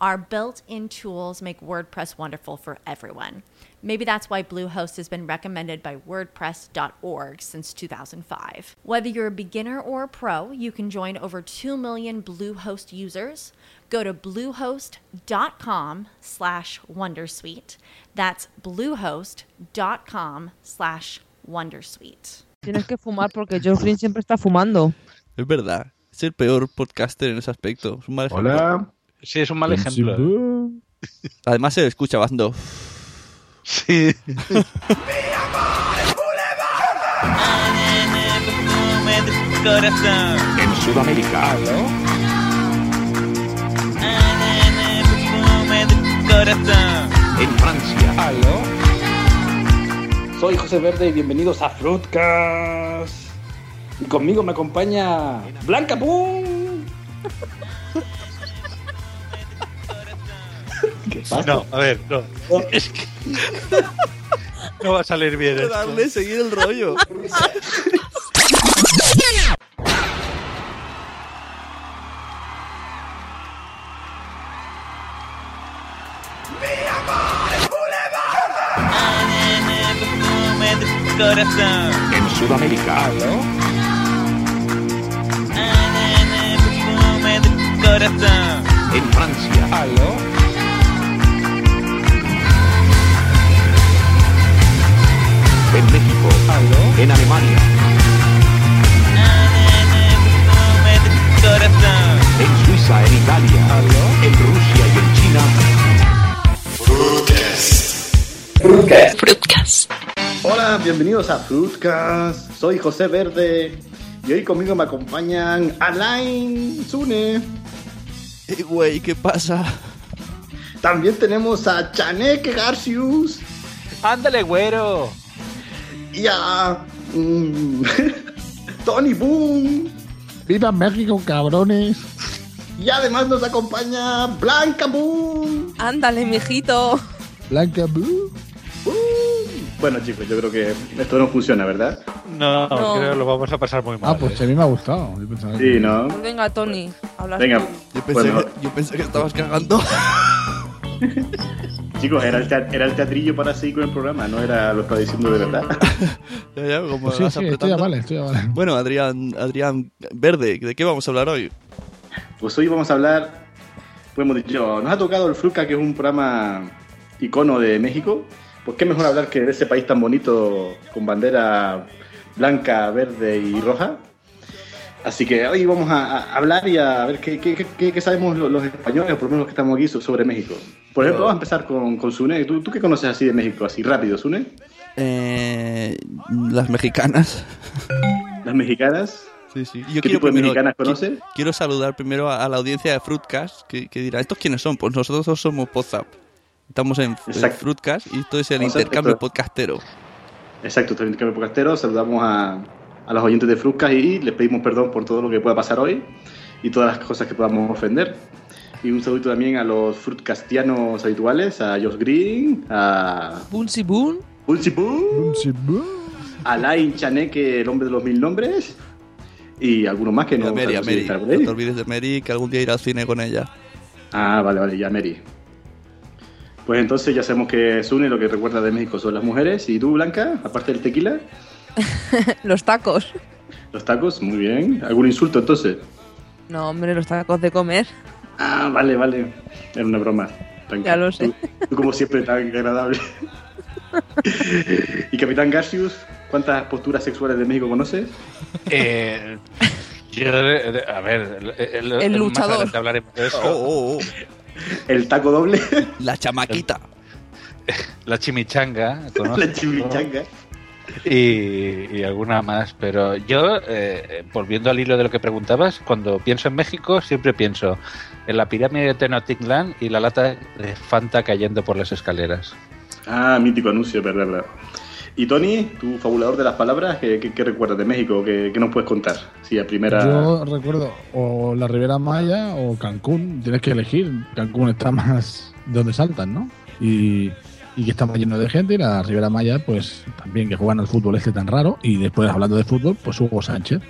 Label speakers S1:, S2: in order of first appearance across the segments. S1: Our built in tools make WordPress wonderful for everyone. Maybe that's why Bluehost has been recommended by WordPress.org since 2005. Whether you're a beginner or a pro, you can join over 2 million Bluehost users. Go to bluehost.com slash Wondersuite. That's bluehost.com slash Wondersuite.
S2: Tienes que fumar porque George Green siempre está fumando.
S3: Es verdad. Es el peor podcaster en ese aspecto. Es un mal ejemplo.
S4: Hola.
S5: Sí, es un mal ejemplo.
S3: Además se lo escucha bastante.
S5: Sí.
S6: En Sudamérica. En Francia.
S7: Soy José Verde y bienvenidos a Fruitcast. Y conmigo me acompaña Blanca Pum. ¿Qué pasa?
S5: No, a ver, no.
S7: No.
S5: Es que... No va a salir bien esto.
S3: Darle, seguir el rollo.
S6: En Sudamérica. En Francia. En México. En Alemania. En Suiza. En Italia. En Rusia y en China.
S4: Hola, bienvenidos a Fruitcast. Soy José Verde y hoy conmigo me acompañan Alain Zune.
S3: Ey, Eh, güey, ¿qué pasa?
S4: También tenemos a Chanek Garcius
S5: Ándale, güero.
S4: y a mm, Tony Boom.
S5: eh.
S8: ¡Viva México, cabrones!
S4: Y además nos acompaña Blanca Boom.
S2: Ándale, mijito.
S8: Blanca Blue.
S4: Bueno chicos, yo creo que esto no funciona, ¿verdad?
S5: No,
S2: No.
S5: creo que lo vamos a pasar muy mal. eh.
S8: Ah, pues a mí me ha gustado. Yo pensaba que-
S4: Sí, ¿no?
S2: Pues venga, Tony, hablas
S4: Venga,
S2: tú.
S3: Yo pensé,
S4: Bueno.
S3: que, yo pensé que estabas cagando.
S4: chicos, era el, tea- era el teatrillo para seguir con el programa, no era lo que estaba diciendo de verdad.
S3: Ya, ya, como
S8: Pues sí,
S3: vas
S8: sí, esto ya
S3: apretando.
S8: vale, esto ya vale.
S3: Bueno, Adrián, Adrián Verde, ¿de qué vamos a hablar hoy?
S4: Pues hoy vamos a hablar, pues hemos dicho, nos ha tocado el Fruca, que es un programa icono de México. Pues qué mejor hablar que de ese país tan bonito con bandera blanca, verde y roja. Así que hoy vamos a, a hablar y a ver qué, qué- qué- qué sabemos lo- los, españoles, o por lo menos los que estamos aquí, so- sobre México. Por ejemplo,
S3: Yo-
S4: vamos a empezar con, con Sune. ¿Tú, tú qué conoces así de México? Así rápido, Sune.
S3: Eh, las mexicanas.
S4: Las mexicanas.
S3: Sí, sí.
S4: ¿Qué tipo de mexicanas conoces?
S3: qui- Quiero saludar primero a, a la audiencia de Fruitcast, que, que dirá, ¿estos quiénes son? Pues nosotros somos Podzap. Estamos en, en
S4: Exacto.
S3: Fruitcast y esto es el
S4: Exacto.
S3: intercambio podcastero.
S4: Exacto, también Cambio Podcastero. Saludamos a, a los oyentes de Fruscas y les pedimos perdón por todo lo que pueda pasar hoy y todas las cosas que podamos ofender. Y un saludo también a los fruitcastianos habituales, a Josh Green, a
S2: Boonsy Boon.
S4: Pulsi Poo, a Lain Chaneque, el hombre de los mil nombres, y algunos más que
S3: Y
S4: no
S3: a Mary, a
S4: sabemos si
S3: Mary.
S4: estará
S3: No
S4: por
S3: te
S4: ahí.
S3: olvides de Mary, que algún día irá al cine con ella.
S4: Ah, vale, vale, ya Mary. Pues entonces ya sabemos que Sune lo que recuerda de México son las mujeres. ¿Y tú, Blanca? Aparte del tequila,
S2: Los tacos.
S4: los tacos, muy bien. ¿Algún insulto entonces?
S2: No, hombre, los tacos de comer.
S4: Ah, vale, vale. Era una broma. Tranquilo.
S2: Ya lo sé.
S4: Tú, tú como siempre, tan agradable. y Capitán Garcius, ¿cuántas posturas sexuales de México conoces?
S5: Eh, yo, eh, a ver, el, el-
S2: El
S5: más
S2: luchador.
S5: adelante hablaremos de
S3: Oh,
S5: eso.
S3: oh, oh.
S4: El taco doble.
S3: La chamaquita.
S5: la chimichanga, conozco,
S4: La chimichanga.
S5: y, y alguna más. Pero yo, eh, volviendo al hilo de lo que preguntabas, cuando pienso en México siempre pienso en la pirámide de Tenochtitlán y la lata de Fanta cayendo por las escaleras.
S4: Ah, mítico anuncio, verdad, verdad. Y Tony, tu fabulador de las palabras, ¿qué, qué- qué recuerdas de México? ¿Qué, qué nos puedes contar? Sí, a primera.
S8: Yo recuerdo o la Ribera Maya o Cancún. Tienes que elegir. Cancún está más de donde saltan, ¿no? Y, y que está más lleno de gente. Y la Ribera Maya, pues también que juegan al fútbol este tan raro. Y después, hablando de fútbol, pues Hugo Sánchez.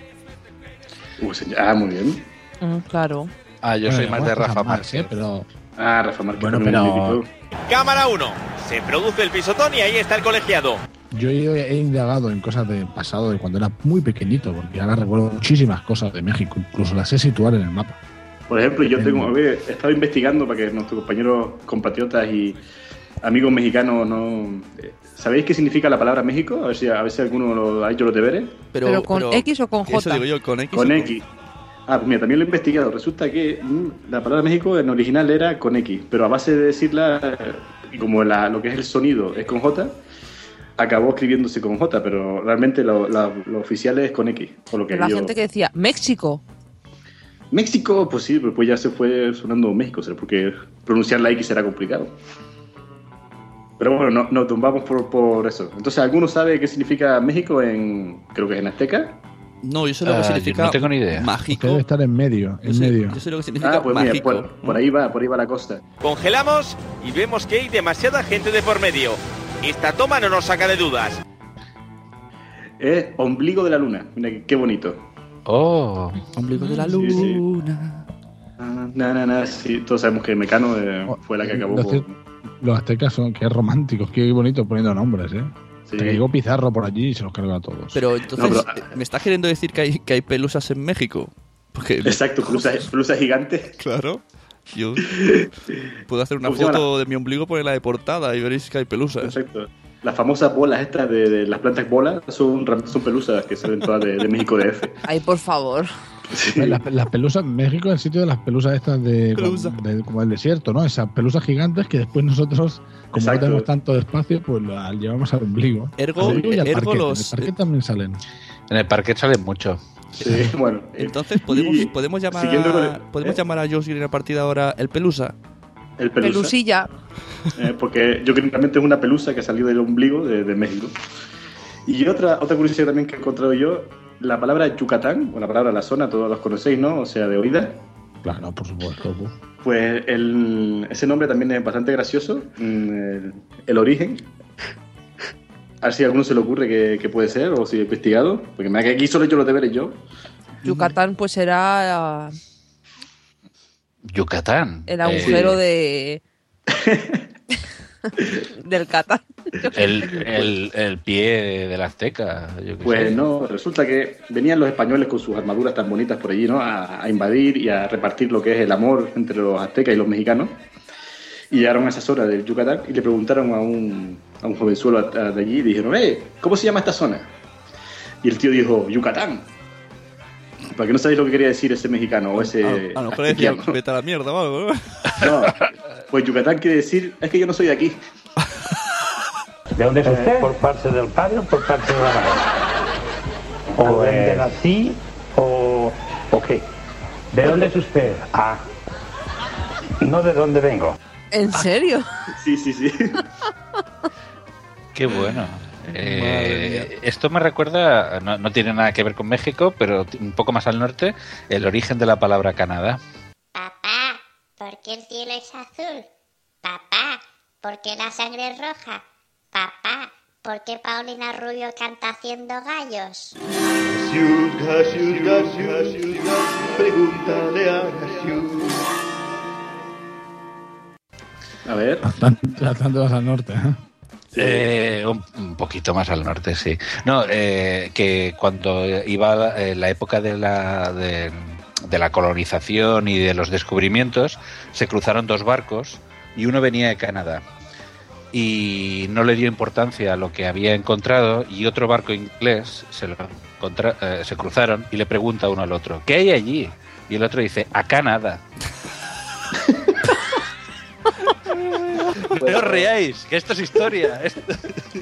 S4: Uh, señor- ah, muy bien.
S2: Mm, claro.
S5: Ah, yo soy
S8: Bueno,
S5: más de
S8: cosas
S5: Rafa
S8: más, ¿eh?
S5: Márquez.
S8: Pero
S4: Ah, Rafa Márquez.
S8: Bueno,
S4: también muy
S8: pero-
S4: mítico.
S9: Cámara 1. Se produce el pisotón y ahí está el colegiado.
S8: Yo he, he indagado en cosas del pasado de cuando era muy pequeñito, porque ahora recuerdo muchísimas cosas de México, incluso las sé situar en el mapa.
S4: Por ejemplo, yo
S8: Bien.
S4: tengo, a ver, he estado investigando para que nuestros compañeros compatriotas y amigos mexicanos no. eh, ¿Sabéis qué significa la palabra México? A ver si, a ver si alguno lo ha hecho los deberes.
S3: Pero,
S2: ¿Pero con X o con
S3: Eso
S2: J?
S3: digo yo, con X. o
S4: Con X. Ah, pues mira, también lo he investigado. Resulta que mm, la palabra México en original era con X, pero a base de decirla, eh, y como la- lo que es el sonido es con J, acabó escribiéndose con J, pero realmente lo, la- lo oficial es con X. Por lo que
S2: Pero la
S4: yo-
S2: gente que decía México.
S4: México, pues sí, pero pues ya se fue sonando México, será porque pronunciar la X será complicado. Pero bueno, no- nos tumbamos por, por eso. Entonces, ¿alguno sabe qué significa México en, creo que es en Azteca?
S3: No, yo sé lo que
S5: Ah, yo
S3: significa.
S5: no tengo ni idea.
S3: Mágico.
S8: Debe estar en medio,
S3: Yo
S8: en
S3: sé,
S8: medio.
S3: yo sé lo que significa
S4: Ah, pues mira,
S3: mágico.
S4: por, por ahí va, por ahí va la costa.
S9: Congelamos y vemos que hay demasiada gente de por medio. Esta toma no nos saca de dudas.
S4: Es ombligo de la luna. Mira qué- qué bonito.
S5: Oh,
S3: Ombligo de la
S4: Sí, sí.
S3: luna.
S4: Ah, Na, na, na, sí, todos sabemos que Mecano eh,
S8: Oh,
S4: fue la que acabó
S8: lo
S4: con.
S8: cierto- Los aztecas son, qué románticos, qué bonito poniendo nombres, ¿eh?
S4: sí.
S8: Te digo Pizarro por allí y se los carga a todos.
S3: Pero entonces,
S4: No, pero-
S3: eh, ¿me estás queriendo decir que hay, que hay pelusas en México? Porque,
S4: Exacto, pelusa, pelusa gigante.
S3: claro, yo puedo hacer una
S4: Pues llama Pues
S3: foto de mi ombligo, ponerla de portada y veréis que hay pelusas.
S4: Exacto. Las famosas bolas estas de, de las plantas bolas son, ram- son pelusas que salen todas de, de México DF.
S2: Ay, por favor.
S4: Sí.
S8: las, las pelusas, México es el sitio de las pelusas estas de,
S3: Pelusa.
S8: de- como el desierto, ¿no? Esas pelusas gigantes que después nosotros, como no
S4: Exacto. Oh,
S8: tenemos tanto espacio, pues las llevamos al ombligo.
S3: Ergo-
S8: Al
S4: Pues
S8: ombligo y al
S3: ergo
S8: parquet. En
S3: los-
S8: el parquet también salen.
S5: en el parque salen mucho.
S4: Sí, bueno.
S3: Entonces, ¿podemos,
S4: Y-
S3: podemos, llamar,
S4: siguiendo con el-
S3: a, ¿podemos
S4: ¿eh?
S3: llamar a Josh Green a partir de ahora el pelusa?
S4: El pelusa.
S2: Pelusilla.
S4: Eh, porque yo creo que realmente es una pelusa que salió del ombligo de, de México. Y otra, otra curiosidad también que he encontrado yo, la palabra Yucatán, o la palabra la zona, todos los conocéis, ¿no? O sea, de oídas.
S8: Claro, por supuesto. pues.
S4: Pues el- ese nombre también es bastante gracioso. Mm, El, el origen. A ver si a alguno se le ocurre que, que puede ser o si he investigado. Porque me da que aquí solo he hecho los deberes yo.
S2: Yucatán, pues era ah,
S5: Yucatán.
S2: el
S5: eh,
S2: agujero de. del Catán.
S5: Eh, el, el, el pie de la Azteca. yo qué
S4: Pues
S5: sé.
S4: no, resulta que venían los españoles con sus armaduras tan bonitas por allí, ¿no? A, a invadir y a repartir lo que es el amor entre los aztecas y los mexicanos. Y llegaron a esa zona del Yucatán y le preguntaron a un, a un jovenzuelo a- a- de allí y dijeron, eh, ¿cómo se llama esta zona? Y el tío dijo, Yucatán. Para que no sabéis lo que quería decir ese mexicano o ese...
S3: A, Ah, a lo mejor decía,
S4: aztecano.
S3: vete a la mierda o algo, ¿no?
S4: No, pues Yucatán quiere decir, es que yo no soy de aquí.
S10: ¿De dónde es usted? Eh, ¿Por parte del padre o por parte de la madre? ¿O dónde nací o, o qué? ¿De dónde es usted? Ah, no de dónde vengo.
S2: ¿En serio?
S4: Sí, sí, sí.
S5: Qué bueno. Eh,
S3: Madre mía.
S5: esto me recuerda, no, no tiene nada que ver con México, pero t- un poco más al norte, el origen de la palabra Canadá.
S11: Papá, ¿por qué el cielo es azul? Papá, ¿por qué la sangre es roja? Papá, ¿por qué Paulina Rubio canta haciendo gallos?
S4: A ver.
S8: Bastante, bastante más al norte. ¿eh?
S5: Eh, un, un poquito más al norte, sí. No, eh, que cuando iba eh, la época de la, de, de la colonización y de los descubrimientos, se cruzaron dos barcos y uno venía de Canadá y no le dio importancia a lo que había encontrado y otro barco inglés se, lo encontra- eh, se cruzaron y le pregunta uno al otro, ¿qué hay allí? Y el otro dice, a Canadá. No os reáis, que esto es historia. Esto-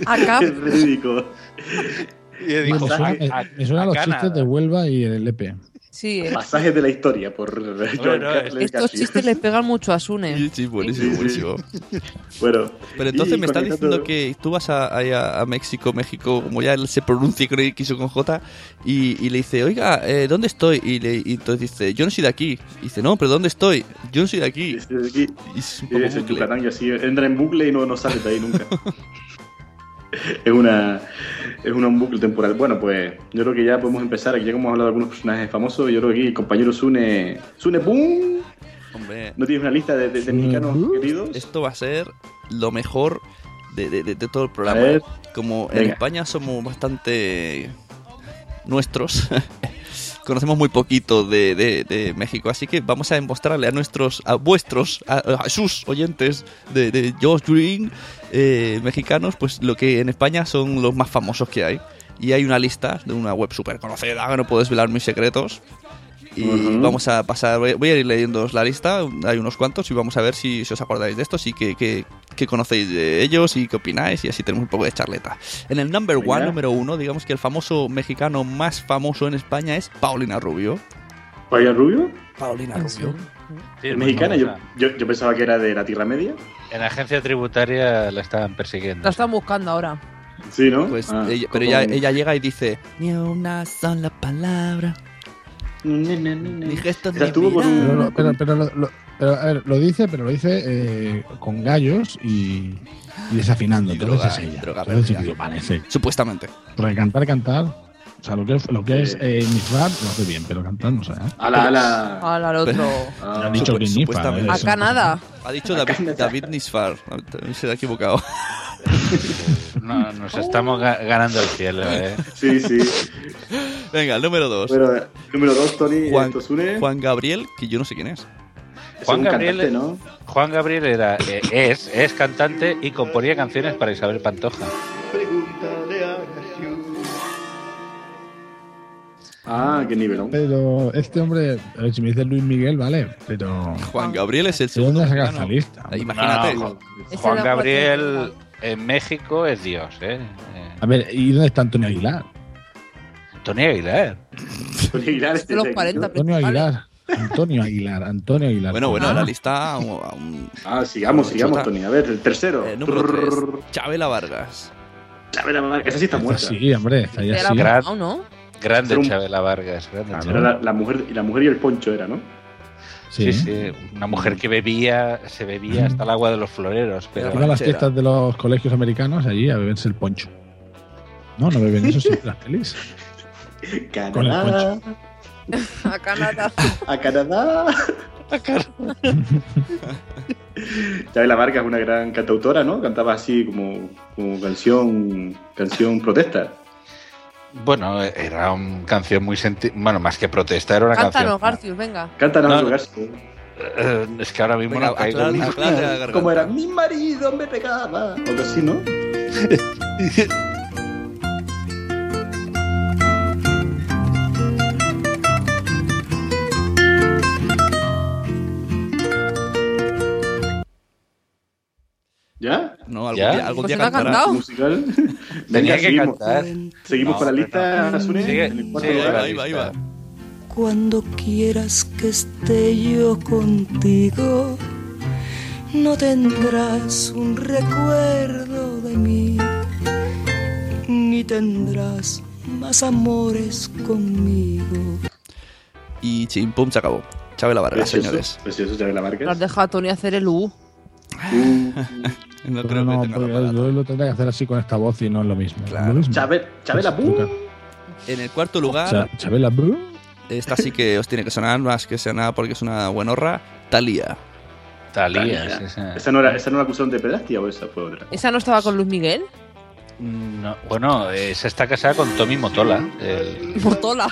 S2: Ah, Acá.
S4: Es ridículo.
S5: Y yo
S8: Me
S5: digo,
S8: suena,
S5: "Ah,
S8: me- me suena
S5: a
S8: eh, los
S5: Canadá".
S8: chistes de Huelva y el E Lepe.
S2: Sí, eh.
S4: Pasajes de la historia por
S3: eh,
S4: Joan
S5: no,
S4: Carlos
S2: estos
S4: Castillo.
S2: chistes les pegan mucho a Sune.
S3: Sí, sí, buenísimo,
S4: Sí, sí.
S3: buenísimo.
S4: Bueno,
S3: Pero entonces
S4: y
S3: me estás
S4: conectando-
S3: diciendo que tú vas a, ahí a- a México, México, como ya él se pronuncia con X o con J, y, y le dice, oiga, eh, ¿dónde estoy? Y, le, y entonces dice, yo no soy de aquí. Y dice, no, pero ¿dónde estoy? Yo no soy de aquí.
S4: Desde aquí,
S3: Y es un
S4: y
S3: poco
S4: desde
S3: bucle.
S4: Yucatán y así entra en bucle y no, no sale de ahí nunca. es una es una- un bucle temporal. Bueno, pues yo creo que ya podemos empezar. Aquí ya como hemos hablado de algunos personajes famosos, yo creo que aquí el compañero Sune. Sune Boom.
S3: Hombre,
S4: ¿No tienes una lista de, de- de mexicanos
S8: Boom.
S4: queridos?
S3: esto va a ser lo mejor de, de- de- de todo el
S4: A
S3: programa. ¿eh?
S4: ver,
S3: Como en
S4: Venga.
S3: España somos bastante nuestros, conocemos muy poquito de, de- de México, así que vamos a mostrarle a nuestros, a vuestros, a, a sus oyentes de, de Josh Green, eh, mexicanos, pues lo que en España son los más famosos que hay. Y hay una lista de una web súper conocida, que no puedo desvelar mis secretos. Y
S4: Ujú.
S3: vamos a pasar, voy voy a ir leyéndoos la lista, hay unos cuantos, y vamos a ver si, si os acordáis de estos y qué, qué- qué conocéis de ellos y qué opináis, y así tenemos un poco de charleta. En el number
S4: Venga.
S3: one, número uno, digamos que el famoso mexicano más famoso en España es Paulina Rubio.
S4: Paulina Rubio,
S3: Paulina
S2: ¿En serio?
S5: Sí,
S4: es
S5: muy
S4: mexicana. Yo,
S5: famosa.
S4: yo, yo pensaba que era de la Tierra Media.
S5: En la agencia tributaria la estaban persiguiendo.
S2: La están buscando ahora.
S4: Sí, ¿no?
S3: Pues
S4: Ah,
S3: ella-
S4: como-
S3: pero ella, ella llega y dice, ni una sola palabra,
S4: Ne, ne, ne, ne.
S3: ni gestos
S4: Esa
S3: ni
S4: estuvo con
S3: mirada".
S8: Pero,
S4: un-
S8: lo- pero, pero lo, lo- pero, a ver, lo dice, pero lo dice eh, con gallos y, y
S3: Y
S8: desafinando. Entonces
S3: droga,
S8: es ella.
S3: y droga
S8: Entonces
S3: perdida.
S8: yo digo, vale, sí.
S3: Supuestamente.
S8: Porque cantar, cantar. O sea, lo que, lo que es
S4: Sí.
S8: eh, rap lo hace bien, pero cantar no sé. ¿eh?
S4: Ala, ala.
S2: Ahora al otro.
S4: Ah,
S8: Han dicho
S3: supu-
S8: que ni fa,
S3: supuestamente.
S8: ¿eh?
S3: Eso.
S2: Acá nada.
S3: Ha dicho David, David Nisfar. Se ha equivocado.
S5: No, nos estamos ga- ganando el cielo, ¿eh?
S4: Sí, sí.
S3: Venga, el número dos.
S4: Bueno, número dos, Tony.
S3: Juan-
S4: esto Sune.
S3: Juan Gabriel, que yo no sé quién es.
S4: es
S5: Juan
S4: un
S5: Gabriel-
S4: cantante, ¿no?
S5: Juan Gabriel era, eh, es, es cantante y componía canciones para Isabel Pantoja.
S4: Ah, qué nivelón.
S8: Pero este hombre, a ver, si me dice Luis Miguel, vale, pero.
S2: Ah.
S3: Juan Gabriel es el
S8: ¿De dónde
S3: segundo.
S8: has sacado esta
S3: mexicano.
S8: lista?
S3: Eh, Imagínate.
S5: No,
S4: Juan-
S2: Ese
S5: Juan
S2: da
S5: Gabriel
S2: cuatro.
S5: en México es Dios, ¿eh? Eh,
S8: A ver, ¿y dónde está Antonio Aguilar?
S5: Tony Aguilar.
S4: Tony Aguilar, este
S2: Los
S4: técnico.
S2: 40.
S8: Antonio Aguilar. Antonio Aguilar, Antonio Aguilar.
S3: Bueno, bueno,
S8: Ah.
S3: la lista. aún- aún-
S4: Ah, sigamos, sigamos, Tony. A ver, el tercero.
S3: eh, número
S4: Trrr.
S3: 3. Chabela Vargas.
S4: A ver, a ver, esa sí está
S8: Esta
S4: muerta.
S8: Sí, hombre, está ya
S2: Te la
S8: sí.
S5: Gran-
S2: han bajado, ¿no?
S5: Grande
S4: Pero un-
S5: Chabela Vargas. grande
S8: Claro.
S4: Era
S5: Chabela.
S4: la, la mujer, y la mujer y el poncho era, ¿no?
S5: Sí,
S8: Sí.
S5: sí, una mujer que bebía, se bebía hasta el agua de los floreros, pero
S8: Iba a las
S3: Ranchera.
S8: fiestas de los colegios americanos allí a beberse el poncho. No, no beben eso, sí, las pelis. Con el
S4: Canadá.
S8: poncho.
S2: Acá nada.
S4: A Canadá. Chabela Vargas es una gran cantautora, ¿no? Cantaba así como, como canción, canción protesta.
S5: bueno, era una canción muy senti bueno, más que protesta, era una
S2: Cántanos,
S5: canción.
S2: Garcius, venga.
S4: Cántanos
S5: No,
S4: algo,
S5: no.
S4: García.
S5: Eh, es que ahora mismo
S3: Venga,
S5: no caigo.
S3: aclara-
S5: en-
S3: aclara la garganta.
S4: Ah, Como era, mi marido me pegaba. O algo así, ¿no? ¿Ya?
S3: No, algún
S5: ¿Ya?
S3: día, algún
S2: Pues
S3: día
S2: se la ha
S3: cantará.
S2: cantado.
S4: Musical.
S5: Tenía
S4: Venga,
S5: que
S4: seguimos.
S5: cantar.
S4: Seguimos
S5: Oh. No,
S4: con la
S5: no,
S4: lista, Sune.
S5: Sigue,
S4: en el cuarto
S5: sigue
S4: lugar.
S5: la
S3: ahí va, ahí
S5: lista.
S3: va.
S12: Cuando quieras que esté yo contigo, no tendrás un recuerdo de mí, ni tendrás más amores conmigo.
S3: Y chim, pum, se acabó. Chabela Vargas,
S4: Precioso,
S3: señores.
S4: Precioso, Chabela Vargas.
S2: Nos deja a Tony hacer el U.
S4: Uh,
S3: No
S8: Pero
S3: creo
S8: no, pues,
S3: que tenga
S8: porque
S3: la palabra.
S8: yo lo tendría que hacer así con esta voz y no es lo mismo.
S3: Claro.
S8: Lo mismo.
S4: Chabe- Chabela,
S8: Pues,
S4: uh,
S3: En el cuarto
S8: O
S3: lugar,
S8: sea, Chabela Bru.
S3: esta sí que os tiene que sonar más que sea nada porque es una buenorra. Talía.
S5: Talía,
S4: Talía.
S5: sí, sí.
S4: Esa no era, esa no era acusación de pedastia o esa fue otra.
S2: ¿Esa no estaba con Luis Miguel?
S5: No, bueno, eh, se está casada con Tommy Motola. el-
S2: Motola.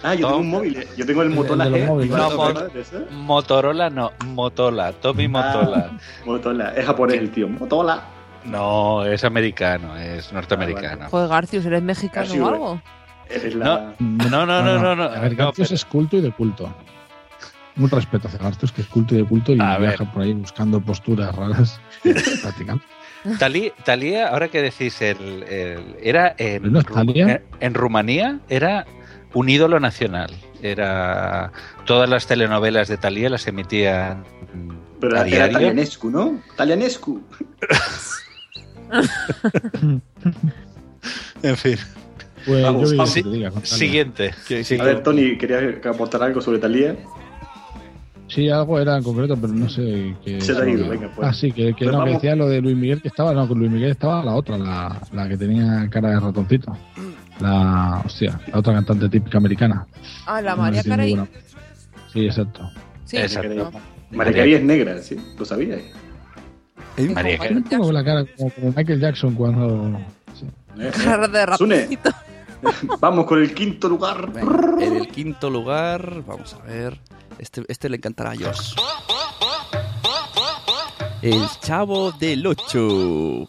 S4: Ah, yo tengo
S5: Tom.
S4: un móvil. Yo tengo el
S8: El-
S4: Motola
S8: el de los
S4: G.
S8: móviles.
S4: ¿Vas a
S5: No,
S4: tomar
S5: Mot-
S4: de esa?
S5: Motorola no, Motola, Tommy Motola.
S4: Motola. Es japonés el tío. Motola.
S5: No, es americano, es norteamericano.
S2: Joder, Garcius, ¿eres mexicano
S4: Garcius,
S2: o algo?
S4: Es la...
S5: No, no, no, no, no.
S8: A ver,
S5: no,
S8: Garcius
S5: pero-
S8: es culto y de culto. un respeto hacia Gartus, que es culto y de culto, y viaja por ahí buscando posturas raras. practicando.
S5: Talí- Talía, ahora que decís, el, el- era en,
S8: ¿No es
S5: Ru-
S8: Talía?
S5: en- en Rumanía era un ídolo nacional. Era todas las telenovelas de Talía las emitían
S7: Pero
S5: a
S7: era, era
S5: diario.
S4: ¿eh?
S7: Talianescu, ¿no? Talianescu.
S5: en fin.
S8: Pues
S7: Vamos,
S8: yo voy a
S7: vamos.
S8: que te diga, Gonzalo.
S5: Siguiente.
S4: A ver, Tony, ¿querías aportar algo sobre Talía?
S8: Sí, algo era en concreto, pero no sé qué.
S4: Se te ha ido, venga, pues.
S8: Ah, sí, que, que
S4: Pues
S8: no, que
S4: vamos.
S8: decía lo de Luis Miguel que estaba, no, que Luis Miguel estaba la otra, la, la que tenía cara de ratoncito. La, hostia, la otra cantante típica americana.
S2: Ah, la
S8: No
S2: María
S8: sé si es muy
S2: Carey.
S8: buena. Sí, exacto.
S2: Sí,
S7: Exacto.
S4: María Carey es negra, ¿sí? ¿Lo sabías? ¿Eh?
S5: María
S8: Yo tengo la cara como, como Michael Jackson cuando.
S2: Cara de
S4: Sune,
S2: ratoncito.
S4: vamos con el quinto lugar.
S3: En el quinto lugar, vamos a ver. Este, este le encantará a Josh. El Chavo del Ocho.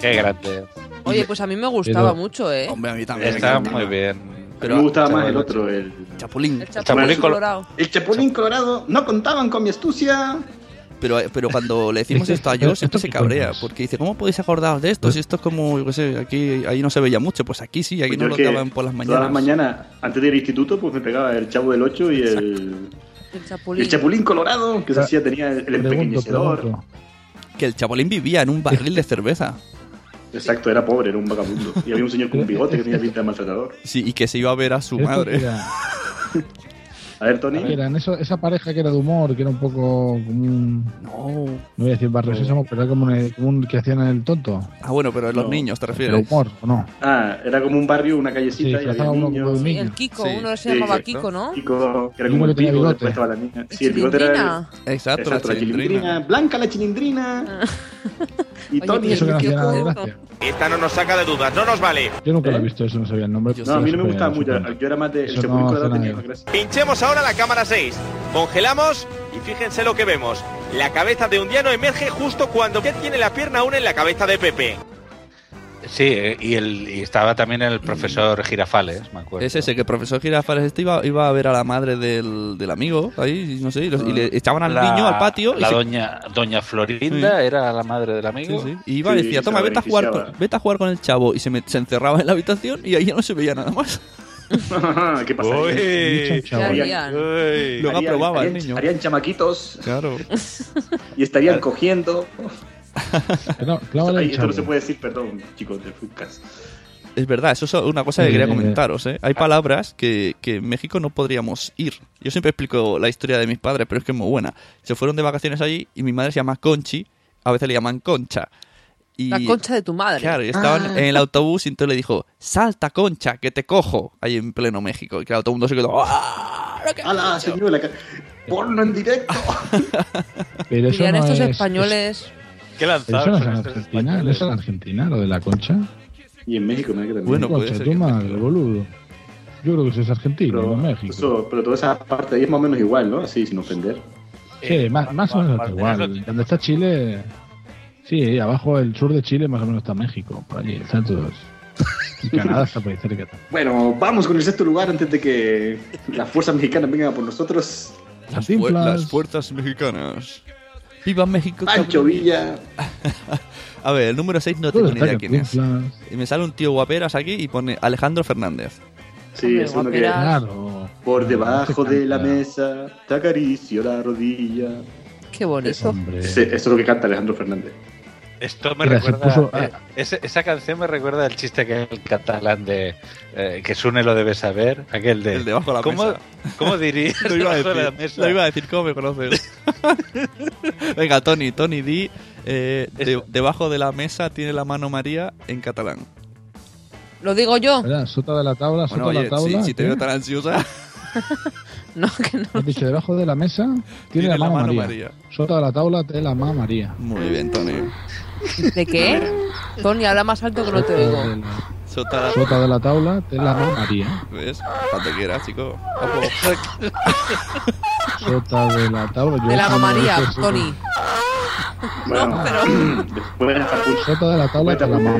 S5: Qué grande.
S2: Oye, pues a mí me gustaba
S5: Pero-
S2: mucho, ¿eh?
S3: Hombre, a mí también. me
S5: Está
S3: encanta.
S5: muy bien.
S4: Pero me gustaba más el otro, el
S3: Chapulín.
S2: El Chapulín
S5: Chapulín colo-
S2: Colorado.
S4: El Chapulín Colorado no contaban con mi astucia.
S3: Pero, pero cuando le decimos esto a
S8: Este
S3: Josh, siempre se cabrea. Porque dice, ¿cómo podéis acordaros de esto? Si esto es como, yo qué sé, aquí ahí no se veía mucho. Pues aquí sí, aquí
S4: Pues
S3: no
S4: yo
S3: lo
S4: que
S3: daban por las
S4: Todas las
S3: mañanas.
S4: mañanas, antes de ir al instituto, pues me pegaba el Chavo del 8 y el,
S2: El
S4: el
S2: Chapulín.
S4: Chapulín Colorado, que se hacía, tenía el empequeñecedor.
S3: Que el Chapulín vivía en un barril de cerveza.
S4: Exacto, era pobre, era un vagabundo. Y había un señor con un bigote que tenía pinta de maltratador.
S3: Sí, y que se iba a ver a su
S8: Esto
S3: madre.
S8: era-
S4: A ver, Tony.
S8: que eran eso- esa pareja que era de humor, que era un poco como un.
S3: No.
S8: No voy a decir barrio sésamo, pero era como un, como un que hacían el tonto.
S3: Ah, bueno, pero los
S4: No.
S3: niños, ¿te
S8: Pero
S3: refieres?
S8: humor, ¿o no?
S4: Ah, era como un barrio, una
S8: Se
S4: callecita y había
S8: disfrazaba uno como de
S4: niños.
S8: un niño.
S2: El Kiko,
S3: Sí.
S2: uno se
S4: Sí,
S2: llamaba
S4: exacto.
S2: Kiko, ¿no?
S4: Kiko, que era
S8: Uno
S4: como
S8: que
S4: el
S8: tenía
S4: pico,
S8: bigote.
S4: después estaba la niña. Sí, el bigote era el,
S2: Chilindrina.
S3: Exacto,
S4: Exacto, la chilindrina. Blanca la chilindrina. y
S2: Oye,
S4: Tony.
S2: tío,
S8: Eso que no
S2: Kiko.
S8: hacía nada de gracia.
S9: Esta no nos saca de dudas, no nos vale.
S8: Yo nunca lo he
S4: ¿Eh?
S8: visto, eso no sabía el nombre.
S3: Yo
S4: No, a mí no
S8: pero
S4: me gustaba
S8: supongo.
S4: mucho. Yo era más de. El
S8: Eso
S4: Chapulín
S8: no
S4: Colorado
S8: hace
S4: tenía
S8: nadie.
S4: más gracia.
S9: Pinchemos ahora la cámara 6. Congelamos y fíjense lo que vemos. La cabeza de un diano emerge justo cuando ya tiene la pierna aún en la cabeza de Pepe.
S5: Sí, eh, y, el, y estaba también el profesor Girafales, me acuerdo.
S3: Es ese, que el profesor Girafales este iba, iba a ver a la madre del, del amigo, ahí, no sé, y, los- y le echaban al
S5: Ah. La-
S3: niño al patio. y
S5: La
S3: se-
S5: doña, doña Florinda era la madre del
S3: Sí,
S5: amigo.
S3: sí. Y iba y
S4: Sí,
S3: decía,
S4: se
S3: toma,
S4: la
S3: vete a, jugar con,
S4: beneficiaba.
S3: vete a jugar con el chavo. Y se, me- se encerraba en la habitación y ahí ya no se veía nada más.
S4: ¿Qué pasa?
S8: Dicho
S4: ahí?
S2: ¿Qué
S8: chaval.
S2: harían?
S3: Luego
S4: Harían-
S3: aprobaba el
S4: harían-
S3: niño.
S4: Harían chamaquitos
S3: Claro.
S4: y estarían cogiendo.
S8: Claro, clávale
S4: Ay,
S8: el
S4: esto no
S8: chavo.
S4: se puede decir, perdón, chicos de Fucas.
S3: Es verdad, eso es una cosa que
S8: Eh,
S3: quería comentaros. ¿eh? Hay palabras que, que en México no podríamos ir. Yo siempre explico la historia de mis padres, pero es que es muy buena. Se fueron de vacaciones allí y mi madre se llama Conchi, a veces le llaman Concha. Y,
S2: La concha de Ah. tu madre.
S3: Claro, y estaban en el autobús y entonces le dijo, salta Concha, que te cojo, ahí en pleno México. Y claro, todo el mundo se quedó, "¡Ah, lo que has
S4: ¡Hala,
S3: hecho!".
S4: señor! La... ca- ¡Porno en directo!
S8: Ah. Pero eso
S2: Dirían
S8: no
S2: estos
S8: es-
S2: españoles.
S5: Qué
S8: Pero eso
S5: lanzados
S8: no es
S5: son
S8: en
S5: estos
S8: Argentina, no
S5: españoles.
S8: es en Argentina, lo de la concha.
S4: Y en México, me también.
S3: Bueno, puede
S8: concha,
S3: ser
S8: tu
S3: que-
S8: madre, boludo. Yo creo que eso es argentino,
S4: pero,
S8: no México.
S4: eso- pero toda esa parte ahí es más o menos igual, ¿no? Así, sin ofender.
S8: Sí,
S4: Eh,
S8: más, más o menos
S5: Vale,
S8: igual.
S5: es lo que-
S8: Donde está Chile. Sí, abajo el sur de Chile, más o menos está México. Por allí, están todos. Y Canadá está por ahí cerca.
S4: Bueno, vamos con el sexto lugar antes de que las fuerzas mexicanas vengan a por nosotros.
S3: Las, fu-
S8: Cantinflas.
S3: las fuerzas mexicanas. ¡Viva México!
S4: Pancho
S3: cabrón!
S4: Villa.
S3: A ver, el número 6 no
S8: Todo
S3: tengo ni
S8: está
S3: idea quién es.
S8: Cantinflas.
S3: Y me sale un tío guaperas aquí y pone Alejandro Fernández.
S4: Sí,
S2: Hombre,
S4: es uno que.
S2: guapera.
S8: Claro.
S4: Por
S8: Claro,
S4: debajo
S8: este
S4: de la
S8: canta.
S4: mesa, te acaricio la rodilla.
S2: Qué bonito.
S8: Hombre.
S4: Ese- eso es lo que canta Alejandro Fernández.
S5: Esto me
S8: Mira, se
S5: recuerda.
S8: puso-
S3: ah.
S5: eh, ese- esa canción me recuerda el chiste que el catalán de. eh, que Sune lo debe saber. Aquel de.
S3: El debajo de la
S5: ¿Cómo,
S3: mesa.
S5: ¿Cómo diría?
S3: Lo iba, a
S5: debajo de la
S3: decir,
S5: mesa?
S3: lo iba a decir, ¿cómo me conoces? Venga, Tony, Tony, di. eh, de- debajo de la mesa tiene la mano María en catalán.
S2: Lo digo yo.
S8: Espera, sota de la tabla, sota
S3: Bueno,
S8: de
S3: oye,
S8: la tabla. ¿eh?
S3: si, si te
S8: ¿qué?
S3: veo tan ansiosa,
S2: No, que no.
S8: Has dicho, debajo de la mesa tiene, la mano, María. Sota de la tabla, tiene la mano María.
S3: Muy bien, Tony.
S2: ¿De qué? Tony, habla más alto que no te
S8: Sota de
S2: oigo.
S8: la-
S3: Sota,
S8: Sota de la tabla, tiene la mano María.
S3: ¿ves? Cuando quieras, chico. Ojo.
S8: Sota de la tabla. yo
S2: De la
S8: cuando
S2: María,
S8: dije eso,
S2: Tony.
S4: Bueno, después de la
S8: Sota de la tabla de la mamá.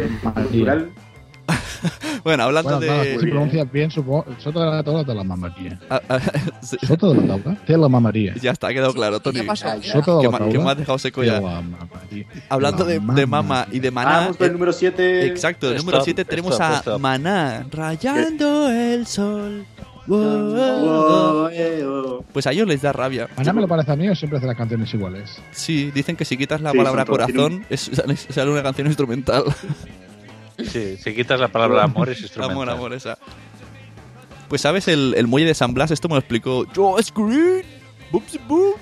S3: Bueno, hablando
S8: Bueno, nada, pues
S3: de.
S8: si pronuncias bien, supongo. Soto de la tabla te la mamaría.
S3: Ah, ah, sí.
S8: Soto de la tabla te la mamaría.
S3: Ya está, ha quedado claro, Tony.
S8: pasó, ya. Soto de
S3: Que
S8: la
S3: ma-
S8: tabla.
S3: que me has dejado seco ya. Hablando de, de Mama y de Maná. eh,
S4: Vamos con el número 7.
S3: Exacto, el número 7 tenemos a Maná. Rayando el sol.
S4: eh, oh.
S3: Pues a ellos les da rabia.
S8: Maná me lo parece a mí o siempre hace las canciones iguales.
S3: Sí, dicen que si quitas la
S8: Sí,
S3: palabra
S8: son todos
S3: corazón, es, sale una canción instrumental.
S5: Sí, si quitas la palabra amor es instrumental.
S3: Amor, amor, esa. Pues sabes, el, el muelle de San Blas, esto me lo explicó Josh Green. Bupsi bup.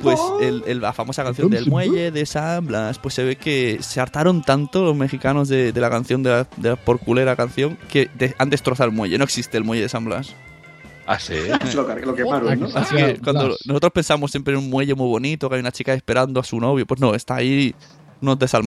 S3: Pues
S4: Ah.
S3: el, el- la famosa canción del
S8: Bupsi bup.
S3: muelle de San Blas, pues se ve que se hartaron tanto los mexicanos de, de la canción, de la, de la porculera canción, que de- han destrozado el muelle. No existe el muelle de San Blas.
S5: Ah, sí.
S4: Lo car- lo
S8: Ah,
S4: quemaron, ¿no?
S3: Así que cuando nosotros pensamos siempre en un muelle muy bonito, que hay una chica esperando a su novio, pues no, está ahí unos desalmados.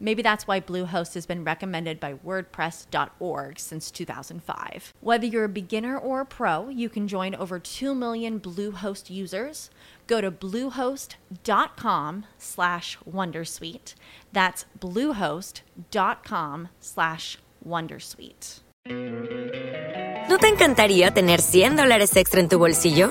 S1: Maybe that's why Bluehost has been recommended by WordPress.org since 2005. Whether you're a beginner or a pro, you can join over 2 million Bluehost users. Go to bluehost.com slash wondersuite. That's bluehost.com slash wondersuite.
S13: ¿No te encantaría tener 100 dólares extra en tu bolsillo?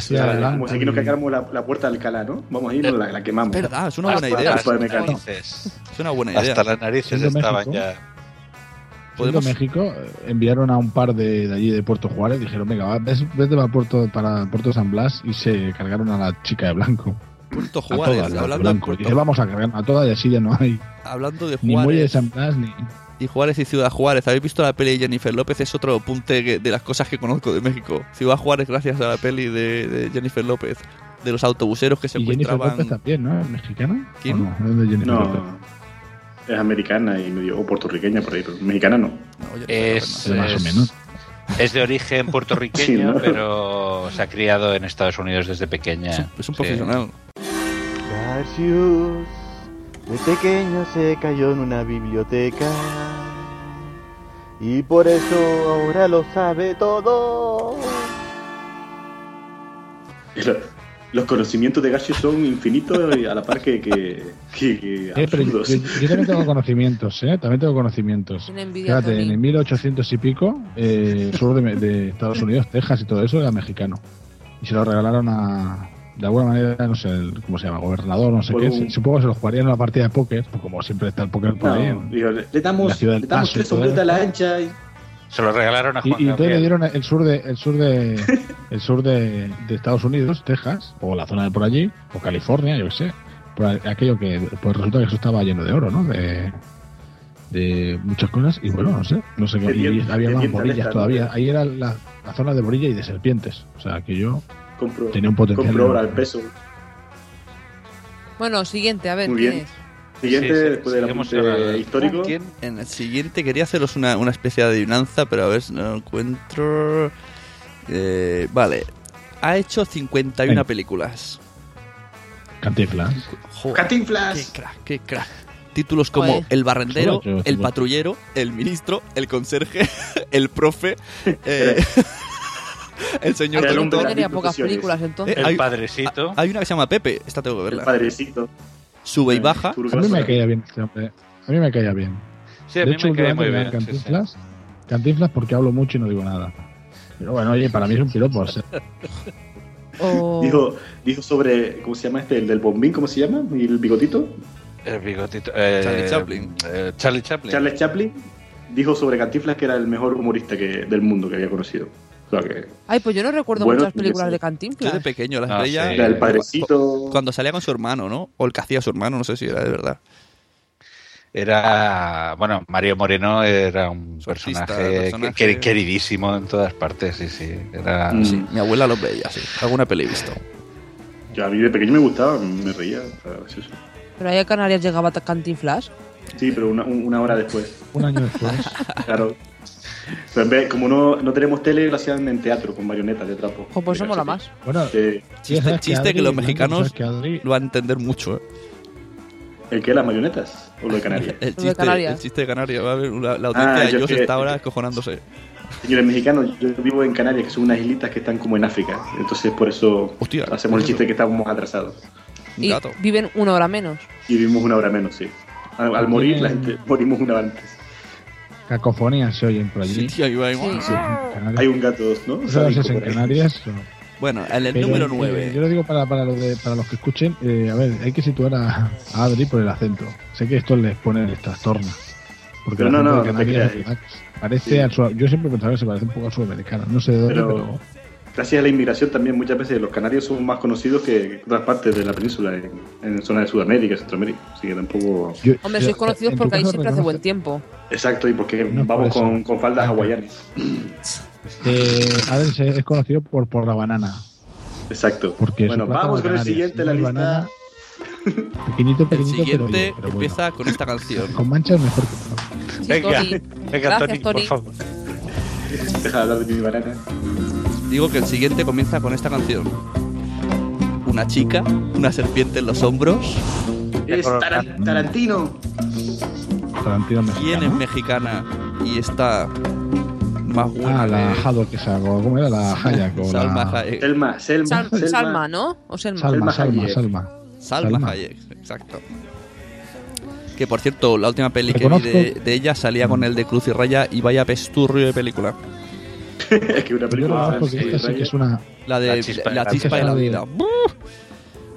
S8: Sí,
S4: Ya,
S8: adelante.
S4: como si aquí nos cargamos la, la puerta de Alcalá, ¿no? Vamos a ir, la, la quemamos.
S3: Es verdad, es una buena
S4: Hasta
S3: idea.
S4: el supermercado.
S3: Es una buena idea.
S5: Hasta las narices
S8: Pues Siendo
S5: estaban
S8: México.
S5: ya.
S8: Siendo México eh, enviaron a un par de, de allí de Puerto Juárez, dijeron, venga, va, ves- vete para Puerto, para Puerto San Blas y se cargaron a la chica de blanco.
S3: Puerto
S8: A
S3: Juárez,
S8: todas, las de
S3: hablando, de
S8: blanco.
S3: Puerto-
S8: Dice, vamos a cargar a todas y así ya no hay.
S3: hablando de
S8: Ni muelle de
S3: Juárez
S8: San Blas ni...
S3: y Juárez y Ciudad Juárez. ¿Habéis visto la peli de Jennifer López? Es otro apunte que- de las cosas que conozco de México. Ciudad Juárez gracias a la peli de, de Jennifer López. De los autobuseros que se
S8: Y Jennifer
S3: encontraban...
S8: López también, ¿no? ¿Es ¿Mexicana?
S3: ¿Quién?
S8: ¿O No, es de Jennifer López.
S4: No, es americana y medio, o puertorriqueña por ahí, pero mexicana no.
S5: Es, eh,
S8: Pero más o
S5: es-
S8: menos.
S5: es de origen puertorriqueño,
S4: Sí, ¿no?
S5: pero se ha criado en Estados Unidos desde pequeña. Es un,
S3: profesional.
S14: Garcius, de pequeño se cayó en una biblioteca y por eso ahora lo sabe todo.
S4: Lo- Los conocimientos de Garcio son infinitos y a la par que, que, que- que
S8: Eh, pero yo,
S4: absurdos.
S8: yo- yo también tengo conocimientos, ¿eh? También tengo conocimientos.
S2: Tiene envidia,
S8: Fíjate,
S2: Tony.
S8: en el 1800 y pico, eh, el sur de, de Estados Unidos, Texas y todo eso, era mexicano. Y se lo regalaron a, de alguna manera, no sé el- cómo se llama, gobernador, no sé
S4: Por
S8: qué.
S4: un-
S8: Supongo que se lo jugarían en una partida de póker, como siempre está el póker por
S4: No,
S8: ahí.
S4: digo, le le
S8: eh, La
S4: damos,
S8: ciudad del
S4: le damos
S8: Paso,
S4: tres
S8: todo
S4: sombretas a la
S8: eso.
S4: ancha y
S5: Se lo regalaron a
S8: Y,
S5: Juan
S8: y entonces le
S5: Gabriel.
S8: dieron el sur de el sur de el sur de, de Estados Unidos, Texas, o la zona de por allí, o California, yo qué sé, por a- aquello que pues resulta que eso estaba lleno de oro, ¿no? De, de muchas cosas y bueno, no sé, no sé qué
S4: De
S8: y
S4: bien-
S8: había
S4: de
S8: más
S4: bien
S8: borillas
S4: talento,
S8: todavía.
S4: ¿no?
S8: Ahí era la, la zona de borilla y de serpientes, o sea, que yo
S4: compro,
S8: Tenía un potencial
S4: compro obra
S8: enorme.
S4: al peso.
S2: Bueno, siguiente, a ver.
S4: Muy
S2: ¿quién
S4: bien.
S2: es?
S4: Siguiente,
S3: Sí, sí,
S8: pues,
S4: después del
S3: seguimos
S4: apunte
S3: con el-
S4: histórico.
S3: ¿Quién? En el siguiente quería haceros una, una especie de adivinanza, pero a ver si no lo encuentro. Eh, vale. Ha hecho 51
S8: Venga.
S3: películas.
S8: Cantinflas.
S3: Joder,
S4: Cantinflas.
S3: ¡Qué crack, qué crack! Títulos como
S8: Joder.
S3: El Barrendero,
S8: Joder,
S3: El
S8: joder.
S3: Patrullero, El Ministro, El Conserje, El Profe, eh, El Señor
S4: Era el
S3: Doctor.
S4: hombre de las mil Tenía pocas profesiones. películas, entonces.
S3: hay-
S5: El Padrecito.
S3: Hay una que se llama Pepe, esta tengo que verla.
S4: El Padrecito.
S3: sube y baja.
S8: A mí me caía bien este hombre. A mí me caía bien.
S5: Sí, a mí me cae muy
S8: últimamente me
S5: bien.
S8: dan Cantinflas, Cantinflas porque hablo mucho y no digo nada. Pero bueno, oye, para mí es un piropo. o sea,
S4: Dijo, dijo sobre, ¿cómo se llama este? El del bombín, ¿cómo se llama? ¿Y el bigotito?
S5: El bigotito. eh,
S4: Charlie Chaplin.
S5: eh, Charlie Chaplin.
S4: Charles Chaplin dijo sobre Cantinflas que era el mejor humorista que, del mundo que había conocido. O sea, que
S2: Ay, pues yo no recuerdo
S4: Bueno,
S2: muchas
S4: yo
S2: películas
S4: sé.
S2: de
S3: Yo de
S2: Cantinflas.
S3: pequeño las
S4: Ah,
S3: veía.
S4: sí. Era el padrecito.
S3: Cuando salía con su hermano, ¿no? O el que hacía su hermano, no sé si era de verdad.
S5: Era, bueno, Mario Moreno era un
S3: artista,
S5: personaje,
S3: personaje.
S5: que- que- queridísimo en todas partes, sí, sí. Era,
S3: Mm. Sí, mi abuela los veía, sí. Alguna peli he visto.
S4: yo a mí de pequeño me gustaba, me reía. o sea, sí, sí.
S2: Pero ahí a Canarias llegaba ta- Cantinflas.
S4: Sí, pero una, un- una hora después.
S8: Un año después.
S4: Claro. Pero en vez- como no, no tenemos tele, lo hacían en teatro, con marionetas de trapo. eh,
S2: O pues eso mola más.
S8: Bueno,
S4: ya
S3: Chiste,
S4: sabes que
S3: chiste que,
S4: Adri-
S3: los
S4: Blanca,
S3: mexicanos
S4: sabes
S3: lo van a entender mucho. ¿eh?
S4: ¿El qué? ¿Las marionetas? ¿O lo de Canarias?
S3: El chiste, el chiste de Canarias. Va a haber una- la
S4: Ah,
S3: audiencia de
S4: yo
S3: ellos
S4: que-
S3: está ahora escojonándose.
S4: Señores mexicanos, yo vivo en Canarias, que son unas islitas que están como en África. Entonces, por eso hacemos el chiste que estamos atrasados.
S2: Y viven una hora menos.
S4: Y vivimos una hora menos, sí. Al, al morir, la gente, morimos una hora antes.
S8: cacofonías se oyen por allí. Sí, en Canarias.
S4: Hay un gato, ¿no?
S8: Eso no sé si en Canarias. o-
S3: Bueno, el, el
S8: Pero,
S3: número
S8: eh,
S3: 9.
S8: Yo lo digo para, para, los de- para los que escuchen, eh, a ver, hay que situar a, a Adri por el acento. Sé que esto les pone el trastorno. Porque
S4: Pero
S8: el
S4: no,
S8: acento
S4: no,
S8: de
S4: no te
S8: Canarias
S4: creas.
S8: es- Parece
S4: Sí.
S8: al sua- Yo siempre pensaba que se parece un poco a sudamericana. No sé de dónde,
S4: Pero-
S8: pero.
S4: Gracias a la inmigración también muchas veces los canarios son más conocidos que que otras partes de la península, en, en zonas de Sudamérica, Centroamérica. Así que tampoco...
S2: Hombre, sois conocidos porque ahí siempre hace buen tiempo.
S4: Exacto, y porque vamos
S8: por
S4: con, con faldas hawaianas.
S8: Eh, Adri se- es conocido por, por la banana.
S4: Exacto.
S8: Porque es
S4: bueno,
S8: un plato
S4: vamos
S8: de
S4: con el
S8: Canarias.
S4: siguiente en la lista.
S8: Pequeñito,
S3: El
S8: pequeñito, pero,
S3: siguiente
S8: oye, pero bueno.
S3: empieza con esta canción.
S8: Con manchas mejor que
S3: Venga,
S2: Tony.
S5: venga,
S2: Gracias, Tony, por Tony.
S5: favor.
S4: Deja de hablar de mi banana.
S3: Digo que el siguiente comienza con esta canción. Una chica, una serpiente en los hombros.
S4: Es
S8: Mm.
S4: Taran- Tarantino.
S8: Tarantino
S3: ¿Quién es mexicana y está más buena?
S8: Ah, la
S3: que-
S8: Haddock esa, o ¿cómo era? La Hayek. o
S3: Salma
S8: la...
S3: Hayek.
S4: Selma, Selma.
S2: Sal-
S4: Selma.
S2: Salma, ¿no? O Selma.
S8: Salma, Salma,
S3: Hayek.
S8: Salma.
S3: Salma,
S8: Salma.
S3: Hayek, exacto. Que por cierto, la última peli que vi
S8: Reconozco-
S3: de, de ella salía con el de Cruz y Raya y vaya pesturrio de película.
S4: es que una
S8: Yo
S4: película...
S8: reconozco que esta sí que es una.
S3: La de la chispa, de la vida. ¡Buh!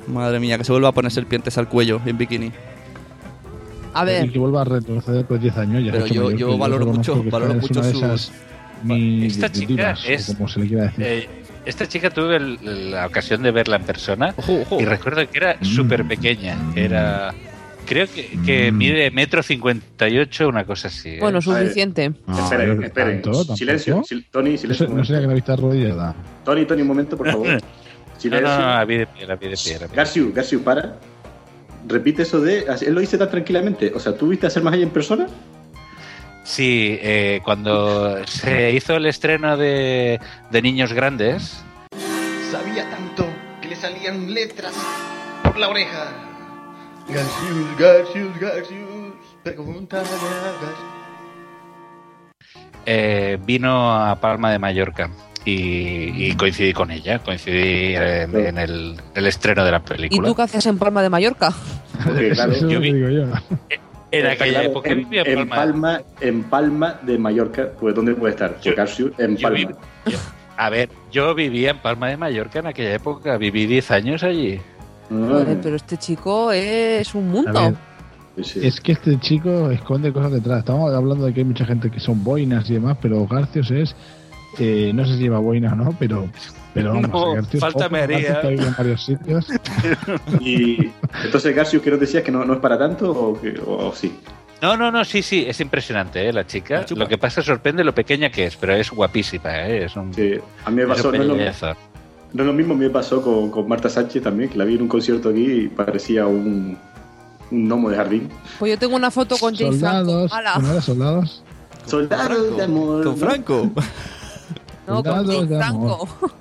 S3: Madre mía, que se vuelva a poner serpientes al cuello en bikini.
S2: A
S8: Y
S2: ver,
S8: que vuelva a retroceder por 10 años. Ya
S3: Pero
S8: es
S3: yo-
S8: mayor,
S3: yo
S8: que
S3: valoro
S8: reconozco
S3: mucho-
S8: que esta
S3: valoro
S8: es
S3: mucho
S8: una de
S3: sus-
S8: esas ni
S5: Esta chica
S8: divinas, o
S5: es-
S8: Como se le quiera decir.
S5: Eh, esta chica tuve el- la ocasión de verla en persona y recuerdo que era súper pequeña. Era. Creo que, que mide metro cincuenta y ocho, una cosa así. ¿eh?
S2: bueno, suficiente.
S8: Ah,
S4: esperen,
S8: pero
S4: esperen.
S8: tanto, tampoco.
S4: silencio, sil- Tony,
S8: No,
S4: silencio.
S8: sé,
S4: un
S8: no
S4: momento.
S8: sería que la vista arrodillada.
S4: Tony, Tony, un momento, por favor.
S5: No,
S4: Silencio.
S5: no, no, a pie de pie, a pie de pie, a pie de pie.
S4: Garciu, Garciu, para. Repite eso de. Él lo dice tan tranquilamente. O sea, ¿tú viste a Selma Hayek en persona?
S5: Sí, eh, cuando se hizo el estreno de, de Niños Grandes,
S15: Sabía tanto que le salían letras por la oreja. Garcius, Garcius, Garcius. Pregúntale a Garcius.
S5: eh, vino a Palma de Mallorca y, y coincidí con ella, coincidí eh, en, el, el estreno de la
S2: ¿Y
S5: película.
S2: tú qué haces en Palma de Mallorca?
S4: claro.
S8: Eso es lo que digo yo.
S5: En
S4: Está
S5: aquella
S4: claro,
S5: época
S4: en,
S5: vivía en
S4: en
S5: Palma.
S4: Palma. En Palma de Mallorca. Pues, ¿dónde puede estar? Pues, Garciu, en
S5: yo
S4: Palma.
S5: vi- A ver, yo vivía en Palma de Mallorca en aquella época, viví 10 años allí.
S4: Ah,
S2: Joder, pero este chico es un
S8: A
S2: mundo.
S8: ver, Es que este chico esconde cosas detrás. Estamos hablando de que hay mucha gente que son boinas y demás, pero Garcios es. eh, no sé si lleva boina o no, pero. Pero vamos,
S5: No,
S8: Garcios,
S5: falta
S8: ojo,
S5: me haría.
S8: Garcios está ahí en varios sitios.
S4: Y entonces, Garciu, ¿qué nos decías? ¿Que no, no es para tanto o, que- o sí?
S5: No, no, no, sí, sí, es impresionante ¿eh? la chica. Lo que pasa sorprende lo pequeña que es, pero es guapísima. ¿eh? Es un,
S4: A mí me
S5: es un
S4: pasó, no es lo-
S5: pedazo.
S4: No es lo mismo, a mí me pasó con, con Marta Sánchez también, que la vi en un concierto aquí y parecía un, un gnomo de jardín.
S2: Pues yo tengo una foto con James Franco.
S8: soldados.
S2: Ala.
S8: ¿No era soldados?
S4: Soldados de amor.
S3: Con Franco.
S2: No, con
S8: Soldados
S2: James
S8: de amor.
S2: Franco.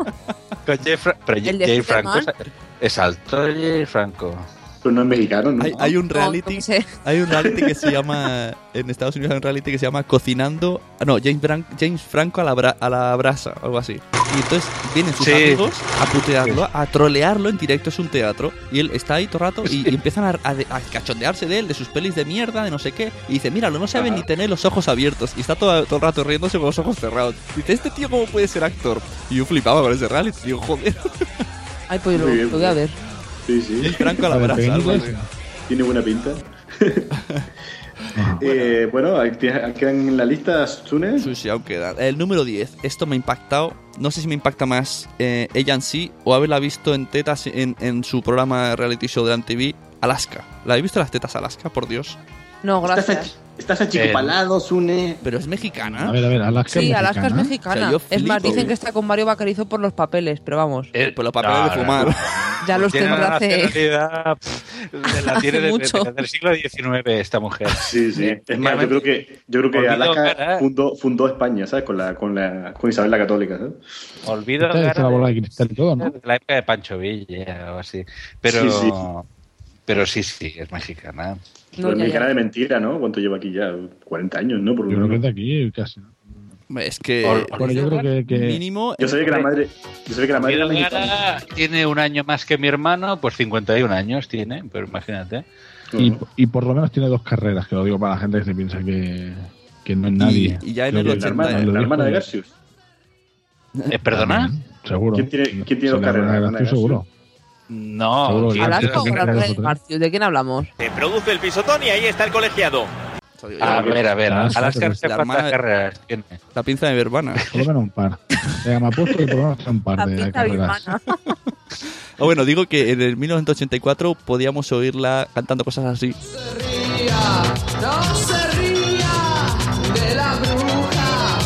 S5: Con Jay Fra- pero
S2: ¿El
S5: Jay-
S2: de
S5: Jay
S2: Superman?
S5: Franco es, es alto, Jay Franco.
S4: Pero no es mexicano, ¿no?
S3: Hay, hay un
S2: No,
S3: reality,
S2: yo qué sé.
S3: hay un reality que se llama en Estados Unidos hay un reality que se llama Cocinando, ah, no, James, Bran- James Franco a la, bra- a la brasa, algo así. Y entonces vienen sus
S5: Sí.
S3: amigos a putearlo, a trolearlo en directo, es un teatro. Y él está ahí todo el rato y, y empiezan a, a- a cachondearse de él, de sus pelis de mierda, de no sé qué. Y dice, míralo, no sabe
S5: Ajá.
S3: ni tener los ojos abiertos. Y está todo, todo el rato riéndose con los ojos cerrados. Dice, ¿este tío cómo puede ser actor? Y yo flipaba con ese reality, digo, joder.
S2: Ay, pues lo,
S3: Muy bien,
S2: lo voy a ver.
S4: Sí, sí.
S3: El franco a la brasa, algo así.
S4: Tiene buena pinta. Eh, bueno, ahí tienes- quedan en la lista Sune.
S3: Sí, sí, aún quedan. El número 10. Esto me ha impactado. No sé si me impacta más eh, ella en sí o haberla visto en tetas en, en su programa reality show de MTV, Alaska. ¿La habéis visto las tetas Alaska? Por Dios.
S2: No, gracias.
S4: Estás
S2: achicopalado,
S4: Sune.
S3: Pero es mexicana.
S8: A ver, a ver, Alaska
S2: Sí,
S8: es
S2: Alaska es
S3: O sea,
S2: mexicana.
S3: yo
S2: es más,
S3: flipo.
S2: dicen que está con Mario Bacarizo por los papeles, pero vamos,
S3: por Pues los papeles de fumar.
S2: ya
S3: Pues
S2: los
S5: Tiene
S2: tendrá
S5: una
S2: hace...
S5: nacionalidad, pf, la
S2: Hace
S5: tiene desde,
S2: mucho.
S5: desde el siglo XIX esta mujer.
S4: Sí, sí. Es más, yo creo que, yo creo que
S5: Olvido
S4: Alaska
S5: cara.
S4: fundó, fundó España, ¿sabes? Con, la, con, la, con Isabel la Católica, ¿sabes?
S5: Olvido
S8: Esta es
S5: cara
S8: la bola de cristal y todo, ¿no?
S5: de la época de Pancho Villa o así. Pero
S4: Sí, sí.
S5: pero sí, sí, es mexicana.
S4: Pero es mexicana de mentira, ¿no? ¿Cuánto lleva aquí ya? 40 años, ¿no? Por lo
S8: Yo creo que
S4: menos.
S8: es de aquí, casi.
S3: Hombre, Es que.
S8: Bueno, yo creo que- que-
S3: Mínimo.
S4: Yo sabía que la madre. Yo sabía que la madre era
S5: Olvido
S4: mexicana.
S5: cara, tiene un año más que mi hermano, pues 51 años tiene, pero imagínate. Eh,
S8: Y, y por lo menos tiene dos carreras, que lo digo para la gente que se piensa que, que no es nadie.
S3: Y ya en
S8: Creo
S3: el
S8: que
S3: 80,
S8: cuando
S3: eh,
S8: lo
S4: La
S8: dijo,
S4: hermana de Garcius.
S5: Eh, ¿Perdona?
S8: Seguro.
S4: ¿Quién tiene, quién tiene
S8: Sí,
S4: dos
S8: la hermana de
S4: carreras? La hermana de
S8: Garcius, seguro.
S5: No,
S8: Seguro que
S5: tiene-
S2: ¿Alaska o
S8: Yo creo que
S2: Gabriel
S8: los otros.
S2: García? ¿De quién hablamos?
S9: Se produce el pisotón y ahí está el colegiado.
S3: eh,
S5: A ver, a ver,
S8: Ah, sí,
S5: Alaska
S8: pero
S5: no sé
S3: la
S5: cuántas
S3: hermana-
S5: carreras tiene.
S3: La pinza de verbana.
S8: Por lo menos un par. Venga, me apuesto que por lo menos un par de
S2: Pinta
S8: carreras.
S2: birmana.
S3: Ah, bueno, digo que en el 1984 podíamos oírla cantando cosas así.
S12: No se ría de la bruja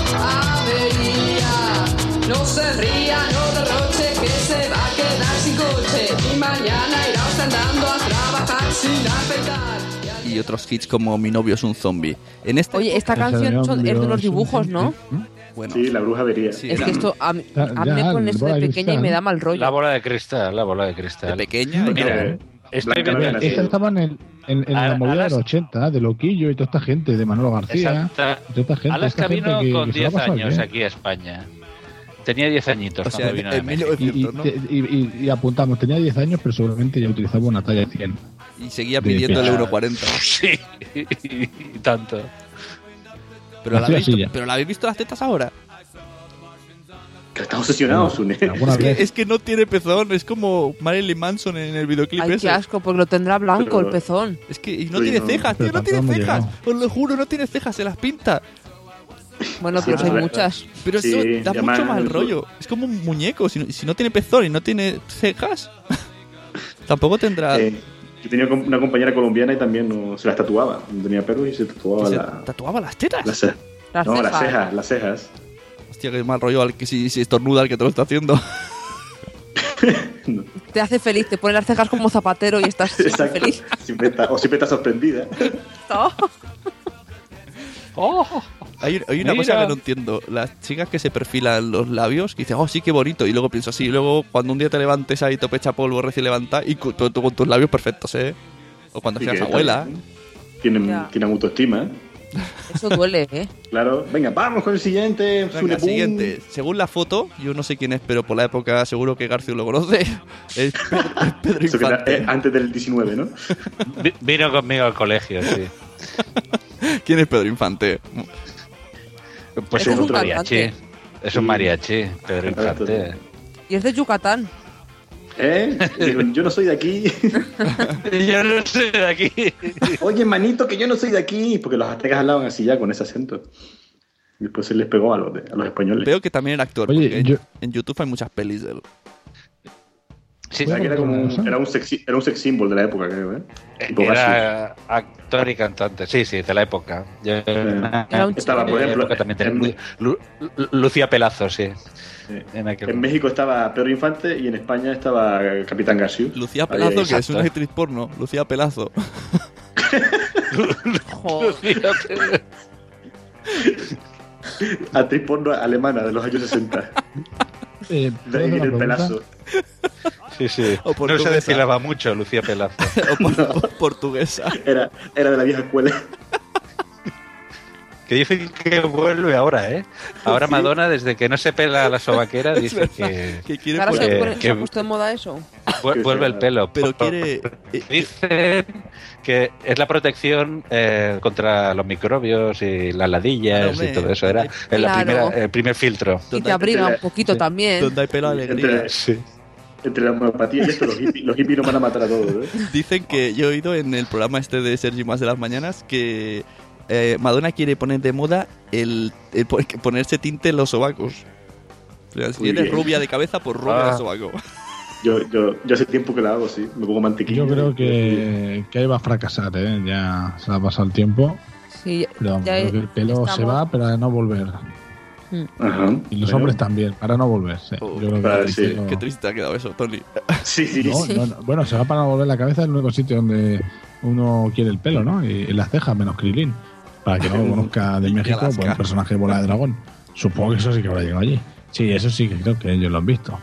S12: avería. No se ría, no derroche, que se va a quedar sin coche. Y mañana irá usted andando a trabajar sin afectar.
S3: Y otros hits como Mi novio es un zombie. En este.
S2: Oye, esta canción son- es de unos dibujos, ¿no?
S3: Bueno,
S4: Sí, la bruja vería.
S3: sí,
S2: Es
S3: era-
S2: que esto, a mí,
S8: Ya,
S2: a mí me
S8: ya,
S2: ponen esto
S8: bola
S2: de
S8: de
S2: pequeña y
S8: cristal,
S2: me
S8: ¿no?
S2: da mal
S5: La
S2: rollo.
S5: bola de cristal, la bola de
S3: de
S5: cristal.
S3: pequeña.
S5: Mira,
S4: Eh,
S5: estoy
S4: Blanca
S5: viendo
S4: Blanca.
S5: aquí-
S8: Esta estaba en, el, en, en la
S5: A-
S8: movida de
S5: Alaska-
S8: los 80, de Loquillo y toda esta gente, de Manolo García.
S5: Exacta.
S8: De esta gente,
S5: Alaska
S8: esta gente
S5: vino
S8: que-
S5: con
S8: que se lo ha
S5: 10
S8: pasado
S5: años
S8: bien.
S5: aquí a España. Tenía 10 añitos
S3: O sea,
S5: cuando vino
S3: en
S5: de México.
S3: 1900,
S8: Y, y-
S3: ¿no?
S8: y- y- y apuntamos, tenía 10 años, pero seguramente ya utilizaba una talla 100.
S3: Y seguía
S8: De
S3: pidiendo el
S8: pecho.
S3: euro 40.
S5: Sí, y tanto.
S3: Pero la,
S8: Nació
S3: habéis
S8: así
S3: visto,
S8: ya.
S3: pero la habéis visto las tetas ahora.
S4: Que Estás obsesionado, Sune.
S8: Alguna
S3: Es que,
S8: vez.
S3: es que no tiene pezón, es como Marilyn Manson en el videoclip
S2: Ay,
S3: ese.
S2: qué asco, porque lo tendrá blanco el
S4: Pero-
S2: pezón.
S3: Es que y no
S4: Uy,
S3: tiene
S4: no.
S3: cejas, tío,
S8: Pero
S3: no tiene
S8: tampoco
S3: cejas.
S8: llegó.
S3: Os lo juro, no tiene cejas, se las pinta.
S2: Bueno, pero
S4: sí,
S2: hay
S4: es verdad.
S2: muchas.
S3: Pero
S4: Sí,
S3: eso da
S4: y
S3: mucho
S4: además-
S3: mal rollo. Es como un muñeco, si no, si no tiene pezón y no tiene cejas, tampoco tendrá...
S4: Eh, yo tenía com- una compañera colombiana y también no- se las tatuaba. No tenía pelo y se
S3: que
S4: tatuaba
S3: se
S4: la,
S3: tatuaba las tetas.
S4: las ce-
S2: Las
S4: no, las
S2: cejas.
S4: cejas, las cejas.
S3: Hostia, qué mal rollo al que si, si estornuda al que te lo está haciendo.
S2: Te hace feliz, te pone las cejas como zapatero y estás súper
S4: Exacto.
S2: feliz.
S4: Siempre está- o siempre está sorprendida.
S2: Oh,
S3: Hay, hay una
S5: Mira.
S3: cosa que no entiendo. Las chicas que se perfilan los labios, que dicen, oh, sí, qué bonito. Y luego pienso así. Y luego, cuando un día te levantes ahí, tope echa polvo, recién levanta, y cu- tú, tú con tus labios perfectos, ¿eh? O cuando
S4: Y
S3: seas
S4: que
S3: abuela.
S4: también Tienen,
S2: Ya.
S4: tienen autoestima.
S2: Eso duele, ¿eh?
S4: Claro. Venga, vamos con el siguiente.
S3: Venga,
S4: Sune, pum.
S3: siguiente. Según la foto, yo no sé quién es, pero por la época seguro que García lo conoce. Es Pedro, es Pedro
S4: Eso que era,
S3: Infante.
S4: eh, antes del 19, ¿no?
S5: Vi- Vino conmigo al colegio, sí.
S4: ah.
S3: ¿Quién es Pedro Infante?
S5: Pues
S2: Ese es
S5: es un
S2: un
S5: mariachi.
S2: cantante.
S5: Es un mariachi, Pedro
S4: Exacto.
S5: Infante.
S2: Y es de Yucatán.
S4: ¿Eh? Digo, Yo no soy de aquí.
S5: Yo no sé de aquí.
S4: Oye, manito, que yo no soy de aquí. Porque los aztecas hablaban así ya con ese acento. Y después se les pegó a los, de- a los españoles.
S3: Veo que también era actor.
S8: Oye,
S3: porque en-
S8: yo-
S3: En YouTube hay muchas pelis de él.
S5: Sí,
S4: O sea, que era como
S8: pues,
S4: un, era un sex, era un sex symbol de la época, creo, ¿eh? Tipo Garfield.
S5: Era actor y cantante, sí, sí, de la época. Yo-
S2: Era un
S4: Estaba, por
S5: de la
S4: ejemplo,
S5: época también
S4: en-
S5: tenía- Lu- Lu- Lucía Pelazo, sí.
S4: Sí.
S5: En aquel
S4: En México estaba Pedro Infante y en España estaba Capitán Garcius.
S3: Lucía
S4: Ahí,
S3: Pelazo, que es
S5: exacto.
S3: una actriz porno. Lucía Pelazo.
S2: Joder.
S4: Actriz porno alemana de los años 60.
S8: Eh,
S4: De ahí
S8: ¿puedo hacer
S4: viene
S8: una
S4: el
S8: pregunta?
S4: pelazo.
S5: Sí, sí.
S3: O
S5: No
S3: portuguesa.
S5: se desfilaba mucho Lucía Pelazo.
S3: o por- portuguesa.
S4: Era, era de la vieja escuela.
S5: Que dicen que vuelve ahora, ¿eh? Ahora Madonna, desde que no se pela la sobaquera, dice que,
S2: Ahora se,
S5: que-
S2: pone- se
S5: que
S2: ha puesto de moda eso.
S5: vu- vuelve el pelo. Pero quiere...
S3: eh,
S5: Dice que es la protección eh, contra los microbios y las
S2: Claro,
S5: ladillas
S2: hombre.
S5: y todo eso. Era el, la
S2: Claro.
S5: primera- el primer filtro.
S2: Y te abriga un poquito también.
S4: Entre, entre la homeopatía y esto, los hippies, los hippies nos van a matar a todos, ¿eh?
S3: Dicen que yo he oído en el programa este de Sergi Más de las Mañanas que eh, Madonna quiere poner de moda el, el po- ponerse tinte en los sobacos. O sea, si
S4: Muy
S3: eres
S4: bien.
S3: rubia de cabeza, pues rubia
S4: Ah.
S3: de sobaco.
S4: Yo, yo, yo hace tiempo que la hago, sí. Me pongo mantequilla.
S8: Yo creo que, que ahí va a fracasar, ¿eh? Ya se ha pasado el tiempo.
S2: Sí,
S8: Pero vamos,
S2: ya
S8: creo que el pelo se
S2: estamos.
S8: va, pero a no volver.
S4: Ajá.
S8: Y los
S4: Bueno.
S8: hombres también, para no volver. sí. Yo creo que
S3: Ah,
S8: el
S3: sí.
S8: pelo-
S3: Qué triste ha quedado eso, Tony.
S4: Sí, sí.
S8: No, no, no. Bueno, se va para no volver la cabeza, es el único sitio donde uno quiere el pelo, ¿no? Y, y las cejas, menos Krilin. Para que no lo conozca de México,
S3: Alaska.
S8: buen personaje de bola de dragón. Supongo que eso sí que habrá llegado allí. Sí, eso sí que creo que ellos lo han visto.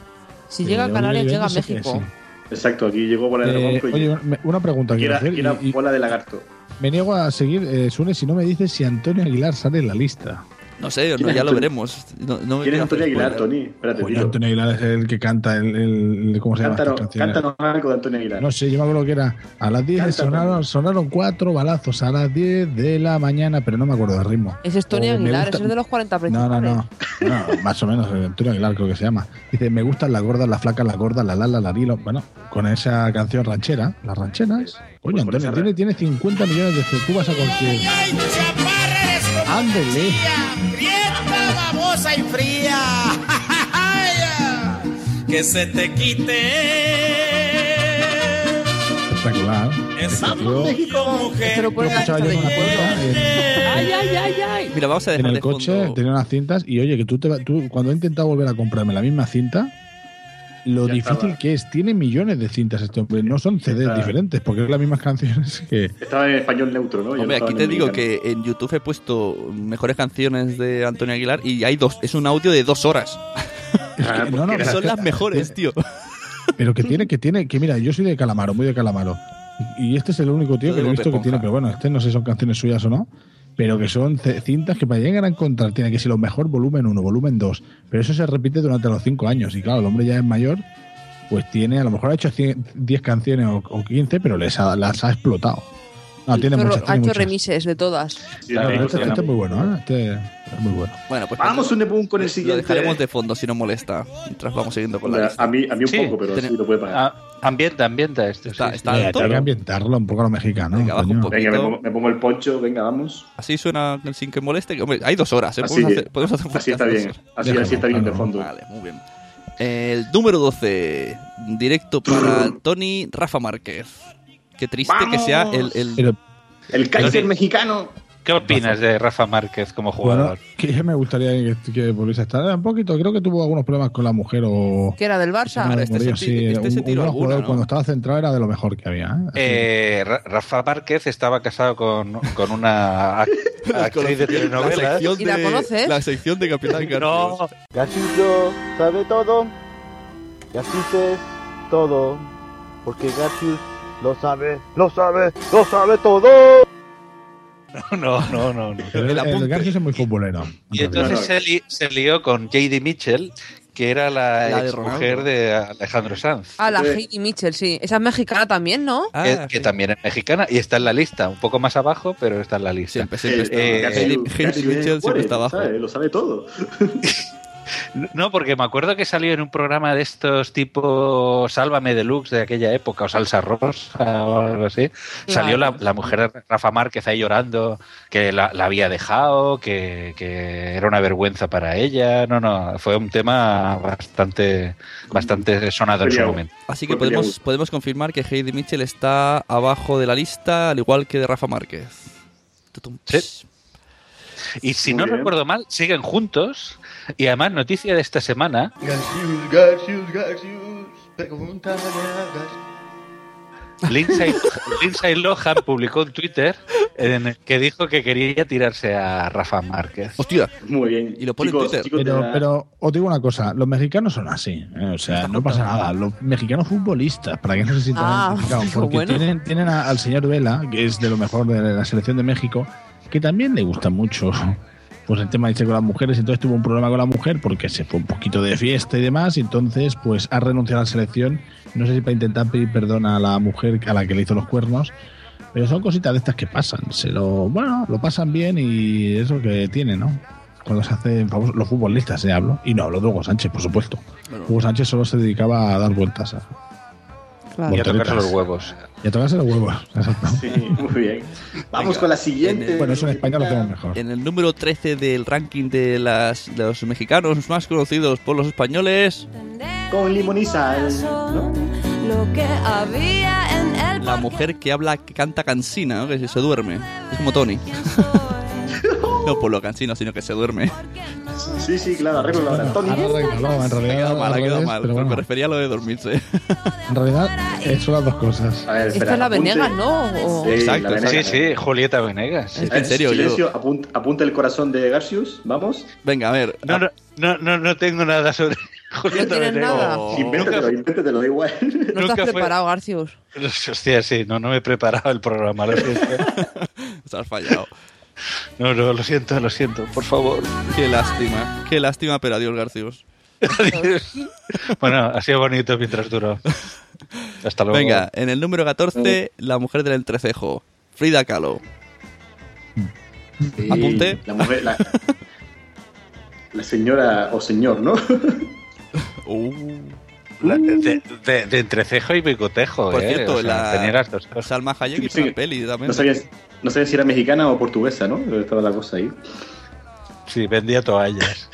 S2: Si
S8: Eh,
S2: llega a
S8: yo
S2: Canarias,
S8: creo
S2: llega a
S8: que sí que
S2: México.
S4: Exacto, aquí llegó bola de
S8: Eh,
S4: dragón. pues,
S8: oye, me- una pregunta
S4: que
S8: quiero
S4: era,
S8: hacer.
S4: que era
S8: y- y
S4: bola de lagarto.
S8: me niego a seguir, eh, Sune, si no me dices si Antonio Aguilar sale en la lista.
S3: No sé,
S4: ¿Quién
S3: no,
S4: es
S3: ya lo
S4: Antonio-
S3: veremos. No, no me
S4: ¿Quién es
S3: quiero
S4: Antonio
S3: hacer
S4: Aguilar,
S3: spoiler.
S4: Tony? Espérate,
S8: Coño,
S4: tío.
S8: Antonio Aguilar es el que canta el. el- ¿Cómo se llama? estas
S4: Cántanos,
S8: canciones?
S4: cántanos algo de Antonio Aguilar.
S8: No sé, yo me acuerdo que era a las 10
S4: Canta,
S8: sonaron, sonaron cuatro balazos a las 10 de la mañana, pero no me acuerdo del ritmo.
S2: Ese es Tony
S8: O me
S2: Aguilar,
S8: gusta-
S2: ese es de los 40
S8: No,
S2: principales.
S8: no, no. No, más o menos, eh, Antonio Aguilar creo que se llama. Dice, me gustan las gordas, las flacas, las gordas, la la, la, la, lilo. Bueno, con esa canción ranchera, las rancheras. Coño, Antonio, tiene, tiene 50 millones de cubas a cualquier. Ándele.
S12: Prieta, babosa y fría.
S16: Que se te quite.
S8: Espectacular. Este
S16: Esa
S8: Yo-
S16: mujer.
S8: Yo escuchaba yo con una cuenta, eh,
S2: Ay, ay, ay, ay.
S3: Mira, vamos a
S8: en
S3: dejar
S8: el
S3: de
S8: coche
S3: fondo.
S8: tenía unas cintas y oye que tú, te, va- tú cuando he intentado volver a comprarme la misma cinta lo
S4: Ya
S8: difícil
S4: estaba.
S8: que es tiene millones de cintas este hombre no son CDs
S4: Está.
S8: diferentes porque es las mismas canciones que
S4: Estaba en español neutro, ¿no? Yo no
S3: Hombre,
S4: estaba
S3: aquí
S4: en
S3: te digo
S4: dominicano.
S3: que en YouTube he puesto mejores canciones de Antonio Aguilar y hay dos, es un audio de dos horas.
S8: Ah, no, no,
S3: Que
S8: pero
S3: son
S8: es
S3: las
S8: que-
S3: mejores, tío.
S8: pero que tiene que tiene que mira yo soy de Calamaro muy de Calamaro y este es el único tío
S3: Yo
S8: que
S3: digo
S8: he visto
S3: Pepe
S8: que tiene
S3: Esponja.
S8: pero bueno este no sé si son canciones suyas o no pero que son ce- cintas que para llegar a encontrar tiene que ser lo mejor volumen 1, volumen 2. Pero eso se repite durante los 5 años. Y claro, el hombre ya es mayor pues tiene, a lo mejor ha hecho 100 10 canciones o, o 15, pero les ha- las ha explotado. No, tiene
S2: Pero
S8: muchas.
S2: ha
S8: Tiene
S2: hecho
S8: muchas.
S2: remises de todas.
S8: Claro,
S4: Sí,
S8: este,
S4: sí,
S8: este
S4: sí.
S8: es muy bueno, ¿eh? Este es muy bueno.
S3: Bueno, pues
S4: Vamos un pum con el
S3: lo
S4: siguiente.
S3: dejaremos de fondo si no molesta. Mientras vamos siguiendo con la
S4: Mira,
S3: lista.
S4: a mí- a mí un
S5: Sí.
S4: poco, pero
S3: Tiene-
S4: sí lo puede pagar.
S5: Ah, ambienta, ambienta esto.
S3: Está-
S5: sí,
S3: está
S5: sí.
S3: alto.
S8: Hay que ambientarlo un poco a lo mexicano.
S3: Venga, baja un
S8: coño.
S3: poquito.
S4: Venga, me pongo, me pongo el poncho, venga, vamos.
S3: Así suena el sin que moleste. que, Hombre, hay dos horas, ¿eh?
S4: ah. Así,
S3: Podemos hacer, podemos hacer un
S4: así está
S3: podcast de
S4: bien,
S3: dos horas.
S4: así, así está bien de
S8: Déjalo,
S4: fondo.
S3: Vale, muy bien. El número 12, directo para Tony Rafa Márquez. Qué triste que sea el, el-
S8: Pero
S4: El Kaiser mexicano.
S5: ¿Qué opinas de Rafa Márquez como
S8: bueno,
S5: jugador?
S8: que ya me gustaría que, que volviese a estar un poquito. Creo que tuvo algunos problemas con la mujer o.
S2: Que era del Barça.
S8: no,
S3: este
S8: morillo,
S3: se ti- este se
S8: un-
S3: tiró
S8: un
S3: alguna,
S8: jugador
S3: ¿no?
S8: Cuando estaba centrado era de lo mejor que había. ¿eh?
S5: Eh, Ra- Rafa Márquez estaba casado con, con una ac- actriz
S3: La
S5: de telenovelas.
S3: sección
S2: ¿Y la
S3: de-
S2: conoces?
S3: La sección de Capitán Garfio.
S5: No,
S14: Garcius sabe todo. Garcius es todo. Porque Garcius lo sabe, lo sabe, lo sabe todo.
S5: no, no, no. no.
S8: Pero
S3: el
S8: el,
S3: apunte.
S8: el Garcius es muy futbolero.
S5: Y entonces se, li- se lió con JD Mitchell, que era la,
S3: La de
S5: ex
S3: Ronaldo.
S5: mujer de Alejandro Sanz,
S2: Ah, la
S4: Eh.
S2: Heidi Mitchell, sí. Esa es mexicana también, ¿no?
S3: Ah,
S5: que, que
S3: sí.
S5: también es mexicana y está en la lista, un poco más abajo, pero está en la
S3: Ah,
S5: lista.
S3: Siempre, siempre está.
S5: Eh,
S3: Henry-
S4: Garcius-
S3: Henry
S4: Garcius
S3: Mitchell siempre
S4: Juárez,
S3: está abajo.
S4: ¿sabes? Lo sabe todo.
S5: No, porque me acuerdo que salió en un programa de estos tipo Sálvame Deluxe de aquella época o Salsa Rosa o algo así. Salió la, la mujer de Rafa Márquez ahí llorando que la, la había dejado, que, que era una vergüenza para ella. No, no, fue un tema bastante, bastante sonado en su
S4: Peleado.
S5: momento.
S3: Así que
S4: Fue peleado.
S3: podemos, podemos confirmar que Heidi Mitchell está abajo de la lista, al igual que de Rafa Márquez. Tutum.
S5: Sí. Y si
S4: Muy
S5: no
S4: bien.
S5: recuerdo mal, siguen juntos. Y además, noticia de esta semana,
S15: Garcius, Garcius, Garcius, pregúntale a Garcius.
S5: Lindsay, Lindsay Lohan publicó un Twitter en el que dijo que quería tirarse a Rafa Márquez.
S3: Hostia,
S4: Muy bien.
S3: Y lo pone en
S4: Chicos,
S3: Twitter.
S4: chicos, de
S8: Pero,
S4: la-
S8: pero os digo una cosa, los mexicanos son así, ¿eh? o sea, no pasa nada. Los mexicanos futbolistas, para que no se sientan
S2: Ah,
S8: identificados, porque
S2: bueno.
S8: tienen, tienen a- al señor Vela, que es de lo mejor de la selección de México, que también le gusta mucho pues el tema dice con las mujeres, entonces tuvo un problema con la mujer porque se fue un poquito de fiesta y demás, y entonces pues ha renunciado a la selección, no sé si para intentar pedir perdón a la mujer a la que le hizo los cuernos, pero son cositas de estas que pasan, se lo, bueno, lo pasan bien y es lo que tiene, ¿no? Cuando se hacen famosos, los futbolistas, se hablo, y no hablo de Hugo Sánchez, por supuesto. Hugo Sánchez solo se dedicaba a dar vueltas a...
S5: Y a tocarse
S8: volteretas.
S5: los huevos.
S8: Y a tocarse los huevos, exacto.
S4: Muy bien. Vamos con la siguiente.
S8: Bueno, eso en España lo tenemos mejor.
S3: En el número 13 del ranking de, las, de los mexicanos más conocidos por los españoles,
S4: Con limoniza. ¿no?
S12: Lo que había en el
S3: la mujer que habla, que canta cansina, ¿no? que se- se duerme. Es como Tony. no por lo cansino, sino que se duerme.
S4: Sí, sí, claro, arreglo la hora. Tony.
S8: en
S3: Ha
S8: realidad,
S3: quedado mal, ha
S8: al
S3: quedado
S8: revés,
S3: mal.
S8: Eh, pero bueno.
S3: Me refería a lo de dormirse.
S8: En realidad, eh, son las dos cosas.
S2: Esta es la Venegas, ¿no? O-
S4: Sí, la
S5: Exacto.
S4: Venegas.
S5: Sí, sí, Julieta Venegas.
S3: Es que en serio, yo-
S4: Silencio, apunt- apunta el corazón de Garcius. Vamos.
S3: Venga, a ver.
S5: No, no, no, no, no tengo nada sobre Julieta
S2: tienes
S5: Venegas.
S2: nada.
S5: Oh.
S4: Invéntatelo, invéntatelo, da igual.
S2: No te
S5: Nunca
S2: has
S5: fue-
S2: preparado, Garcius.
S5: Hostia, sí, no, no me he preparado el programa, lo siento.
S3: Estás Ah, fallado.
S5: No, no, lo siento, lo siento, por favor.
S3: Qué lástima, qué lástima, pero adiós, Garcius.
S5: Bueno, ha sido bonito mientras duró. Hasta luego.
S3: Venga, en el número 14, la mujer del entrecejo, Frida Kahlo.
S4: Sí,
S3: Apunte.
S4: La mujer, la, la señora o señor, ¿no?
S5: La- de, de- de entrecejo y bigotejo,
S3: Por
S5: eh,
S3: cierto,
S5: o sea,
S3: la-
S5: tenía las dos cosas.
S3: Salma Hayek hizo
S4: Sí.
S3: una peli también.
S4: No sabía, no sabía si era mexicana o portuguesa, ¿no? Estaba la cosa ahí.
S5: Sí, vendía toallas.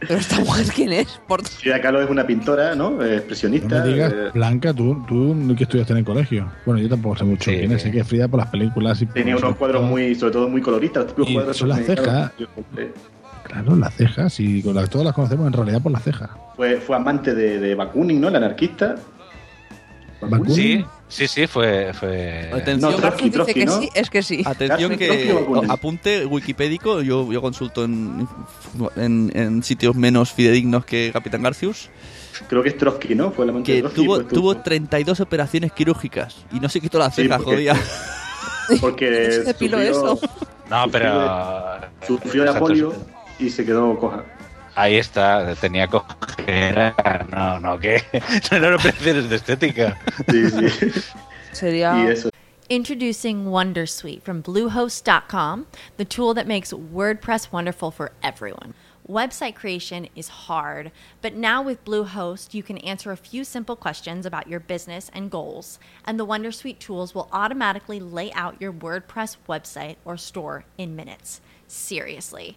S2: Pero esta mujer, ¿quién es? Por...
S4: Frida Kahlo es una pintora, ¿no? Eh,
S8: No
S4: Expresionista.
S8: me digas,
S4: eh,
S8: Blanca, tú, tú que estudiaste en el colegio. Bueno, yo tampoco sé mucho quién es. Sé que es Frida por las películas y por
S4: tenía
S8: los-
S4: unos cuadros muy, sobre todo muy coloristas. Los típicos
S8: Y
S4: cuadros
S8: son las
S4: mexicanos.
S8: cejas. Claro, las cejas. Y con las, todas las conocemos en realidad por las cejas.
S4: Fue, fue amante de, de Bakunin, ¿no? El anarquista.
S8: Bakunin.
S5: Sí, sí, sí, fue. fue...
S3: Atención,
S2: Garcius dice que sí, es que
S8: Ah.
S2: sí.
S3: Atención
S4: Garfield, Trotsky
S3: que
S4: o Bakunin.
S3: apunte wikipédico, yo, yo consulto en, en- en sitios menos fidedignos que Capitán Garcius,
S2: eh.
S4: Creo que es Trotsky, ¿no? Fue el amante de
S3: que
S4: Trotsky.
S3: tuvo,
S4: pues,
S3: tuvo 32 operaciones quirúrgicas y no se quitó la
S4: Sí,
S3: ceja,
S4: porque-
S3: jodía.
S4: Porque
S2: este- Se depiló
S4: sufrió-
S2: eso.
S5: No, pero.
S4: Sufrió la
S5: Exacto,
S4: polio y se quedó coja.
S5: Ahí está, tenía cojera. No, no, ¿qué? No eran operaciones de estética.
S4: Sí, sí.
S2: Sería...
S4: Y eso.
S1: Introducing Wondersuite from Bluehost.com, the tool that makes WordPress wonderful for everyone. Website creation is hard, but now with Bluehost, you can answer a few simple questions about your business and goals, and the Wondersuite tools will automatically lay out your WordPress website or store in minutes. Seriously.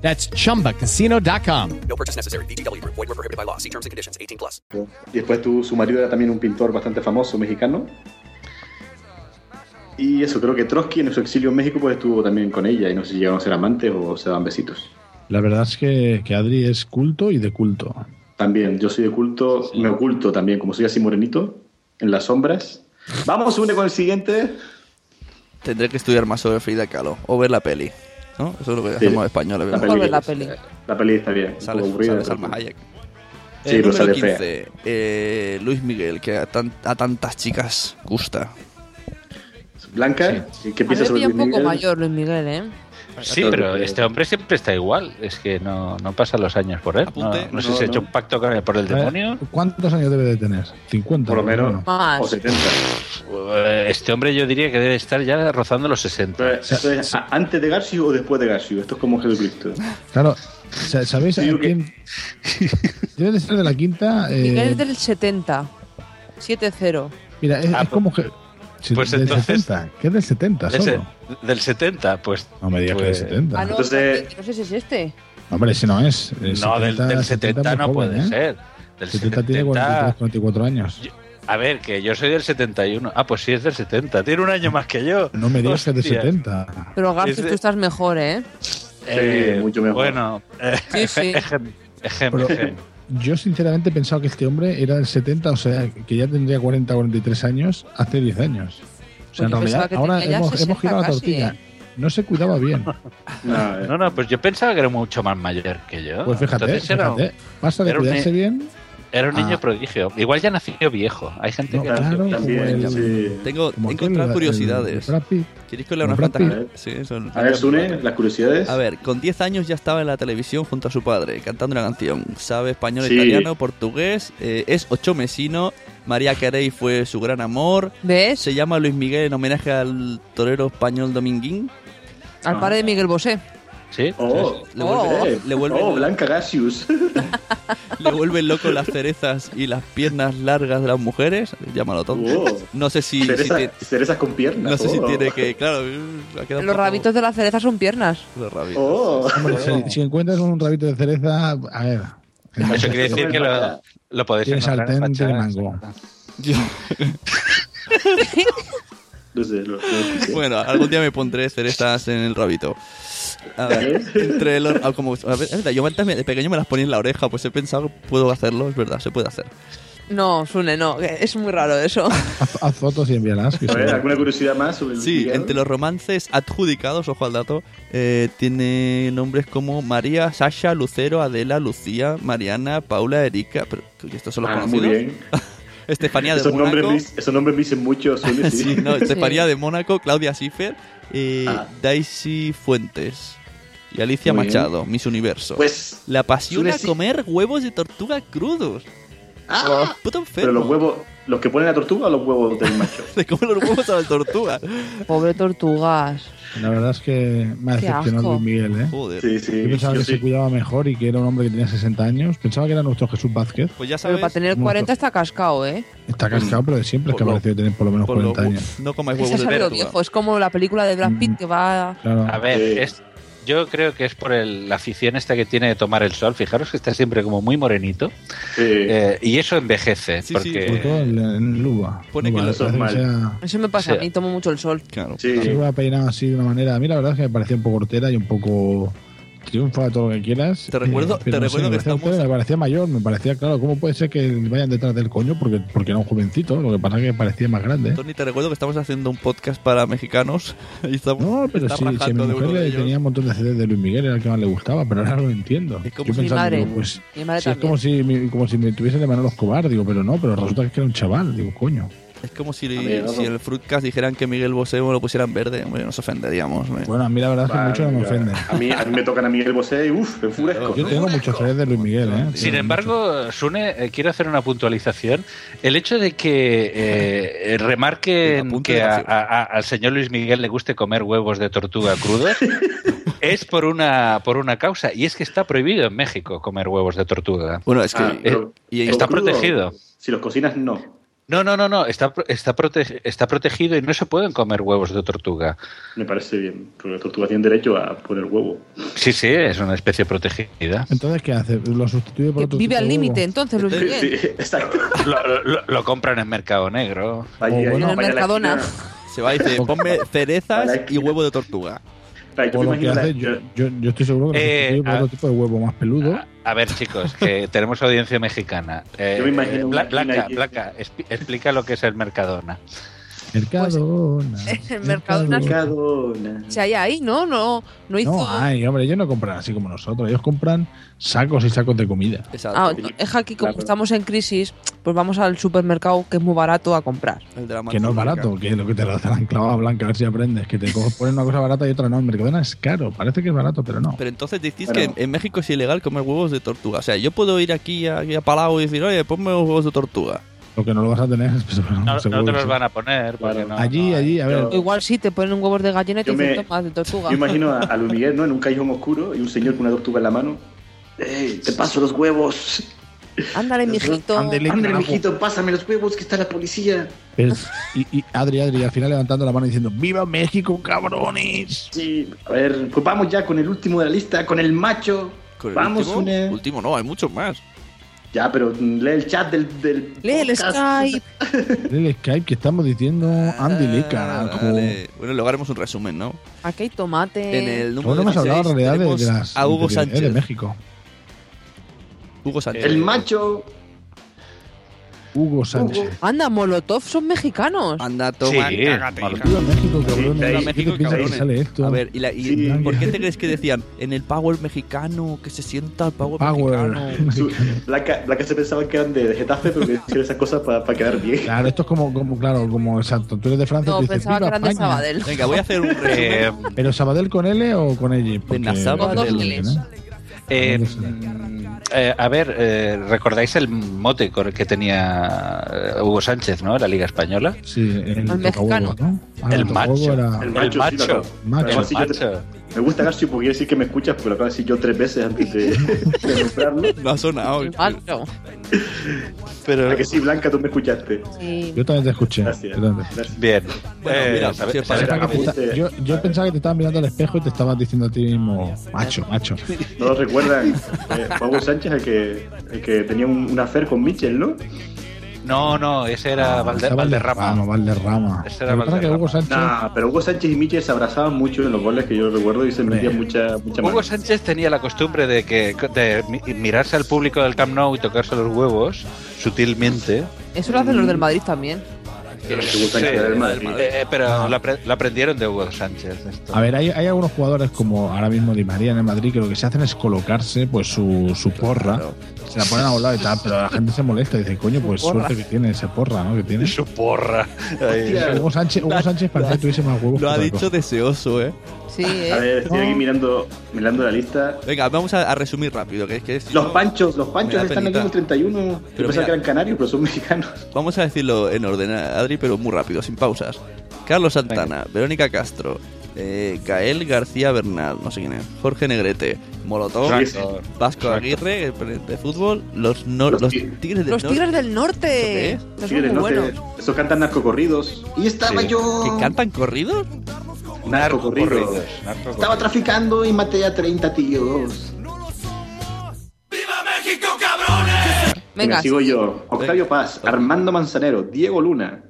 S17: That's chumbacasino.com.
S18: No purchase necessary. VGW Group. Void were prohibited by law. See terms and conditions. 18 plus.
S4: Y después tu, su marido era también un pintor bastante famoso mexicano. Y eso, creo que Trotsky en su exilio en México pues estuvo también con ella y no sé si llegaron a ser amantes o se daban besitos.
S8: La verdad es que, que Adri es culto y de culto.
S4: También, yo soy de culto, me oculto también, como soy así morenito, en las sombras. Vamos, une con el siguiente.
S3: Tendré que estudiar más sobre Frida Kahlo o ver la peli. ¿no? Eso es lo que
S4: Sí.
S3: hacemos los españoles.
S4: La
S3: ¿verdad?
S4: peli,
S2: la peli.
S4: la peli está bien. un
S3: Sale,
S4: poco aburrida,
S3: sale
S4: pero-
S3: Salma Hayek.
S4: Sí,
S3: el
S4: pero
S3: número
S4: sale fea.
S3: 15, eh, Luis Miguel, que a, tan- a tantas chicas gusta.
S4: Blanca, ¿qué
S2: A mí
S4: piensas
S2: me
S4: sobre
S2: pilla
S4: Luis
S2: un poco
S4: Miguel?
S2: mayor Luis Miguel, ¿eh?
S5: Sí, pero este hombre siempre está igual. Es que no, no pasan los años por él. No, no sé
S8: No,
S5: si se ha
S8: no.
S5: hecho un pacto con él por el
S8: A ver,
S5: demonio.
S8: ¿Cuántos años debe de tener? ¿50?
S5: Por lo menos.
S8: Más.
S5: O 70. Este hombre yo diría que debe estar ya rozando los 60.
S4: Esto es a- ¿Antes de Garcius o después de Garcius? Esto es como Jesucristo.
S8: Claro, sa- ¿sabéis a quién? Debe de ser de la quinta. eh,
S2: Miguel es del 70. 7-0.
S8: mira, es, es como. que- si-
S5: Ah, pues
S8: del
S5: entonces-
S8: 70, que es del 70
S5: Ese-
S8: solo.
S5: del 70, pues.
S8: No me digas que del 70.
S2: Ah, no,
S5: Entonces,
S2: espérate, no sé si es este.
S8: Hombre, ese no es. eh, El
S5: no, del, del 70,
S8: 70
S5: no
S8: muy joven,
S5: puede
S8: ¿eh?
S5: ser. Del
S8: 70, tiene 43, 44 años.
S5: A ver, que yo soy del 71. Ah, pues sí, es del 70. Tiene un año más que yo.
S8: No me digas que es del
S5: Hostia.
S8: 70.
S2: Pero Garfield,
S5: Ese-
S2: tú estás mejor, ¿eh?
S5: Eh,
S4: mucho mejor. eh,
S5: Bueno, eh,
S2: Sí, sí.
S5: ejem- ejem-
S8: Pero-
S5: ejem.
S8: Yo sinceramente pensaba que este hombre era del 70, o sea, que ya tendría 40 43 años hace 10 años. O sea,
S5: Pues yo
S8: en
S5: pensaba
S8: realidad,
S5: que
S8: ahora
S5: tenía ya
S8: hemos,
S5: 60
S8: hemos girado
S5: casi,
S8: la tortilla.
S5: ¿eh?
S8: No se cuidaba bien. Pues
S5: No, no, pues yo pensaba que era mucho más mayor que yo.
S8: Pues fíjate,
S5: Entonces era un-
S8: fíjate. Pasa de
S5: era un-
S8: cuidarse bien.
S5: Era un niño
S8: Ah.
S5: prodigio. Igual ya nació viejo. Hay gente
S8: No,
S5: que
S8: claro,
S5: nació
S8: como el-
S3: Tengo,
S8: como
S3: he
S8: aquel,
S3: encontrado
S8: el-
S3: curiosidades.
S8: el Brad Pitt.
S3: ¿Queréis que os lea unas
S8: Como Brad
S3: cuantas?
S8: Pitt.
S3: Sí, son-
S4: A ver, Sune, las curiosidades.
S3: A ver, con 10 años ya estaba en la televisión junto a su padre, cantando una canción. Sabe español,
S4: Sí.
S3: italiano, portugués, eh, es ochomesino. María Carey fue su gran amor. Se llama Luis Miguel en homenaje al torero español Dominguín.
S2: Al padre de Miguel Bosé.
S5: Sí.
S4: Oh,
S3: Le vuelve-
S4: oh,
S3: le vuelve-
S4: oh, Blanca Garcius.
S3: Le vuelven loco las cerezas y las piernas largas de las mujeres. Llámalo tonto.
S4: Oh.
S3: No sé si. si
S4: Cerezas-
S3: tiene-
S4: cerezas con piernas,
S3: No sé si
S4: oh.
S3: tiene que. Claro, uh, ha quedado un
S2: Los
S3: poco-
S2: rabitos de la cereza son piernas.
S3: Los rabitos.
S4: Oh.
S8: Hombre, Pues, si, si encuentras un rabito de cereza, a ver.
S5: Eso quiere decir que lo, lo podéis
S8: Tienes
S5: encontrar en
S8: sartén de
S5: fachadas.
S8: mango.
S3: Bueno, algún día me pondré cerezas en el rabito. A ver, entre los, ah, como, a ver, es verdad, yo antes me- de pequeño me las ponía en la oreja, pues he pensado que puedo hacerlo, es verdad, se puede hacer.
S2: No, Sune, no. que Es muy raro eso.
S8: Haz, haz fotos y envíalas. que seguro.
S4: curiosidad más sobre
S3: Sí, entre los romances adjudicados, ojo al dato, eh, tiene nombres como María, Sasha, Lucero, Adela, Lucía, Mariana, Paula, Erika, pero ¿y estos son los
S4: Ah, muy
S3: conocidos.
S4: bien.
S3: Estefanía de
S4: esos,
S3: Mónaco.
S4: nombres, me dic- esos nombres me dicen mucho, Sune.
S3: Sí, no, Estefanía de Mónaco, Claudia Schiffer, eh,
S4: Ah.
S3: Daisy Fuentes y Alicia
S4: Muy bien.
S3: Machado, Miss Universo.
S4: Pues,
S3: la pasión
S4: Sune,
S3: a
S4: sí.
S3: comer huevos de tortuga crudos. Puto enfermo.
S4: Ah. Pero los huevos, los que ponen la tortuga o los huevos del macho.
S3: Se comen los huevos a la tortuga.
S2: Pobre tortugas.
S8: La verdad es que me ha
S2: Qué asco.
S8: decepcionado Luis Miguel, ¿eh?
S3: Joder.
S4: Sí, sí,
S8: Yo pensaba
S4: yo
S8: que
S4: sí.
S8: se cuidaba mejor y que era un hombre que tenía 60 años. Pensaba que era nuestro Jesús Vázquez.
S3: Pues ya
S2: Pero
S3: sabes,
S2: para tener 40 está cascado, ¿eh?
S8: Está cascado, pero de siempre es que ha parecido tener por lo menos
S3: por lo-
S8: 40 años.
S3: uf, no comáis
S2: Se
S3: huevos de
S2: sabe lo
S3: tortuga.
S2: viejo. Es como la película de Brad
S8: Mm.
S2: Pitt que va.
S5: A ver, es, yo creo que es por el- la afición esta que tiene de tomar el sol. Fijaros que está siempre como muy morenito. Eh, y eso envejece.
S8: Sí, sí. Sobre
S5: porque
S8: todo en, en Luba.
S5: Pone
S8: Luba,
S5: que lo
S8: parece
S5: son mal.
S8: sea-
S2: Eso me pasa
S5: O sea,
S2: a mí, tomo mucho el sol.
S3: Claro.
S8: Sí.
S4: Sí.
S8: Luba peinado así de una manera. A mí la verdad es que me parecía un poco hortera y un poco triunfa todo lo que quieras. Eh,
S3: Te recuerdo-
S8: pero
S3: te
S8: no
S3: recuerdo
S8: me
S3: que
S8: parecía
S3: estamos-
S8: hortera, Me parecía mayor, me parecía claro. ¿Cómo puede ser que vayan detrás del coño? Porque, porque era un jovencito. Lo que pasa es que parecía más grande.
S3: Tony, te recuerdo que estamos haciendo un podcast para mexicanos y estamos
S8: No, pero
S3: está
S8: sí, sí, a mi
S3: rajando de
S8: mujer
S3: uno de
S8: le
S3: ellos.
S8: tenía un montón de CDs de Luis Miguel, era el que más le gustaba, pero ahora lo entiendo.
S3: como
S8: Yo
S3: si- Mi
S8: pensando,
S3: madre,
S8: digo, pues,
S2: mi madre
S8: sí, es
S3: también.
S8: como si, mi- como si me tuviese de Manolo Escobar, digo, pero no, pero resulta que era un chaval, digo, coño.
S3: Es como si,
S8: Amigo.
S3: si en el Fruitcast dijeran que Miguel Bosé lo pusieran verde. Hombre, nos ofenderíamos. hombre.
S8: Bueno, a mí la verdad es que
S3: Vale,
S8: mucho no me
S3: ya.
S8: ofende.
S4: A mí, a mí me tocan a Miguel Bosé y uff, enfurezco.
S8: Yo tengo muchos CDs de Luis Miguel, ¿eh?
S5: Sin embargo, Sune, eh, quiero hacer una puntualización. El hecho de que eh, eh, remarquen que a- a- a- al señor Luis Miguel le guste comer huevos de tortuga crudos es por una, por una causa, y es que está prohibido en México comer huevos de tortuga.
S3: Bueno, es que-
S4: Ah,
S3: eh,
S4: pero-
S5: y está
S4: ¿pero crudo?
S5: protegido.
S4: Si los cocinas, no.
S5: No, no, no, no, está, pro- está, protege- está protegido y no se pueden comer huevos de tortuga.
S4: Me parece bien. Porque la tortuga tiene derecho a poner huevo.
S5: Sí, sí, es una especie protegida.
S8: Entonces, ¿qué hace? ¿Lo sustituye por otro
S2: Vive
S8: tipo
S2: al
S8: de huevo?
S2: límite, entonces, Luis Miguel.
S4: exacto.
S5: Lo, lo- lo compran en Mercado Negro.
S8: O bueno, En el
S2: vaya a la Mercadona.
S3: Se va y dice: ponme cerezas y huevo de tortuga.
S8: O lo que hace, yo, yo, yo estoy seguro que lo
S5: Eh,
S8: sustituye por
S5: Ah. a-
S8: otro tipo de huevo más peludo.
S5: A ver, chicos, que tenemos audiencia mexicana. Eh,
S8: Yo me imagino
S5: Bla-
S8: una
S5: Blanca,
S8: esquina
S5: Blanca, expli- explica lo que es el Mercadona.
S8: Mercadona.
S2: El Pues, Mercadona.
S4: Mercadona.
S2: Si hay ahí, no, no, no hizo.
S8: No, ay, hombre, ellos no compran así como nosotros. Ellos compran sacos y sacos de comida.
S2: Ah, no, es que aquí, como estamos en crisis, pues vamos al supermercado que es muy barato a comprar.
S8: Que no es barato, que es lo que te lo han clavado blanca, a ver si aprendes. Que te co- ponen una cosa barata y otra no. El Mercadona es caro, parece que es barato, pero no.
S3: Pero entonces decís
S8: Bueno.
S3: que en México es ilegal comer huevos de tortuga. O sea, yo puedo ir aquí a, aquí a Palau y decir, oye, ponme huevos de tortuga.
S8: Lo que no lo vas a tener es. pero
S5: No,
S8: seguro
S5: no
S8: que
S5: te los
S8: sí.
S5: van a poner. porque no-
S8: allí, allí, a ver.
S2: O Igual sí, te ponen un huevo de gallina y te
S4: Yo me-
S2: dicen toma de tortuga.
S4: Yo imagino a, a Luis Miguel, ¿no? En un callejón oscuro y un señor con una tortuga en la mano. ¡Ey, te paso los huevos!
S2: Ándale, mijito.
S4: Ándale, mijito, pásame los huevos que está la policía.
S8: Es- y, y Adri, Adri, al final levantando la mano diciendo: ¡Viva México, cabrones!
S4: Sí, a ver, pues vamos ya con el último de la lista, con el macho.
S3: ¿Con el
S4: vamos,
S3: último?
S4: Une.
S3: Último no, hay muchos más.
S4: Ya, pero mm, lee el chat del. del
S2: Lee el
S4: podcast.
S2: Skype.
S8: El Skype que estamos diciendo, Oh, Andy Lee, carajo.
S3: Vale. Ah, Bueno, luego haremos un resumen, ¿no?
S2: Aquí hay tomate.
S3: En el número
S8: Aún no hemos hablado
S3: 16
S8: en realidad de- de,
S3: tenemos
S8: las.
S3: a Hugo
S8: de- de-
S3: Sánchez.
S8: de México.
S3: Hugo Sánchez.
S4: El macho.
S8: Hugo Sánchez.
S2: Anda, Molotov son mexicanos.
S3: Anda, toma,
S5: eh,
S8: Sí,
S3: cágate, hija.
S8: Viva México, cabrones.
S3: Viva
S8: ¿Qué
S3: México,
S8: te piensas que
S3: cabrones.
S8: sale esto?
S3: A ver, ¿y, la- y
S8: Sí.
S3: por qué te crees que decían en el Power mexicano, que se sienta el Power,
S8: Power.
S3: mexicano?
S4: Su- Blanca, Blanca se pensaba que eran de, de Getafe, pero que decían esas cosas para quedar bien.
S8: Claro, esto es como, como claro, como exacto. Tú eres de Francia,
S2: No,
S8: tú dices,
S2: pensaba que
S8: "Viva
S2: eran de
S8: España".
S2: Sabadell.
S3: Venga, voy a hacer un
S5: eh,
S3: resumen.
S8: ¿Pero Sabadell con L o con L? Porque-
S3: Nazaba
S2: Con
S8: ¿no?
S2: dos Ls.
S5: Eh, eh, a ver, eh, ¿recordáis el mote cor- que tenía eh, Hugo Sánchez, ¿no? La Liga Española.
S8: Sí, el,
S2: Al mexicano.
S8: tocahuevo, ¿no? Ah,
S5: El
S8: tocahuevo
S5: macho.
S8: era-
S5: El
S4: sí, la
S5: macho.
S4: acabo.
S8: Macho.
S4: Además, sí, yo te-
S5: Macho.
S4: me gusta Garcio porque quiere decir que me escuchas, porque lo acabo de decir yo tres veces antes de, de nombrarlo.
S3: No ha sonado.
S2: Alto.
S4: Pero Ah, que sí, Blanca, tú me escuchaste.
S2: Sí.
S8: Yo también te escuché.
S4: Gracias.
S8: yo también.
S4: Gracias.
S5: Bien. Eh,
S3: mira,
S5: sabe-
S3: si os parece
S5: sabe-
S8: Pensaba que te esta- Yo, yo pensaba que te estabas mirando al espejo y te estabas diciendo a ti mismo, macho, macho.
S4: No lo recuerdan. Eh, Pablo Sánchez, el que, el que tenía un, un affair con Mitchell, ¿no?
S5: No, no, ese era Valde-
S8: Está
S5: Valderrama.
S8: Valderrama.
S5: Ese era
S8: Lo que pasa es que
S5: Valderrama.
S8: Hugo Sánchez.
S4: Nah, Ah, pero Hugo Sánchez y Mitchell se abrazaban mucho en los goles que yo recuerdo y se metían mucha, mucha mano.
S5: Hugo Sánchez tenía la costumbre de que de mi- mirarse al público del Camp Nou y tocarse los huevos sutilmente.
S2: Eso lo hacen los del Madrid también.
S4: Hugo Sánchez era del Madrid.
S5: eh,
S3: Ah.
S5: pero lo, apre- lo aprendieron de Hugo Sánchez. esto.
S8: A ver, hay, hay algunos jugadores como ahora mismo Di María en el Madrid que lo que se hacen es colocarse pues su, su porra, se la ponen a un lado y tal, pero la gente se molesta y dice, coño, pues
S2: porra.
S8: suerte que tiene ese porra, ¿no? Que tiene.
S5: Su porra. Ahí.
S8: Hugo Sánchez, Hugo Sánchez parece que tuviese más huevos.
S3: Lo
S8: que
S3: ha
S8: otra
S3: dicho
S8: cosa.
S3: deseoso, ¿eh?
S2: Sí,
S4: A
S2: eh.
S4: ver, estoy aquí mirando, mirando la lista.
S3: Venga, vamos a, a resumir rápido, que es que es-
S4: Los panchos, los
S3: Me
S4: panchos
S3: da
S4: están aquí en el 31. Yo
S3: Pero
S4: pensaba
S3: mira.
S4: que eran canarios, pero son mexicanos.
S3: Vamos a decirlo en orden, Adri, pero muy rápido, sin pausas. Carlos Santana, Verónica Castro, eh, Gael García Bernal, no sé quién es, Jorge Negrete, Molotov,
S5: Exacto.
S3: Vasco
S5: Exacto.
S3: Aguirre, el presidente de fútbol, los, no-
S4: Los
S3: los
S4: Tig-
S3: Tigres del
S2: Los
S3: Norte,
S2: Tigres del Norte.
S3: ¿Eso
S2: Estos
S4: Sí,
S2: son muy
S4: no sé,
S2: buenos.
S4: esos cantan narcocorridos. Y estaba
S5: Sí.
S4: yo.
S3: que cantan corridos.
S4: Narcocorridos.
S5: Corridos, narco
S4: Estaba
S5: corridos.
S4: traficando y maté a 30 tíos. Venga,
S2: Venga,
S4: sigo yo. Octavio Paz, Armando Manzanero, Diego Luna,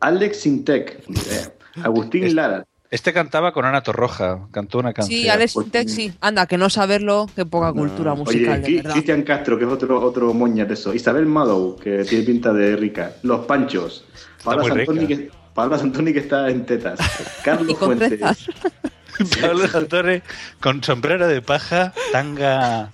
S4: Alex Sintec, ni idea, Agustín Lara.
S5: Este cantaba con Ana Torroja, cantó una canción.
S2: sí, Alex Sintek, sí. Anda, que no saberlo, qué poca cultura musical,
S4: Pues Ah, Oye,
S2: de
S4: Cri-
S2: verdad.
S4: Cristian Castro, que es otro, otro moña de eso. Isabel Madow, que tiene pinta de rica. Los Panchos. Paula
S5: muy
S4: Santoni,
S5: rica.
S4: que, Paula Santoni, que está en tetas. Carlos
S2: Y con
S4: Fuentes.
S2: fresas.
S5: Pablo Sartori con sombrero de paja, tanga.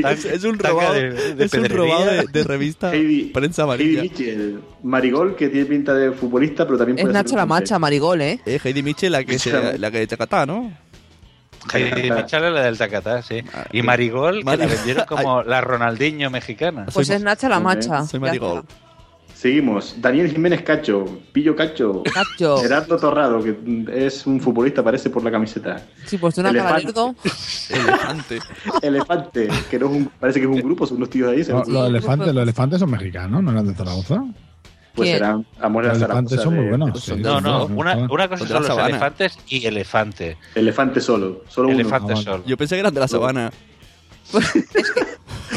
S5: tan-
S3: Es, es un
S5: tanga
S3: robado,
S5: de, de
S3: es un
S5: pedrería.
S3: robado de, de revista
S4: Heidi,
S3: Prensa
S4: Heidi
S3: Amarilla.
S4: Mitchell. Marigol, que tiene pinta de futbolista, pero también
S2: Es
S4: puede
S2: Nacho
S4: ser
S2: la
S4: mujer.
S2: Macha, Marigol, ¿eh?
S3: Eh, Heidi Mitchell, la que, se, la que de Tacatá, ¿no?
S5: Heidi Mitchell era la del Tacatá, sí. Y Marigol, que la
S3: Marigol.
S5: vendieron como la Ronaldinho mexicana.
S2: Pues
S3: Soy
S2: es Nacha la
S4: Ok,
S2: Macha.
S3: Soy
S2: ya
S3: Marigold.
S4: Seguimos. Daniel Jiménez Cacho, Pillo Cacho.
S2: está. Nacho.
S4: Gerardo Torrado, que mm, es un futbolista, parece por la camiseta.
S2: Sí, pues de una
S4: Elefante.
S2: caballerdo.
S3: Elefante.
S4: Elefante, que no es un- parece que es un grupo, son unos tíos ahí.
S8: No,
S4: seguro.
S8: los, elefantes, los elefantes son mexicanos, no eran de Zaragoza.
S4: pues
S2: ¿Quién?
S4: serán amores
S8: Los
S4: de
S8: elefantes
S4: Zaragoza
S8: son muy
S4: de-
S8: buenos. sí.
S5: No, no,
S8: Son-
S5: una,
S8: son-
S5: una cosa
S3: Los de
S5: son
S3: la
S5: los
S3: sabana.
S5: elefantes y elefante.
S4: Elefante solo, solo
S5: elefante
S8: Ah, vale.
S5: solo.
S3: Yo pensé que eran de la sabana.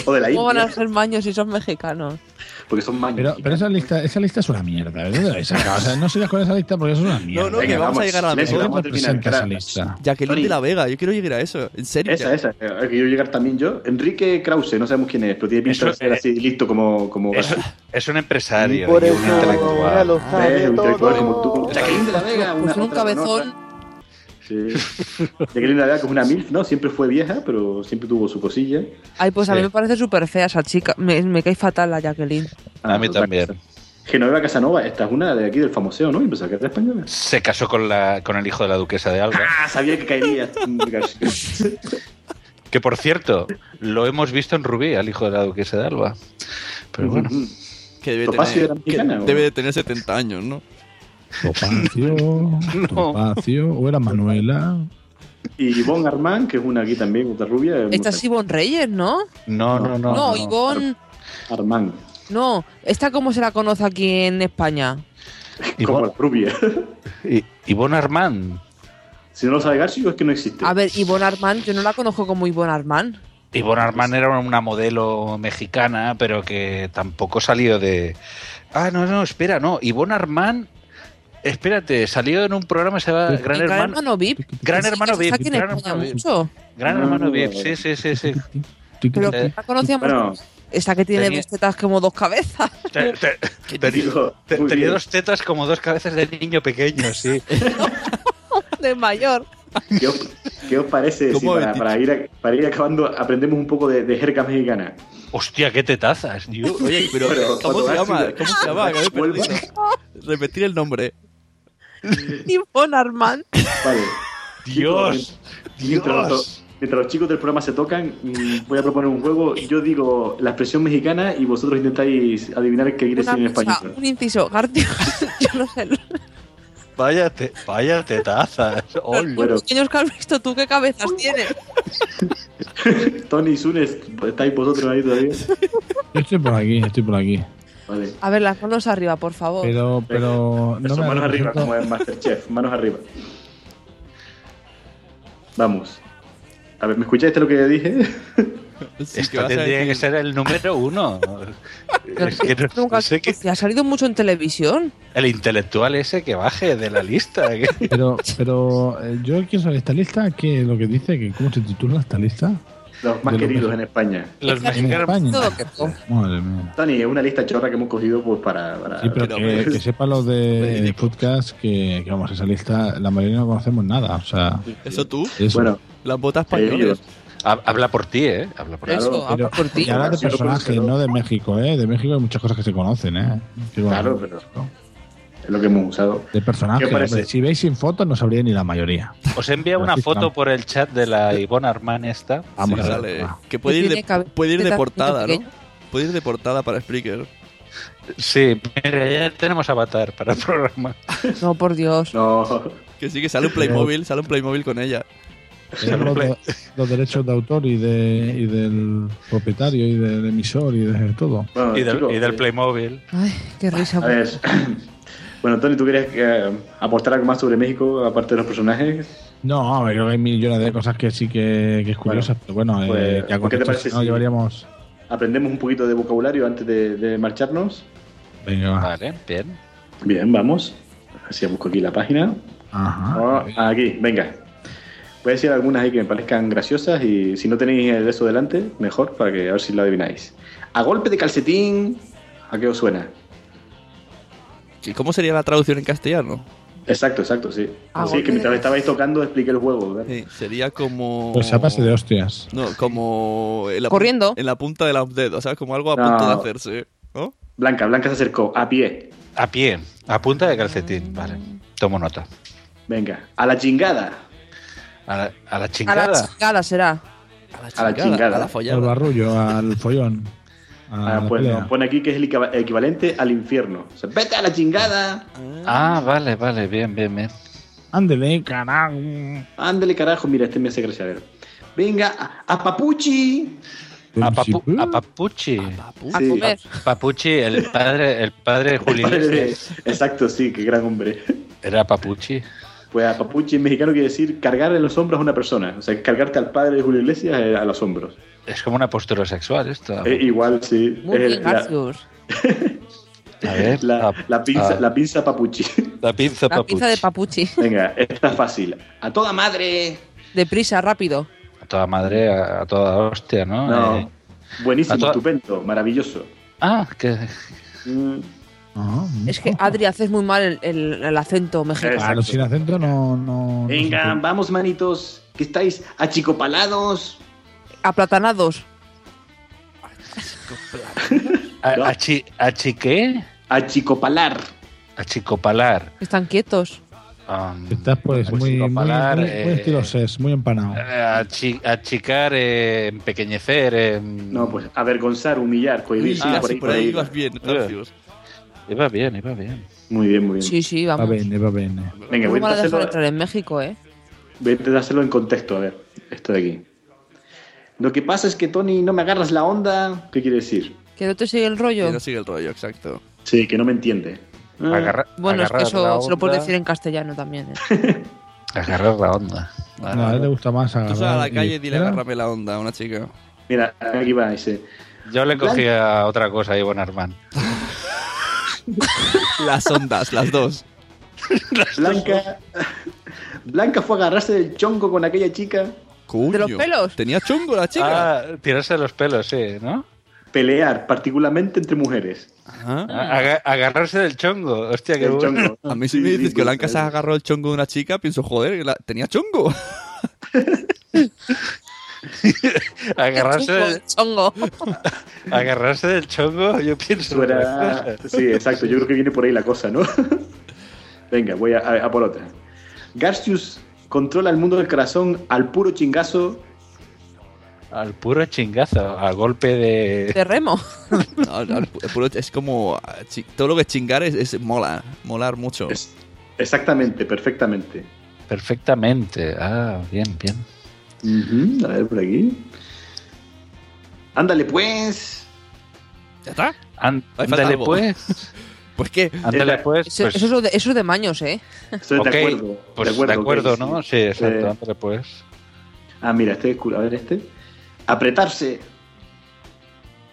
S4: O de la
S2: ¿Cómo van
S4: India.
S2: a ser maños si son mexicanos?
S4: Porque son maños.
S8: Pero, pero esa lista, esa lista es una mierda. ¿de dónde la habéis sacado? O sea, no sigas con esa lista porque eso es una
S3: No,
S8: mierda.
S3: no, que vamos, a llegar a la
S8: ¿Por qué
S3: mejor.
S8: no presentas esa lista?
S3: Jacqueline
S4: Tony.
S3: de la Vega, yo quiero llegar a eso. En serio.
S4: Esa, esa. eh, que quiero llegar también yo. Enrique Krause, no sabemos quién es, pero tiene pinta
S5: Eso,
S4: de ser
S5: eh,
S4: así listo como. como
S5: Es, es un empresario
S4: Y por
S5: y un
S4: eso
S5: intelectual.
S4: lo sabe Ah, un intelectual todo. como tú. Jacqueline de la Vega,
S2: Pues
S4: una
S2: un
S4: otra
S2: cabezón.
S4: Sí. Jacqueline de la Vega, que es una MILF, ¿no? Siempre fue vieja, pero siempre tuvo su cosilla.
S2: Ay, pues a mí
S4: Sí.
S2: me parece súper fea esa chica. Me, me cae fatal la Jacqueline.
S5: A mí también.
S4: Ah, Genoveva Casanova, esta es una de aquí del famoseo, ¿no? Y pensaba que era española.
S5: Se casó con, la, con el hijo de la duquesa de Alba.
S4: Ah, sabía que caería.
S5: Que por cierto, lo hemos visto en Rubí, al hijo de la duquesa de Alba.
S4: Mm.
S5: Pero bueno.
S3: Que debe,
S5: Topacio
S3: tener,
S5: era mexicana,
S3: que
S5: ¿o?
S3: debe de tener 70 años, ¿no?
S8: Topacio, Topacio, o era Manuela.
S4: y Yvonne Armand, que es una aquí también, otra rubia.
S2: Esta es Ivonne Reyes, ¿no?
S5: No,
S4: no,
S2: No, Ivonne.
S4: Armand.
S2: No, ¿esta cómo se la conoce aquí en España?
S4: Como la rubia.
S5: Ivonne Armand.
S4: Si no lo sabe García, es que no existe.
S2: A ver, Ivonne Armand, yo no la conozco como Ivonne Armand.
S5: Ivonne Armand era una modelo mexicana, pero que tampoco salió de. Ah, no, no, espera, no. Ivonne Armand. Espérate, salió en un programa, se va
S2: ¿En
S5: Gran Hermano.
S2: VIP.
S5: Gran
S2: Sí,
S5: Hermano
S2: que está aquí
S5: VIP.
S2: en
S5: Gran
S2: España
S5: Hermano VIP.
S2: mucho.
S5: Gran
S2: No,
S5: Hermano
S2: no,
S5: VIP,
S2: no.
S5: sí, sí, sí. sí.
S2: Pero
S5: Eh,
S2: la conocíamos.
S5: bueno.
S2: Esta que tiene
S5: Tenía-
S2: dos tetas como dos cabezas.
S5: Te- te- tenía- te- tenía dos tetas como dos cabezas de niño pequeño, sí.
S2: de mayor.
S4: ¿Qué os, qué os parece si
S5: ¿Cómo
S4: para,
S5: habéis
S4: para ir a- para ir acabando aprendemos un poco de, de jerga mexicana?
S5: Hostia, qué tetazas, tío.
S3: Oye, pero, ¿cómo
S5: Pero,
S3: se
S5: cuando
S3: llama?
S5: vas-
S3: ¿Cómo se llama? Que me he perdido. Repetir el nombre.
S2: Ivonne Armand.
S4: Vale.
S5: Dios,
S4: Mientras los, mientras los chicos del programa se tocan, mm, voy a proponer un juego. Yo digo la expresión mexicana y vosotros intentáis adivinar qué quiere
S2: Una
S4: decir en
S2: cosa,
S4: español.
S2: un inciso, García. yo no sé. Los
S5: Vaya, te- vaya tetazas. Ol.
S2: pequeños que has visto tú, ¿qué cabezas tienes?
S4: Tony y Sunes, ¿estáis vosotros ahí todavía?
S8: Yo estoy por aquí, estoy por aquí.
S4: Vale.
S2: A ver, las manos arriba, por favor.
S8: Pero, pero.
S4: Eso,
S8: me
S4: manos arriba,
S8: represento-
S4: como en Masterchef, manos arriba. Vamos. A ver, ¿me escuchaste lo que dije?
S5: Esto tendría que ser el número uno. Es que no- no sé qué-
S2: ha salido mucho en televisión.
S5: el intelectual ese que baje de la lista. que-
S8: Pero, pero eh, yo quiero saber esta lista, ¿qué es lo que dice? que ¿Cómo se titula esta lista?
S4: Los más
S8: De lo
S4: queridos
S8: que-
S4: en España.
S5: Los
S8: En España.
S2: Oh.
S8: Madre mía.
S4: Tony, es una lista chorra que hemos cogido pues para. para-
S8: Sí, pero que,
S4: pues,
S8: que sepa los de, de podcast que, que, vamos, esa lista, la mayoría no conocemos nada. O sea,
S3: ¿Eso tú?
S8: Eso. Bueno.
S3: las botas españolas.
S5: Ha- Habla por ti, ¿eh? Habla por
S3: Eso,
S2: ah,
S5: ti.
S3: habla por ti.
S8: y ahora de
S3: Sí, lo
S8: personajes,
S3: conozco.
S8: no de México, ¿eh? De México hay muchas cosas que se conocen, ¿eh? Que, bueno,
S4: Claro, pero. Es lo que hemos usado.
S8: De personajes,
S5: ¿Qué parece?
S8: hombre, si veis sin fotos no sabría ni la mayoría.
S5: Os he enviado una
S8: Gracias,
S5: foto
S8: Fran.
S5: por el chat de la Ivonne Armán esta.
S8: Vamos
S3: Sí,
S8: a
S3: sale.
S8: ver.
S5: Ah.
S8: va.
S3: Que puede ir,
S5: Tiene
S3: de,
S5: cabeza
S3: puede ir de
S5: de
S3: portada, ¿no?
S5: pequeño.
S3: Puede ir de portada para Spreaker.
S5: Sí, mira, ya tenemos avatar para el programa.
S2: No, por Dios.
S4: No.
S3: Que sí, que sale un Playmobil, sale un Playmobil con ella.
S8: Tenemos los, los derechos de autor y, de, y del propietario y del emisor y de todo.
S4: Bueno,
S5: Y del,
S4: chicos,
S5: y del Playmobil.
S2: Ay, qué risa.
S4: A ver. Bueno, Tony, ¿tú querías eh, aportar algo más sobre México, aparte de los personajes?
S8: No, a ver, creo que hay millones de cosas que sí que, que es curiosa, pero bueno, eh,
S4: pues,
S8: ya con
S4: ¿qué te
S8: esto,
S4: parece
S8: si no,
S4: si-
S8: llevaríamos...
S4: Aprendemos un poquito de vocabulario antes de, de marcharnos.
S8: Venga, va.
S5: Vale, bien.
S4: Bien, vamos. Así busco aquí la página.
S8: Ajá.
S4: Ah, aquí, venga. Voy a decir algunas ahí que me parezcan graciosas y si no tenéis el eso delante, mejor para que a ver si lo adivináis. A golpe de calcetín, ¿a qué os suena?
S3: ¿Y cómo sería la traducción en castellano?
S4: Exacto, exacto, sí.
S3: A
S4: sí,
S3: golpe
S4: que
S3: de
S4: mientras estabais tocando expliqué el juego. ¿verdad?
S3: Sería como.
S8: Pues a base de hostias.
S3: No, como. en la pu-
S4: Corriendo.
S3: En la punta de los dedos, ¿sabes? Como algo a
S4: No.
S3: punto de hacerse. ¿no?
S4: Blanca, Blanca se acercó, a pie.
S5: A pie, a punta de calcetín. Vale, tomo nota.
S4: Venga, a la chingada.
S5: A la, a la
S2: A la
S5: chingada.
S2: chingada será.
S4: A la chingada.
S8: Al barrullo, al follón. A
S4: Ah,
S8: la
S4: pues
S8: pelea.
S4: nos pone aquí que es el equiva- equivalente al infierno. O sea, vete a la chingada.
S5: Ah, vale, vale, bien, bien, bien.
S8: Ándele, carajo.
S4: Ándale, carajo, mira, este me hace gracia. A ver. Venga, a- a papuchi.
S5: A, Papu- a Papuchi.
S4: A comer.
S5: Pa- Papuchi, el padre, el padre de Julio
S4: Padre de-
S5: Iglesias.
S4: Exacto, sí, qué gran hombre.
S5: Era Papuchi.
S4: Pues a papuchi en mexicano quiere decir cargar en los hombros a una persona. O sea, cargarte al padre de Julio Iglesias eh, a los hombros.
S5: Es como una postura sexual esto.
S4: Eh, igual, sí.
S2: Muy
S4: Es el-
S2: bien,
S4: la-
S2: Garcius.
S5: A ver,
S4: la, la pinza,
S5: ah.
S4: la pinza papuchi.
S5: La pinza
S2: La pizza de papuchi.
S4: Venga, esta es fácil. A toda madre.
S2: Deprisa, rápido.
S5: A toda madre, a, a toda hostia, ¿no?
S4: No.
S5: Eh,
S4: Buenísimo,
S5: a toda-
S4: estupendo, maravilloso.
S5: Ah, que...
S4: Mm,
S2: Es que Adri haces muy mal el, el- el acento mexicano.
S8: Ah, Claro, sin acento no. no
S4: Venga, vamos, manitos, que estáis achicopalados.
S2: Aplatanados.
S5: A, achi- achi- qué?
S4: Achicopalar.
S5: Achicopalar.
S2: Están quietos.
S5: Um,
S8: Estás pues, muy, muy,
S5: palar,
S8: muy,
S5: eh,
S8: muy estilo ses, muy empanado.
S2: Eh,
S5: achi- achicar, eh, empequeñecer. em,
S3: Mm.
S4: No, pues avergonzar, humillar, cohibir. sí,
S5: Ah,
S4: por ahí,
S5: sí,
S4: por ahí.
S3: bien,
S5: Iba bien, iba bien.
S4: Muy bien, muy bien.
S2: Sí, sí, vamos.
S8: Va bene, va bene.
S2: Muy
S4: Venga, voy a
S2: mal dejar
S4: hacerlo-
S2: entrar en México, ¿eh?
S4: voy a intentar hacerlo en contexto, a ver, esto de aquí. Lo que pasa es que, Tony, no me agarras la onda. ¿Qué quiere decir?
S2: Que no te sigue el rollo.
S3: sigue el rollo, exacto.
S4: Sí, que no me entiende. Ah.
S2: Bueno, es que eso se lo puedes
S3: onda.
S2: decir en castellano también. ¿eh?
S5: Agarrar la onda.
S8: No, a él le gusta más
S3: Tú sal a
S8: agarrar.
S3: la calle y dile
S8: ¿Era?
S3: agárrame la onda a una chica.
S4: Mira, aquí va, dice.
S5: Yo le cogía otra cosa ahí, buen Armán.
S3: Las ondas, las dos.
S4: Blanca, Blanca fue a agarrarse del chonco con aquella chica.
S3: ¿De
S4: los pelos?
S3: Tenía chungo la
S5: Ah, tirarse los pelos, sí, ¿no?
S4: Pelear, particularmente entre mujeres.
S2: Ah.
S5: Aga- agarrarse del chongo. Hostia, qué
S4: Del
S5: bueno.
S4: chongo.
S3: Ah. A mí si me dices que Blanca se agarró el chongo de una chica, pienso, joder, la- tenía chongo.
S5: agarrarse, del,
S2: Chongo.
S5: agarrarse del chongo, yo pienso.
S4: Eso
S5: en
S4: era-
S5: otras cosas.
S4: Sí, exacto. Yo creo que viene por ahí la cosa, ¿no? Venga, voy a, a- a por otra. Garcius controla el mundo del corazón al puro chingazo.
S5: Al puro chingazo, al golpe de.
S2: De remo.
S3: No, no, el pu- el puro- es como. ah, chi- Todo lo que es chingar es, es mola, molar mucho.
S4: Exactamente, perfectamente.
S5: Perfectamente. Ah, bien, bien.
S4: Ujú, a ver por aquí. Ándale pues.
S3: ¿Ya está?
S5: An-
S3: Ahí falta
S5: Ándale
S3: algo.
S5: pues.
S3: ¿Pues qué?
S5: Ándale
S4: Era-
S5: pues.
S2: Eso,
S5: pues,
S2: eso es lo de, eso es de maños, ¿eh?
S4: Estoy
S5: ok,
S4: de acuerdo.
S5: pues de acuerdo,
S4: ok,
S5: ¿no? Sí, exacto.
S4: Eh,
S5: Ándale pues.
S4: ah, mira, este es cool. A ver este. Apretarse.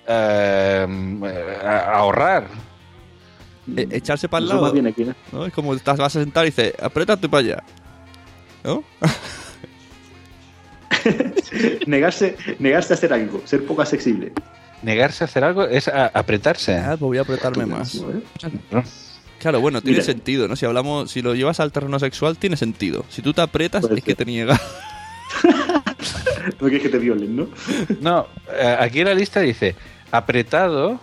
S5: Eh, eh, ahorrar.
S3: E- echarse para el lado.
S4: Nosotros más bien aquí, ¿no?
S3: ¿no? Es como estás, vas a sentar y dices, apriétate para allá. ¿No?
S4: negarse, negarse a hacer algo, ser poco accesible.
S5: Negarse a hacer algo es a- apretarse.
S3: Ah, pues voy a apretarme más.
S5: ¿no?
S3: Claro, bueno, tiene
S4: Mira.
S3: sentido, ¿no? Si hablamos, si lo llevas al terreno sexual, tiene sentido. Si tú te aprietas,
S4: Puede
S3: es que te niegas.
S4: No quieres que te violen, ¿no?
S5: No, eh, aquí en la lista dice apretado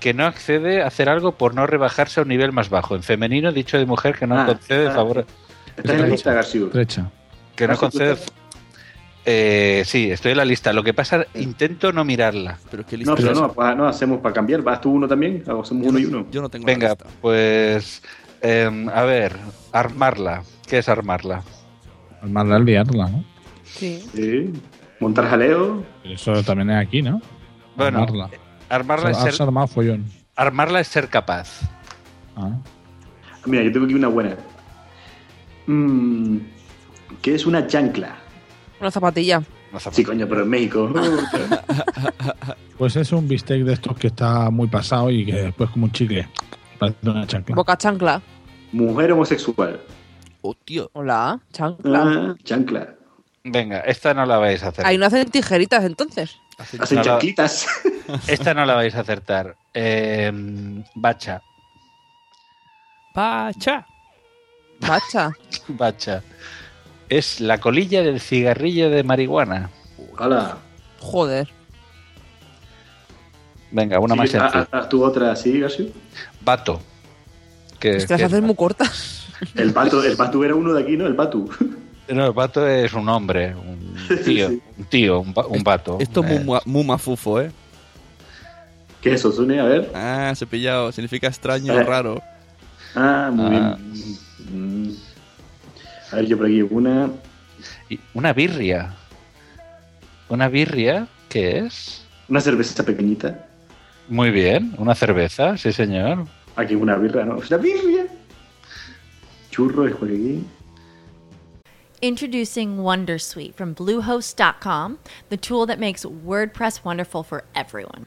S5: que no accede a hacer algo por no rebajarse a un nivel más bajo. En femenino, dicho de mujer que no
S4: Ah,
S5: concede
S4: ah.
S5: favor,
S4: Está en la lista, Garciu.
S8: Trecha.
S5: que no
S4: Garciu, ¿tú
S5: concede.
S4: estás?
S5: Eh, sí, estoy en la lista. Lo que pasa, intento no mirarla.
S3: Pero qué listo.
S4: No, pero
S3: es.
S4: no, pa- no hacemos para cambiar. ¿Vas tú uno también? ¿O hacemos uno y uno?
S3: Yo no tengo la
S5: Venga,
S3: lista.
S5: pues em, a ver, armarla. ¿Qué es armarla?
S8: Al mandar liarla, ¿no?
S2: Sí.
S4: Sí. Montar jaleo.
S8: Pero eso también es aquí, ¿no?
S5: Bueno,
S8: Armarla.
S5: Armarla es
S8: Has
S5: ser,
S8: armado follón.
S5: armarla es ser capaz.
S8: Ah.
S4: Mira, yo tengo aquí una buena. Mm, ¿Qué es una chancla?
S2: Una zapatilla.
S5: No hace
S4: Sí, coño, pero en México.
S8: Pues es un bistec de estos que está muy pasado y que después como un chicle. Parece una chancla.
S2: Boca chancla.
S4: Mujer homosexual.
S3: Oh, tío.
S2: Hola, chancla.
S4: Ah, chancla.
S5: Venga, esta no la vais a hacer.
S2: Ahí no hacen tijeritas entonces.
S4: Hacen
S5: Nada.
S4: chanclitas.
S5: Esta no la vais a acertar. Em, bacha.
S3: Pacha.
S2: Bacha.
S5: Bacha. Es la colilla del cigarrillo de marihuana.
S4: Hola.
S2: Joder.
S5: Venga,
S4: Sí,
S5: una
S4: ah,
S5: más
S4: haz-
S5: sencilla.
S4: haz tú otra así, Garciu.
S5: Bato. Que,
S2: Te las
S5: que-
S2: haces muy cortas.
S4: El pato, el patu era uno de aquí, ¿no? El patu.
S5: no, el bato es un hombre, un tío, un tío, un, ba- un vato.
S3: Esto es
S5: Eh,
S3: muy, mua- muy mafufo, ¿eh?
S4: ¿Qué es eso, Sune? A ver.
S3: Ah, cepillado. Significa extraño,
S4: Eh.
S3: raro.
S4: Ah, muy
S5: Ah.
S4: bien. Mm. A ver, yo por aquí una.
S5: y Una birria. ¿Una birria? ¿Qué es?
S4: Una cerveza pequeñita.
S5: Muy bien, una cerveza, sí señor.
S4: Aquí una birra, ¿no? Una birria. Churro, es por aquí.
S1: Introducing Wondersuite from Bluehost.com, the tool that makes WordPress wonderful for everyone.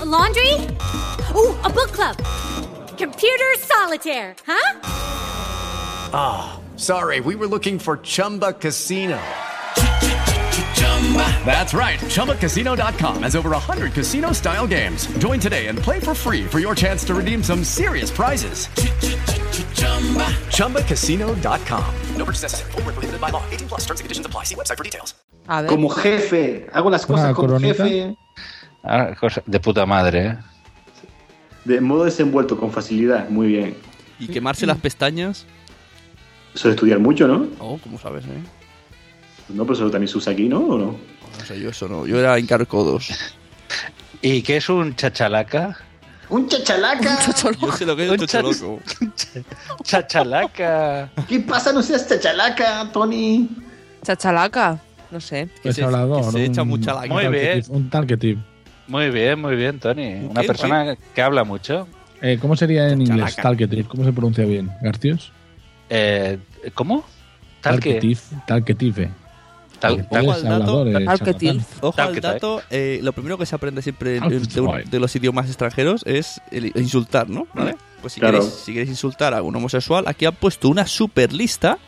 S19: A laundry? Ooh, a book club. Computer solitaire, huh?
S6: Ah, sorry, we were looking for Chumba Casino. That's right, ChumbaCasino.com has over 100 casino style games. Join today and play for free for your chance to redeem some serious prizes. ChumbaCasino.com. No purchase necessary, forward prohibited by law, 18 plus terms and conditions apply. See website for details.
S2: A ver.
S4: Como jefe, hago las cosas
S5: Una
S4: como
S5: coronita.
S4: jefe.
S5: Ah, cosa de puta madre, ¿eh?
S4: De modo desenvuelto, con facilidad, muy bien.
S3: Y quemarse las pestañas.
S4: Eso es estudiar mucho, ¿no?
S3: Oh, ¿cómo sabes, eh?
S4: No, pero eso también se usa aquí, ¿no? ¿O no?
S3: No sé, yo eso no. Yo era encarco 2.
S5: ¿Y qué es un chachalaca?
S4: ¡Un chachalaca!
S3: Yo sé lo que es un chocholoco.
S5: Chachalaca.
S4: ¿Qué pasa? No seas chachalaca, Tony.
S2: Chachalaca, no sé.
S8: Es hablador.
S3: que se echa
S8: un-
S3: mucha la-
S8: un
S5: Muy
S8: target
S5: bien.
S8: tip, Un target tip.
S5: Muy bien, muy bien, Tony. Una
S3: qué?
S5: persona que habla mucho.
S8: Eh, ¿Cómo sería en inglés?
S5: Chalaca.
S8: Target tip. ¿Cómo se pronuncia bien? ¿Garcios?
S5: Eh, ¿Cómo? Tal que.
S8: tip. Target tip. eh.
S5: Tal, tal-
S8: Eres hablador, eres charlatán.
S3: Ojo al
S5: Target, eh.
S3: dato, eh, lo primero que se aprende siempre en-
S8: Target,
S3: en- de, un-
S8: right.
S3: de los idiomas extranjeros es el insultar, ¿no? ¿Vale? Pues si,
S4: Claro.
S3: queréis, si queréis insultar a un homosexual, aquí han puesto una super lista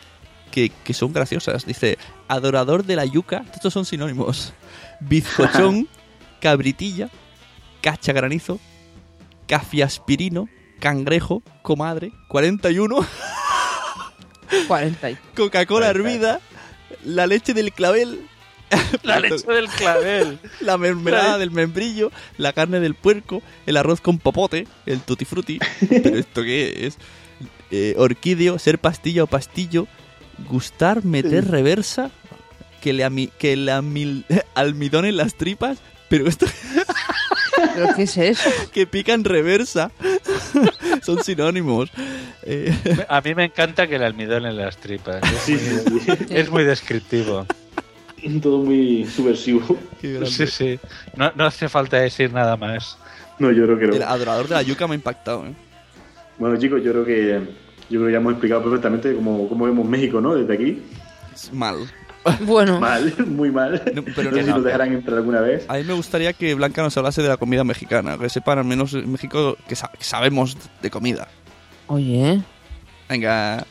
S3: que, que son graciosas. Dice, adorador de la yuca, estos son sinónimos, bizcochón, cabritilla, cacha granizo, cafiaspirino, cangrejo, comadre, 41,
S2: 40. y-
S3: Coca-Cola hervida, la leche del clavel,
S5: la leche del clavel.
S3: la mermelada del membrillo, la carne del puerco, el arroz con popote, el tutti frutti. ¿Pero esto qué es? Eh, orquídeo, ser pastilla o pastillo, gustar, meter reversa, que le, ami- que le amil- almidón en las tripas, pero esto
S2: ¿Pero qué es eso?
S3: que pica en reversa. Son sinónimos. Eh,
S5: A mí me encanta que el almidón en las tripas. Es,
S4: Sí, sí,
S5: es muy descriptivo.
S4: sí. Todo muy subversivo.
S3: qué grande.
S5: Sí, sí. No, no hace falta decir nada más.
S4: No, yo creo que no.
S3: El adorador de la yuca me ha impactado. ¿eh?
S4: Bueno, chicos, yo creo que yo creo que ya hemos explicado perfectamente cómo, cómo vemos México, ¿no? Desde aquí.
S3: Es Mal.
S2: Bueno,
S4: Mal, muy mal.
S3: No,
S4: No,
S3: pero
S4: sé
S3: no,
S4: si
S3: no.
S4: nos dejarán entrar alguna vez.
S3: A mí me gustaría que Blanca nos hablase de la comida mexicana, que sepan al menos en México que, sa- que sabemos de comida.
S2: oye,
S3: Venga,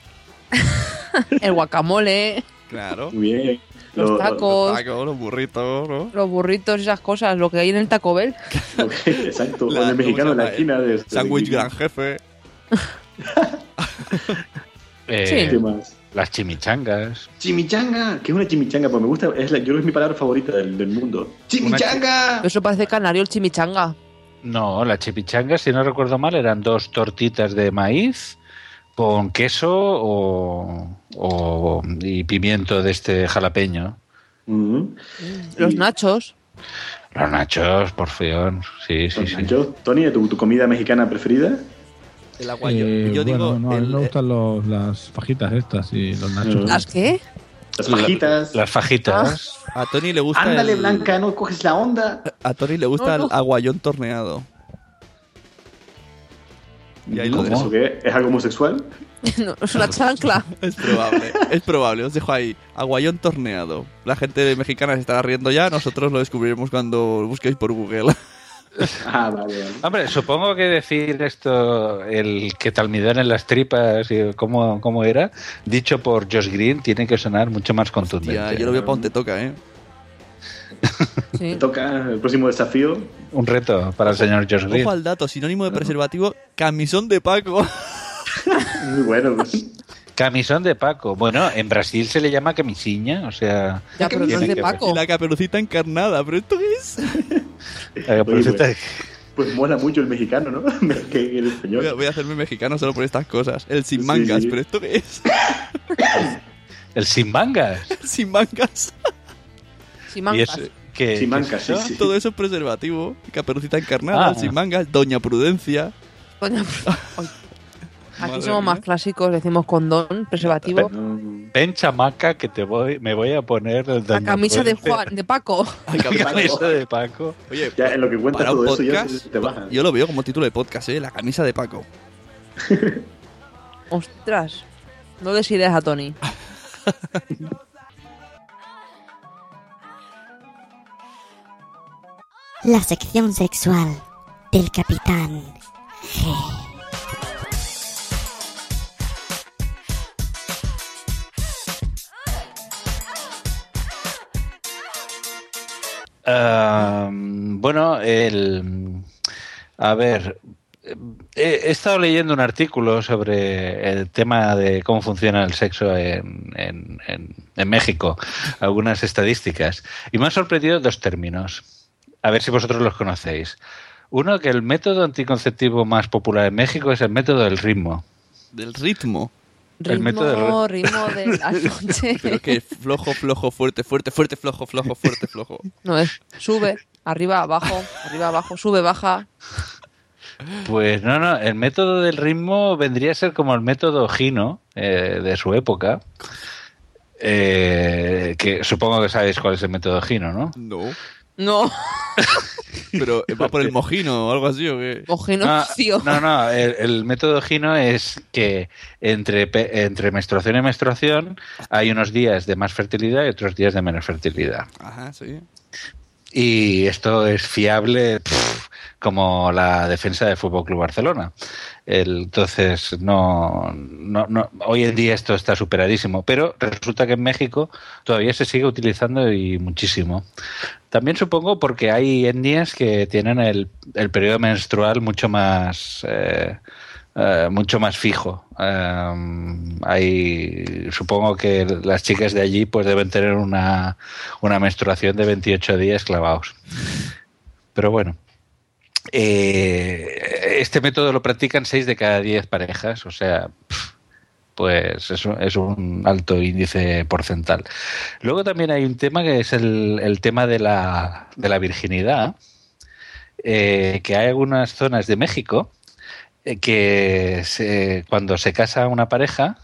S2: el guacamole,
S3: claro.
S4: Muy bien.
S2: los
S4: Lo- lo-
S2: tacos,
S3: Tacos, los burritos, ¿no?
S2: los burritos y esas cosas, lo que hay en el Taco Bell.
S4: ok, Exacto.
S3: La-
S4: con el mexicano en la
S3: ¿cómo se
S4: esquina de. este
S3: Sándwich
S4: de-
S3: gran jefe.
S5: Eh,
S4: ¿Qué más?
S5: Las chimichangas.
S4: Chimichanga. ¿Qué es una chimichanga? Pues me gusta. Es la, yo creo que es mi palabra favorita del, del mundo. ¡Chimichanga!
S2: Eso parece canario el chimichanga.
S5: No, las chimichangas, si no recuerdo mal, eran dos tortitas de maíz con queso o, o- y pimiento de este jalapeño.
S4: Mhm.
S2: Los
S4: Y-
S2: nachos,
S5: Los nachos, por fión. Sí, sí,
S4: Los
S5: sí.
S4: nachos. Tony, ¿tu, tu comida mexicana preferida?
S3: El aguayo.
S8: Eh,
S3: Yo
S8: bueno,
S3: digo,
S8: no, a mí
S3: el- Ah,
S8: me gustan los- las fajitas estas y los nachos.
S2: ¿las qué?
S4: Las
S5: La-
S4: fajitas.
S5: Las fajitas.
S3: a Tony le gusta.
S4: Ándale,
S3: el-
S4: Blanca, no coges la onda.
S3: A Tony le gusta
S2: No,
S3: el aguayón torneado. Y ahí lo
S5: ¿Cómo?
S3: dejo.
S4: ¿Eso qué? ¿Es algo homosexual?
S2: No, es una chancla.
S3: Es probable, es probable. Os dejo ahí. Aguayón torneado. La gente mexicana se estará riendo ya. Nosotros lo descubriremos cuando busquéis por Google.
S4: Ah,
S5: Hombre, supongo que decir esto, el que talmidón en las tripas y cómo, cómo era, dicho por Josh Green, tiene que sonar mucho más contundente.
S3: Ya, yo lo veo para donde toca, ¿eh?
S4: Me toca el próximo desafío.
S5: Un reto para el señor Josh Green.
S3: Ojo al dato, sinónimo de preservativo, camisón de Paco.
S4: Muy bueno, pues.
S5: Camisón de Paco. Bueno, en Brasil se le llama camisiña, o sea. tiene que ver.
S3: Y la caperucita encarnada, pero esto qué es.
S5: La caperucita-
S4: Oye, Pues mola mucho el mexicano, ¿no? que el español.
S3: Voy a, voy a hacerme mexicano solo por estas cosas. El sin mangas,
S4: sí.
S3: pero esto qué es.
S5: El sin mangas.
S3: sin mangas.
S2: Sin
S3: mangas.
S5: qué- Sin qué es mangas, eso? sí, sí.
S3: Todo eso es preservativo. Caperucita encarnada,
S2: Ah.
S3: el sin mangas, Doña Prudencia.
S2: Coño, ay.
S3: Madre
S2: Aquí somos más
S3: mía.
S2: clásicos, decimos condón, preservativo.
S5: Ven, chamaca, que te voy, me voy a poner el
S2: La
S5: doña
S2: camisa de
S5: Fuente.
S2: Juan, de Paco.
S5: Camisa de Paco.
S3: Oye,
S4: ya en lo que cuenta
S3: Para un
S4: todo eso, ya
S3: podcast,
S4: se- te baja.
S3: yo lo veo como título de podcast, ¿eh? La camisa de Paco.
S2: Ostras, no des ideas a Tony.
S20: La sección sexual del Capitán G.
S5: Ah, bueno, el. A ver. eh, He estado leyendo un artículo sobre el tema de cómo funciona el sexo en, en- en- en México, algunas estadísticas, y me han sorprendido dos términos. A ver si vosotros los conocéis. Uno, que el método anticonceptivo más popular en México es el método del ritmo.
S3: Del ritmo.
S5: El
S2: Ritmo,
S5: método
S2: ritmo de la noche.
S3: Pero que flojo, flojo, fuerte, fuerte, fuerte, flojo, flojo, fuerte, flojo.
S2: No es. Sube, arriba, abajo, arriba, abajo, sube, baja.
S5: Pues no, no, el método del ritmo vendría a ser como el método Gino eh, de su época. Eh, que supongo que sabéis cuál es el método Gino, ¿no?
S3: No.
S2: No.
S3: Pero eh, va por el mojino o algo así, ¿o qué?
S2: Mojino,
S5: Ah,
S2: tío.
S5: no, no, el, el método Gino es que entre, pe- entre menstruación y menstruación hay unos días de más fertilidad y otros días de menos fertilidad.
S3: Ajá, sí.
S5: Y esto es fiable pf, como la defensa del Fútbol Club Barcelona. El- entonces, no, no, no- hoy en día esto está superadísimo, pero resulta que en México todavía se sigue utilizando y muchísimo. También supongo porque hay etnias que tienen el, el periodo menstrual mucho más. eh, eh, mucho más fijo. Em, hay, supongo que las chicas de allí pues deben tener una, una menstruación de 28 días clavados. Pero bueno, eh, este método lo practican 6 de cada 10 parejas, o sea, pf, pues es un, es un alto índice porcental. Luego también hay un tema que es el, el tema de la, de la virginidad, eh, que hay algunas zonas de México eh, que se- cuando se casa una pareja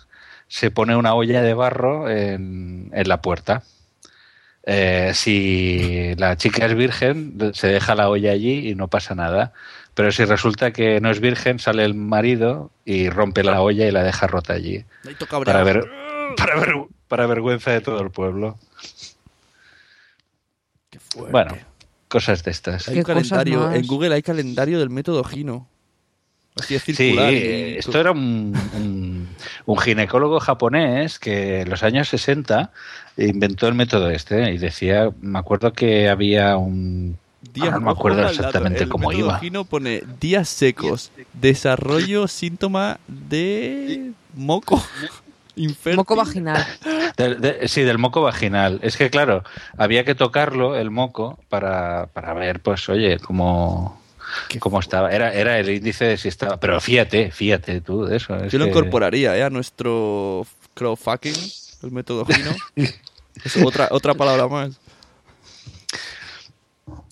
S5: se pone una olla de barro en, en la puerta. Eh, si la chica es virgen, se deja la olla allí y no pasa nada. Pero si resulta que no es virgen, sale el marido y rompe la olla y la deja rota allí.
S3: Ahí toca
S5: Para,
S3: bravo.
S5: ver, para, ver- para vergüenza de todo el pueblo. Bueno, cosas de estas.
S3: Hay un calendario. En Google hay calendario del método Gino. Así es circular.
S5: Sí,
S3: y-
S5: esto era un, un- un ginecólogo japonés que en los años 60 inventó el método este y decía, me acuerdo que había un...
S3: Días-
S5: ah, no me acuerdo
S3: ojo al dato,
S5: exactamente
S3: el
S5: cómo
S3: método
S5: iba.
S3: Gino pone días secos, desarrollo síntoma de moco. Infértil.
S2: Moco vaginal.
S5: Del- de- sí, del moco vaginal. Es que claro, había que tocarlo, el moco, para, para ver, pues, oye, cómo, cómo estaba. Era, era el índice de si estaba... Pero fíjate, fíjate tú de eso. es
S3: Yo lo
S5: que-
S3: incorporaría ¿eh? a nuestro crowdfucking, el método Gino. Es otra, otra palabra más.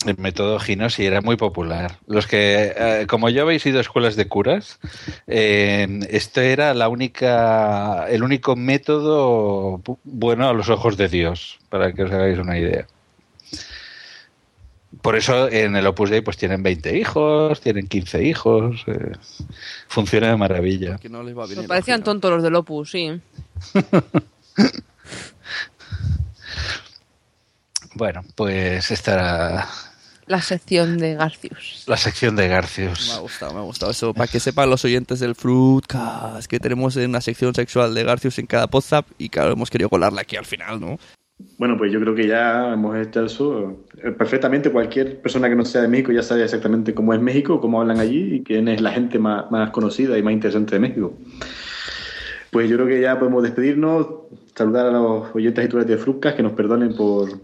S5: El método Gino sí era muy popular. Los que, eh, como yo habéis ido a escuelas de curas, eh, este era la única, el único método bu- bueno a los ojos de Dios, para que os hagáis una idea. Por eso en el Opus Dei pues tienen 20 hijos, tienen 15 hijos, eh, funciona de maravilla.
S3: Que no les va bien.
S2: Me
S3: el
S2: parecían tontos los del Opus, sí.
S5: Bueno, pues esta era
S2: la sección de Garcius.
S5: La sección de Garcius.
S3: Me ha gustado, me ha gustado eso. Para que sepan los oyentes del Fruitcast que tenemos una sección sexual de Garcius en cada WhatsApp y claro, hemos querido colarla aquí al final, ¿no?
S4: Bueno, pues yo creo que ya hemos extenso eh, perfectamente. Cualquier persona que no sea de México ya sabe exactamente cómo es México, cómo hablan allí y quién es la gente más, más conocida y más interesante de México. Pues yo creo que ya podemos despedirnos, saludar a los oyentes y titulares de Frucas que nos perdonen por,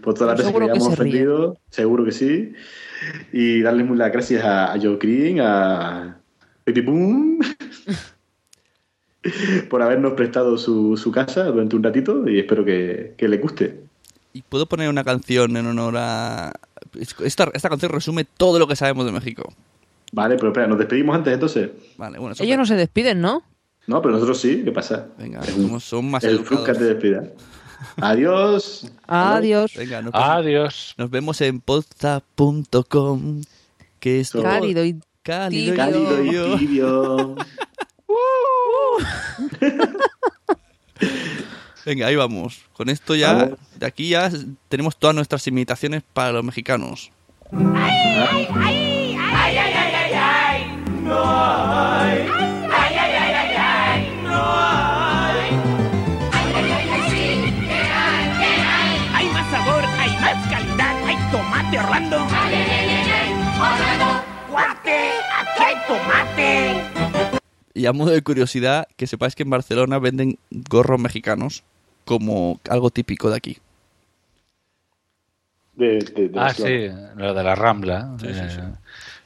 S4: por todas las veces que
S2: Seguro
S4: le
S2: que
S4: hayamos
S2: se ríen.
S4: ofendido, seguro que sí. Y darles las gracias a, a Joe Green, a Pepe Boom, por habernos prestado su, su casa durante un ratito y espero que, que le guste.
S3: Y puedo poner una canción en honor a. Esta, esta canción resume todo lo que sabemos de México.
S4: Vale, pero espera, nos despedimos antes entonces.
S3: Vale, bueno,
S2: Ellos no se despiden, ¿no?
S4: No, pero nosotros sí, ¿qué pasa?
S3: Venga,
S4: son
S3: más
S4: El
S3: educados.
S4: Frucas te despida. Adiós.
S2: Adiós.
S3: Venga, nos
S5: Ah,
S3: vemos.
S5: Adiós.
S3: Nos vemos en podza.com. Que es
S2: Cálido y
S3: Cálido y
S4: Cálido y
S3: tibio.
S4: tibio.
S3: Venga, ahí vamos. Con esto ya, de aquí ya tenemos todas nuestras imitaciones para los mexicanos.
S12: Hay más sabor, hay más calidad, hay tomate Orlando. Guate, aquí hay tomate.
S3: Y a modo de curiosidad, que sepáis que en Barcelona venden gorros mexicanos como algo típico de aquí.
S4: De, de- de
S5: Ah,
S4: la ciudad.
S5: sí, lo de la Rambla. Eh,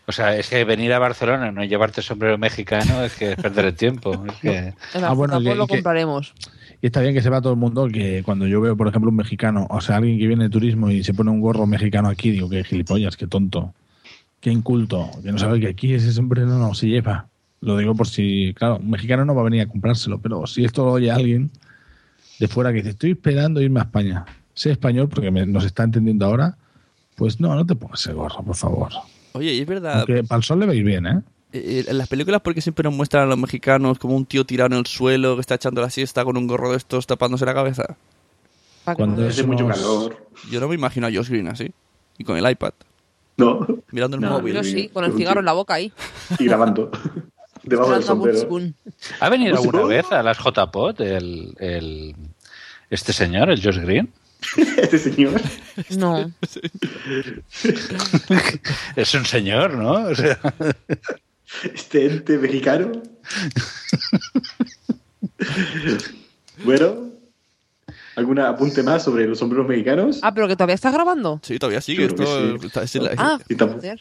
S5: O sea, es que venir a Barcelona y no llevarte sombrero mexicano es que es perder el tiempo. Es que...
S2: En la
S8: Ah, bueno,
S2: Frucapol
S8: que-
S2: lo
S8: que-
S2: compraremos.
S8: Y está bien que sepa todo el mundo que cuando yo veo, por ejemplo, un mexicano, o sea, alguien que viene de turismo y se pone un gorro mexicano aquí, digo, qué gilipollas, qué tonto, qué inculto, que no sabe que aquí ese sombrero no se lleva. Lo digo por si, claro, un mexicano no va a venir a comprárselo, pero si esto lo oye alguien de fuera que dice, estoy esperando irme a España, sé español porque me- nos está entendiendo ahora, pues no, no te pongas ese gorro, por favor.
S3: Oye, y es verdad,
S8: Aunque para el sol le veis bien, ¿eh?
S3: eh, en las películas porque siempre nos muestran a los mexicanos como un tío tirado en el suelo que está echando la siesta con un gorro de estos tapándose la cabeza.
S8: Cuando
S4: Hace mucho calor.
S3: Yo no me imagino a Josh Green así. Y con el iPad.
S4: No.
S3: Mirando el
S4: No,
S3: móvil.
S2: Yo sí, con Ah, el cigarro en la boca ahí.
S4: Y grabando. Debajo del
S2: Esperando a Bugs
S4: sombrero.
S2: Bunny.
S5: ¿Ha venido
S4: Pues
S5: alguna
S4: supongo-
S5: vez a las JPOT el, el, este señor, el Josh Green?
S4: Este señor.
S2: No.
S5: Es un señor, ¿no? O sea,
S4: Este ente mexicano. bueno. ¿Algún apunte más sobre los sombreros mexicanos?
S2: Ah, pero que todavía estás grabando.
S3: Sí, todavía sigue.
S4: Yo creo
S3: Esto,
S4: que sí.
S3: está- es la-
S2: Ah,
S4: Y tampoco-
S2: joder.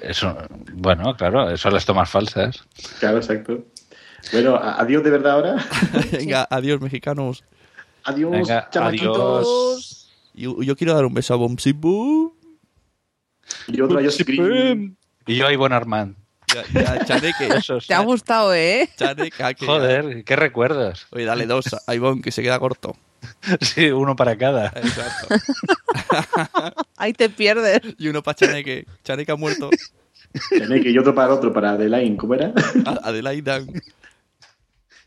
S5: eso, bueno, claro, son las tomas falsas.
S4: Claro, exacto. Bueno, a- adiós de verdad ahora.
S3: Venga, adiós mexicanos.
S4: Adiós,
S5: Venga,
S4: chamaquitos.
S5: adiós.
S3: Yo, yo quiero dar un beso a Bombsy Boo.
S4: Y otro adiós. Green.
S5: Y yo, Ivonne Armand.
S3: Ya, ya, Chaneque.
S5: Besos.
S2: Te ha gustado, ¿eh?
S3: Chaneque, ah, que-
S5: Joder, ¿qué recuerdos?
S3: Oye, dale dos a Ivonne, que se queda corto.
S5: Sí, uno para cada.
S3: Exacto.
S2: Ahí te pierdes.
S3: Y uno para Chaneque. Chaneque ha muerto.
S4: Chaneque, y otro para otro, para Adelaine. ¿Cómo era?
S3: A- Ah, Adelaida.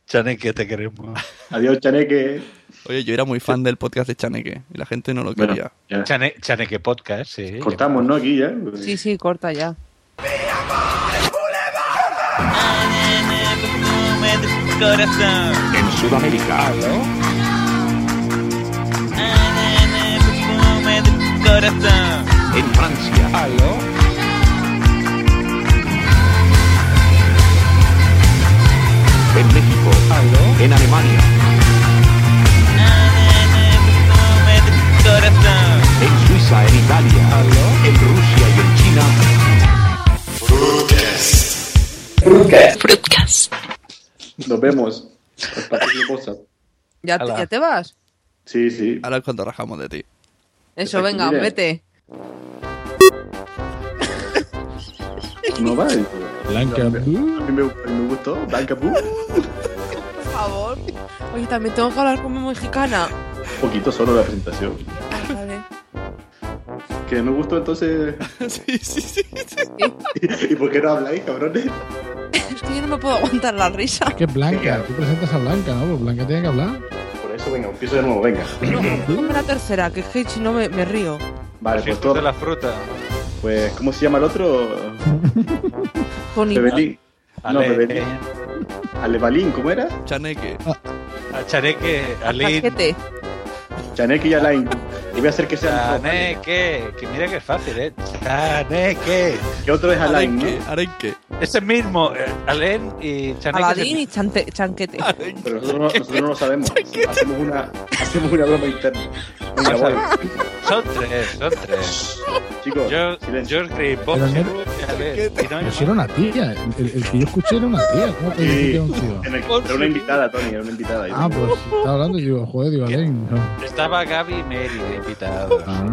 S5: Chaneque, te queremos.
S4: adiós, Chaneque.
S3: Oye, yo era muy fan del podcast de Chaneque. Y la gente no lo
S4: Bueno,
S3: quería.
S4: ya.
S5: Chane- Chaneque Podcast, sí.
S4: Cortamos, ¿no? Aquí ya.
S2: Sí, sí, corta ya.
S10: En Sudamérica. En Francia. En México. En Alemania. En Suiza, en Italia. En Rusia y en China.
S2: Fruitcast.
S4: Nos vemos. Hasta la próxima cosa.
S2: ¿Ya te,
S3: Hala.
S2: ya te vas?
S4: Sí, sí.
S3: Ahora es cuando rajamos de ti.
S2: Eso,
S4: Perfecto,
S2: venga,
S4: mira.
S2: vete.
S4: No va.
S8: Blanca
S4: A mí me, me gustó. Blanca Boo.
S2: Por favor. Oye, también tengo que hablar con mi mexicana.
S4: Un poquito solo la presentación.
S2: Ah, vale.
S4: Que no gustó entonces.
S3: sí, sí, sí.
S4: ¿Y por qué no habláis, cabrones?
S2: Es que yo no me puedo aguantar la risa.
S8: Que Blanca, tú presentas a Blanca, ¿no? Pues Blanca tiene que hablar.
S4: Por eso, venga, empiezo de nuevo, venga.
S2: Ponme la tercera, que es que si no me, me río.
S4: Vale, pues todo.
S5: de la fruta.
S4: Pues, ¿cómo se llama el otro?
S2: Tony.
S4: Bebelín. No,
S5: Ale-
S4: Bebelín. Alebalín, ¿cómo era?
S3: Chaneque.
S4: Ah,
S5: A Chareque, a Lin.
S2: Paquete.
S4: Chaneque y Alain. Y voy a hacer que sea.
S5: Chaneque, que mira que es fácil, ¿eh? Chaneque.
S4: Y otro es Alain, ¿no?
S3: Arenque, arenque.
S5: Ese mismo, eh, Alain y Chaneque.
S2: Aladín y chante- chanquete.
S4: Pero nosotros no, nosotros no lo sabemos. Hacemos una, hacemos una broma interna. Venga,
S5: Vamos a
S4: voy.
S5: Son tres, son tres.
S4: Chicos,
S5: George, George Grey, Bob
S21: Pero no-
S5: Seru y Alain. Y no hay
S21: Pero si era una tía, el, el- el que yo escuché era una tía. ¿Cómo te
S4: Sí,
S21: dijiste un tío?
S4: en el- era una invitada, Tony, era una invitada.
S21: Ah, pues estaba hablando y digo, joder, digo, Alain. no.
S5: más. Estaba Gaby y Mary de invitados.
S21: Ah.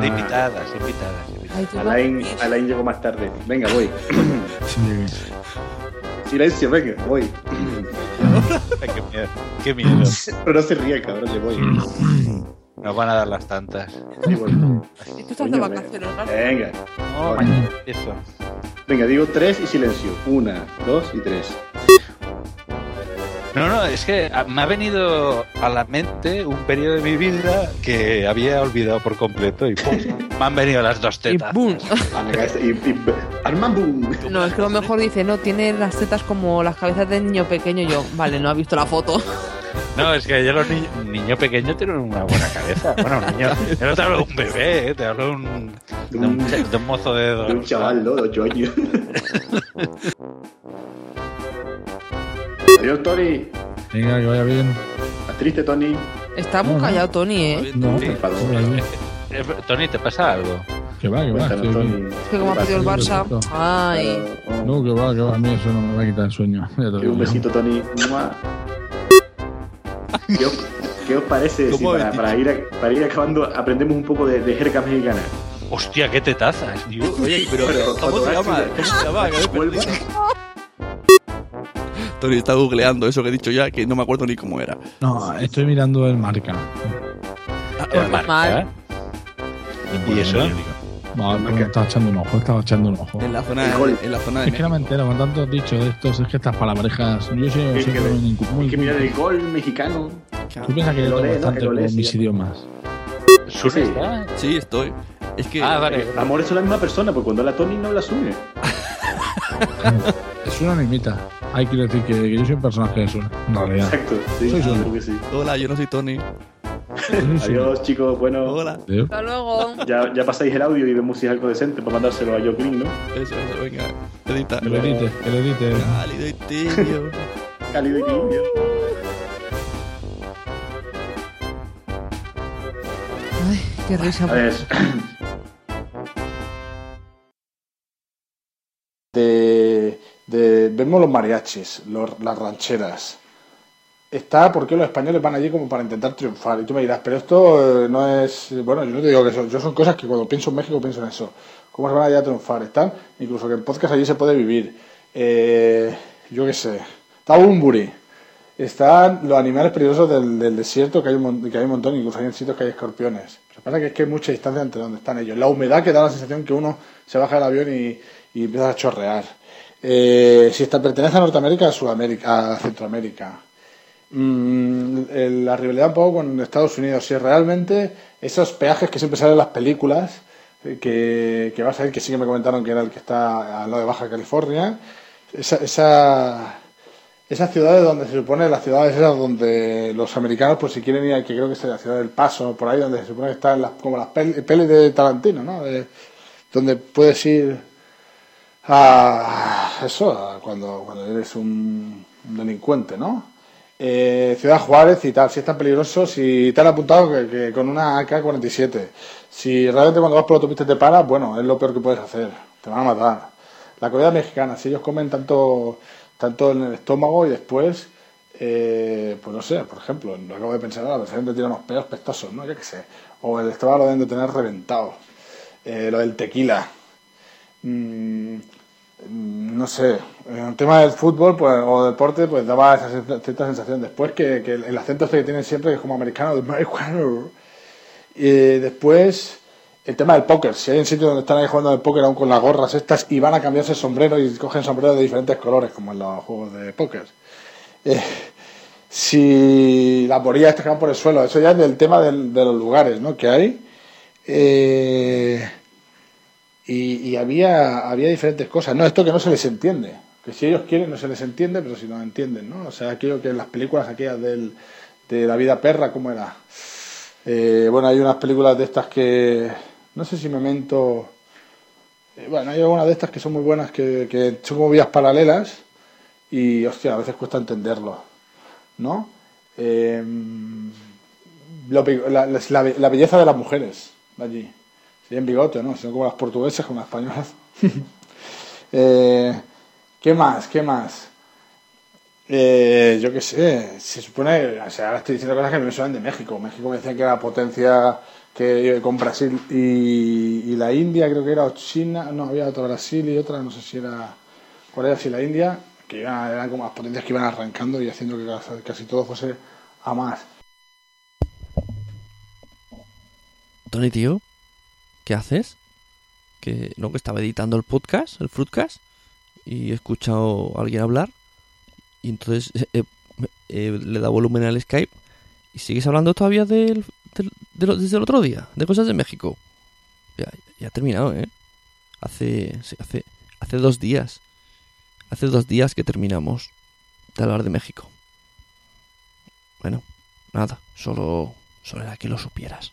S5: De invitadas, invitadas.
S4: Alain, Alain llegó más tarde. Venga, voy. Silencio, venga, voy.
S5: Qué miedo. Qué miedo.
S4: Pero no se ríe, cabrón, le voy.
S5: Nos van a dar las tantas.
S4: Le voy.
S2: Tú estás de
S4: Coño,
S2: vacaciones, ¿no?
S4: Venga.
S5: No,
S4: Coño.
S5: eso.
S4: Venga, digo tres y silencio. Una, dos y tres.
S5: No, no, es que a- me ha venido a la mente un periodo de mi vida que había olvidado por completo y ¡pum! me han venido las dos tetas.
S2: ¡Bum!
S21: Ah,
S4: Venga, este- y, y- Armand Boom.
S2: No, es que a lo mejor dice, no, tiene las tetas como las cabezas de niño pequeño. Yo, vale, no ha visto la foto.
S5: No, es que ya los niños niño pequeño tienen una buena cabeza. Bueno, un niño, yo no te hablo de un bebé, eh, te hablo de un, de un, cha- de un mozo de dos.
S4: De un chaval, ¿no? De ocho años. Adiós, Tony.
S21: Venga, que vaya bien.
S4: Estás triste, Tony.
S2: Está muy callado, Tony, ¿eh?
S21: No,
S5: Sí. Eh, Tony, ¿te pasa algo?
S21: que va, que va.
S4: Cuéntanos,
S21: estoy
S4: Tony.
S21: bien.
S2: Es que como ha perdido el Barça. Ay.
S21: No, que va, que va. A mí eso no me va a quitar el sueño. Ya te lo
S4: Y un
S21: digo.
S4: besito, Tony. ¡Mua! ¿Qué os, qué os parece si
S3: ¿Cómo
S4: para,
S3: habéis
S4: para ir a- para ir acabando aprendemos un poco de, de jerga mexicana?
S5: Hostia, qué tetazas, tío.
S3: Oye, pero,
S4: Pero,
S3: ¿cómo se
S4: Pato,
S3: llama?
S4: García.
S3: ¿Cómo se llama? Que me he
S4: Vuelvo.
S3: perdido. Tony está googleando eso que he dicho ya, que no me acuerdo ni cómo era.
S21: No, estoy mirando el marca.
S5: El
S2: pues Mal.
S5: marca. ¿Y eso?
S21: Va, Ah, estaba echando un ojo, estaba echando un ojo.
S3: En la zona
S4: El gol.
S3: de, en la zona de
S21: Es que no me entero, con tanto dicho de estos, es que estas palabrejas. Yo soy
S4: Es que,
S21: siempre muy incu- muy.
S4: hay que mirar el gol mexicano.
S21: Tú piensas que
S4: el
S21: yo tengo
S4: olé, ¿no?
S21: bastante
S4: El olé,
S21: con
S4: sí.
S21: mis idiomas.
S5: ¿Sune
S4: Sí.
S5: está?
S3: México. Sí, estoy. Es que
S5: Ah, vale.
S4: eh, Amor es la misma persona, porque cuando la Tony no la asume.
S21: Es una mimita. Hay que decir que, que yo soy un personaje de Suna, en realidad.
S4: Exacto. Sí,
S21: Soy yo.
S4: creo que sí.
S3: Hola, yo no soy Tony.
S4: Adiós, chicos. Bueno,
S3: Hola.
S21: Adiós.
S2: Hasta luego.
S4: ya, ya pasáis el audio y vemos si es algo decente para mandárselo a Joe Green, ¿no?
S3: Eso, eso, venga. Edita.
S21: Que lo edite, que lo edite.
S3: Cálido y tibio.
S4: Cálido y limpio.
S2: Qué risa.
S4: A ver.
S8: de, de- vemos los mariachis, los- las rancheras. Está porque los españoles van allí como para intentar triunfar. Y tú me dirás, pero esto eh, no es. Bueno, yo no te digo que eso. Yo son cosas que cuando pienso en México pienso en eso. ¿Cómo se van allá a triunfar? Están, incluso que en podcast allí se puede vivir. Eh, yo qué sé. Está Bumburi. Están los animales peligrosos del, del desierto, que hay, un, mon- que hay un montón, incluso hay en sitios que hay escorpiones. Lo que pasa es que hay mucha distancia entre donde están ellos. La humedad que da la sensación que uno se baja del avión y, y empieza a chorrear. Eh, si está, pertenece a Norteamérica, a Sudamérica, a Centroamérica. Mm, el- la rivalidad un poco con Estados Unidos. Si realmente esos peajes que siempre salen en las películas, eh, que, que vas a ver, que sí que me comentaron que era el que está al lado de Baja California, esa, esa, esas ciudades donde se supone, las ciudades esas donde los americanos, pues si quieren ir, a- que creo que es la ciudad del Paso, por ahí, donde se supone que están las, como las pel- pelis de Tarantino, ¿no? De- donde puedes ir a Ah, eso, a cuando, cuando eres un, un delincuente, ¿no? Eh, Ciudad Juárez y tal, si es tan peligroso, si te han apuntado que, que con una AK-47, si realmente cuando vas por la autopista te paras, bueno, es lo peor que puedes hacer, te van a matar. La comida mexicana, si ellos comen tanto, tanto en el estómago y después, eh, pues no sé, por ejemplo, lo acabo de pensar, ahora, pero deben de tirar unos pedos pestosos, ¿no? Yo qué sé, o el estómago lo deben de tener reventado, Eh, lo del tequila. Mm, mm, no sé, en el tema del fútbol pues, o deporte, pues daba esa sen- cierta sensación. Después que, que el el acento este que tienen siempre, que es como americano, de americano. Y después, el tema del póker. Si hay un sitio donde están ahí jugando al póker aún con las gorras estas y van a cambiarse el sombrero y cogen sombreros de diferentes colores, como en los juegos de póker. Eh, si las borillas estas que van por el suelo, eso ya es del tema del- de los lugares ¿no? que hay Eh, y y había, había diferentes cosas. No, esto que no se les entiende. Que si ellos quieren no se les entiende, pero si no entienden, ¿no? O sea, aquello que en las películas aquellas del, de la vida perra, ¿cómo era? Eh, bueno, hay unas películas de estas que... No sé si Memento... eh, bueno, hay algunas de estas que son muy buenas, que, que son como vías paralelas y, hostia, a veces cuesta entenderlo, ¿no? Eh, lo pe- la, la- la be- la belleza de las mujeres, de allí. Serían bigote, ¿no? Sino como las portuguesas, como las españolas. Eh, ¿Qué más? ¿Qué más? Eh, yo qué sé, se supone, o sea, ahora estoy diciendo cosas que no me suenan de México. México me decían que era potencia que eh, con Brasil y, y la India, creo que era, o China, no, había otra Brasil y otra, no sé si era Corea, si la India, que iban- eran como las potencias que iban arrancando y haciendo que casi- casi todo fuese a más.
S3: Tony, tío, ¿qué haces? Que no, que estaba editando el podcast, el Fruitcast, y he escuchado a alguien hablar, y entonces eh, eh, me- eh, le da volumen al Skype, y sigues hablando todavía del, del- de lo- desde el otro día, de cosas de México. Ya, ya ha terminado, ¿eh? Hace, sí, hace, hace dos días. Hace dos días que terminamos de hablar de México. Bueno, nada, solo, solo era que lo supieras.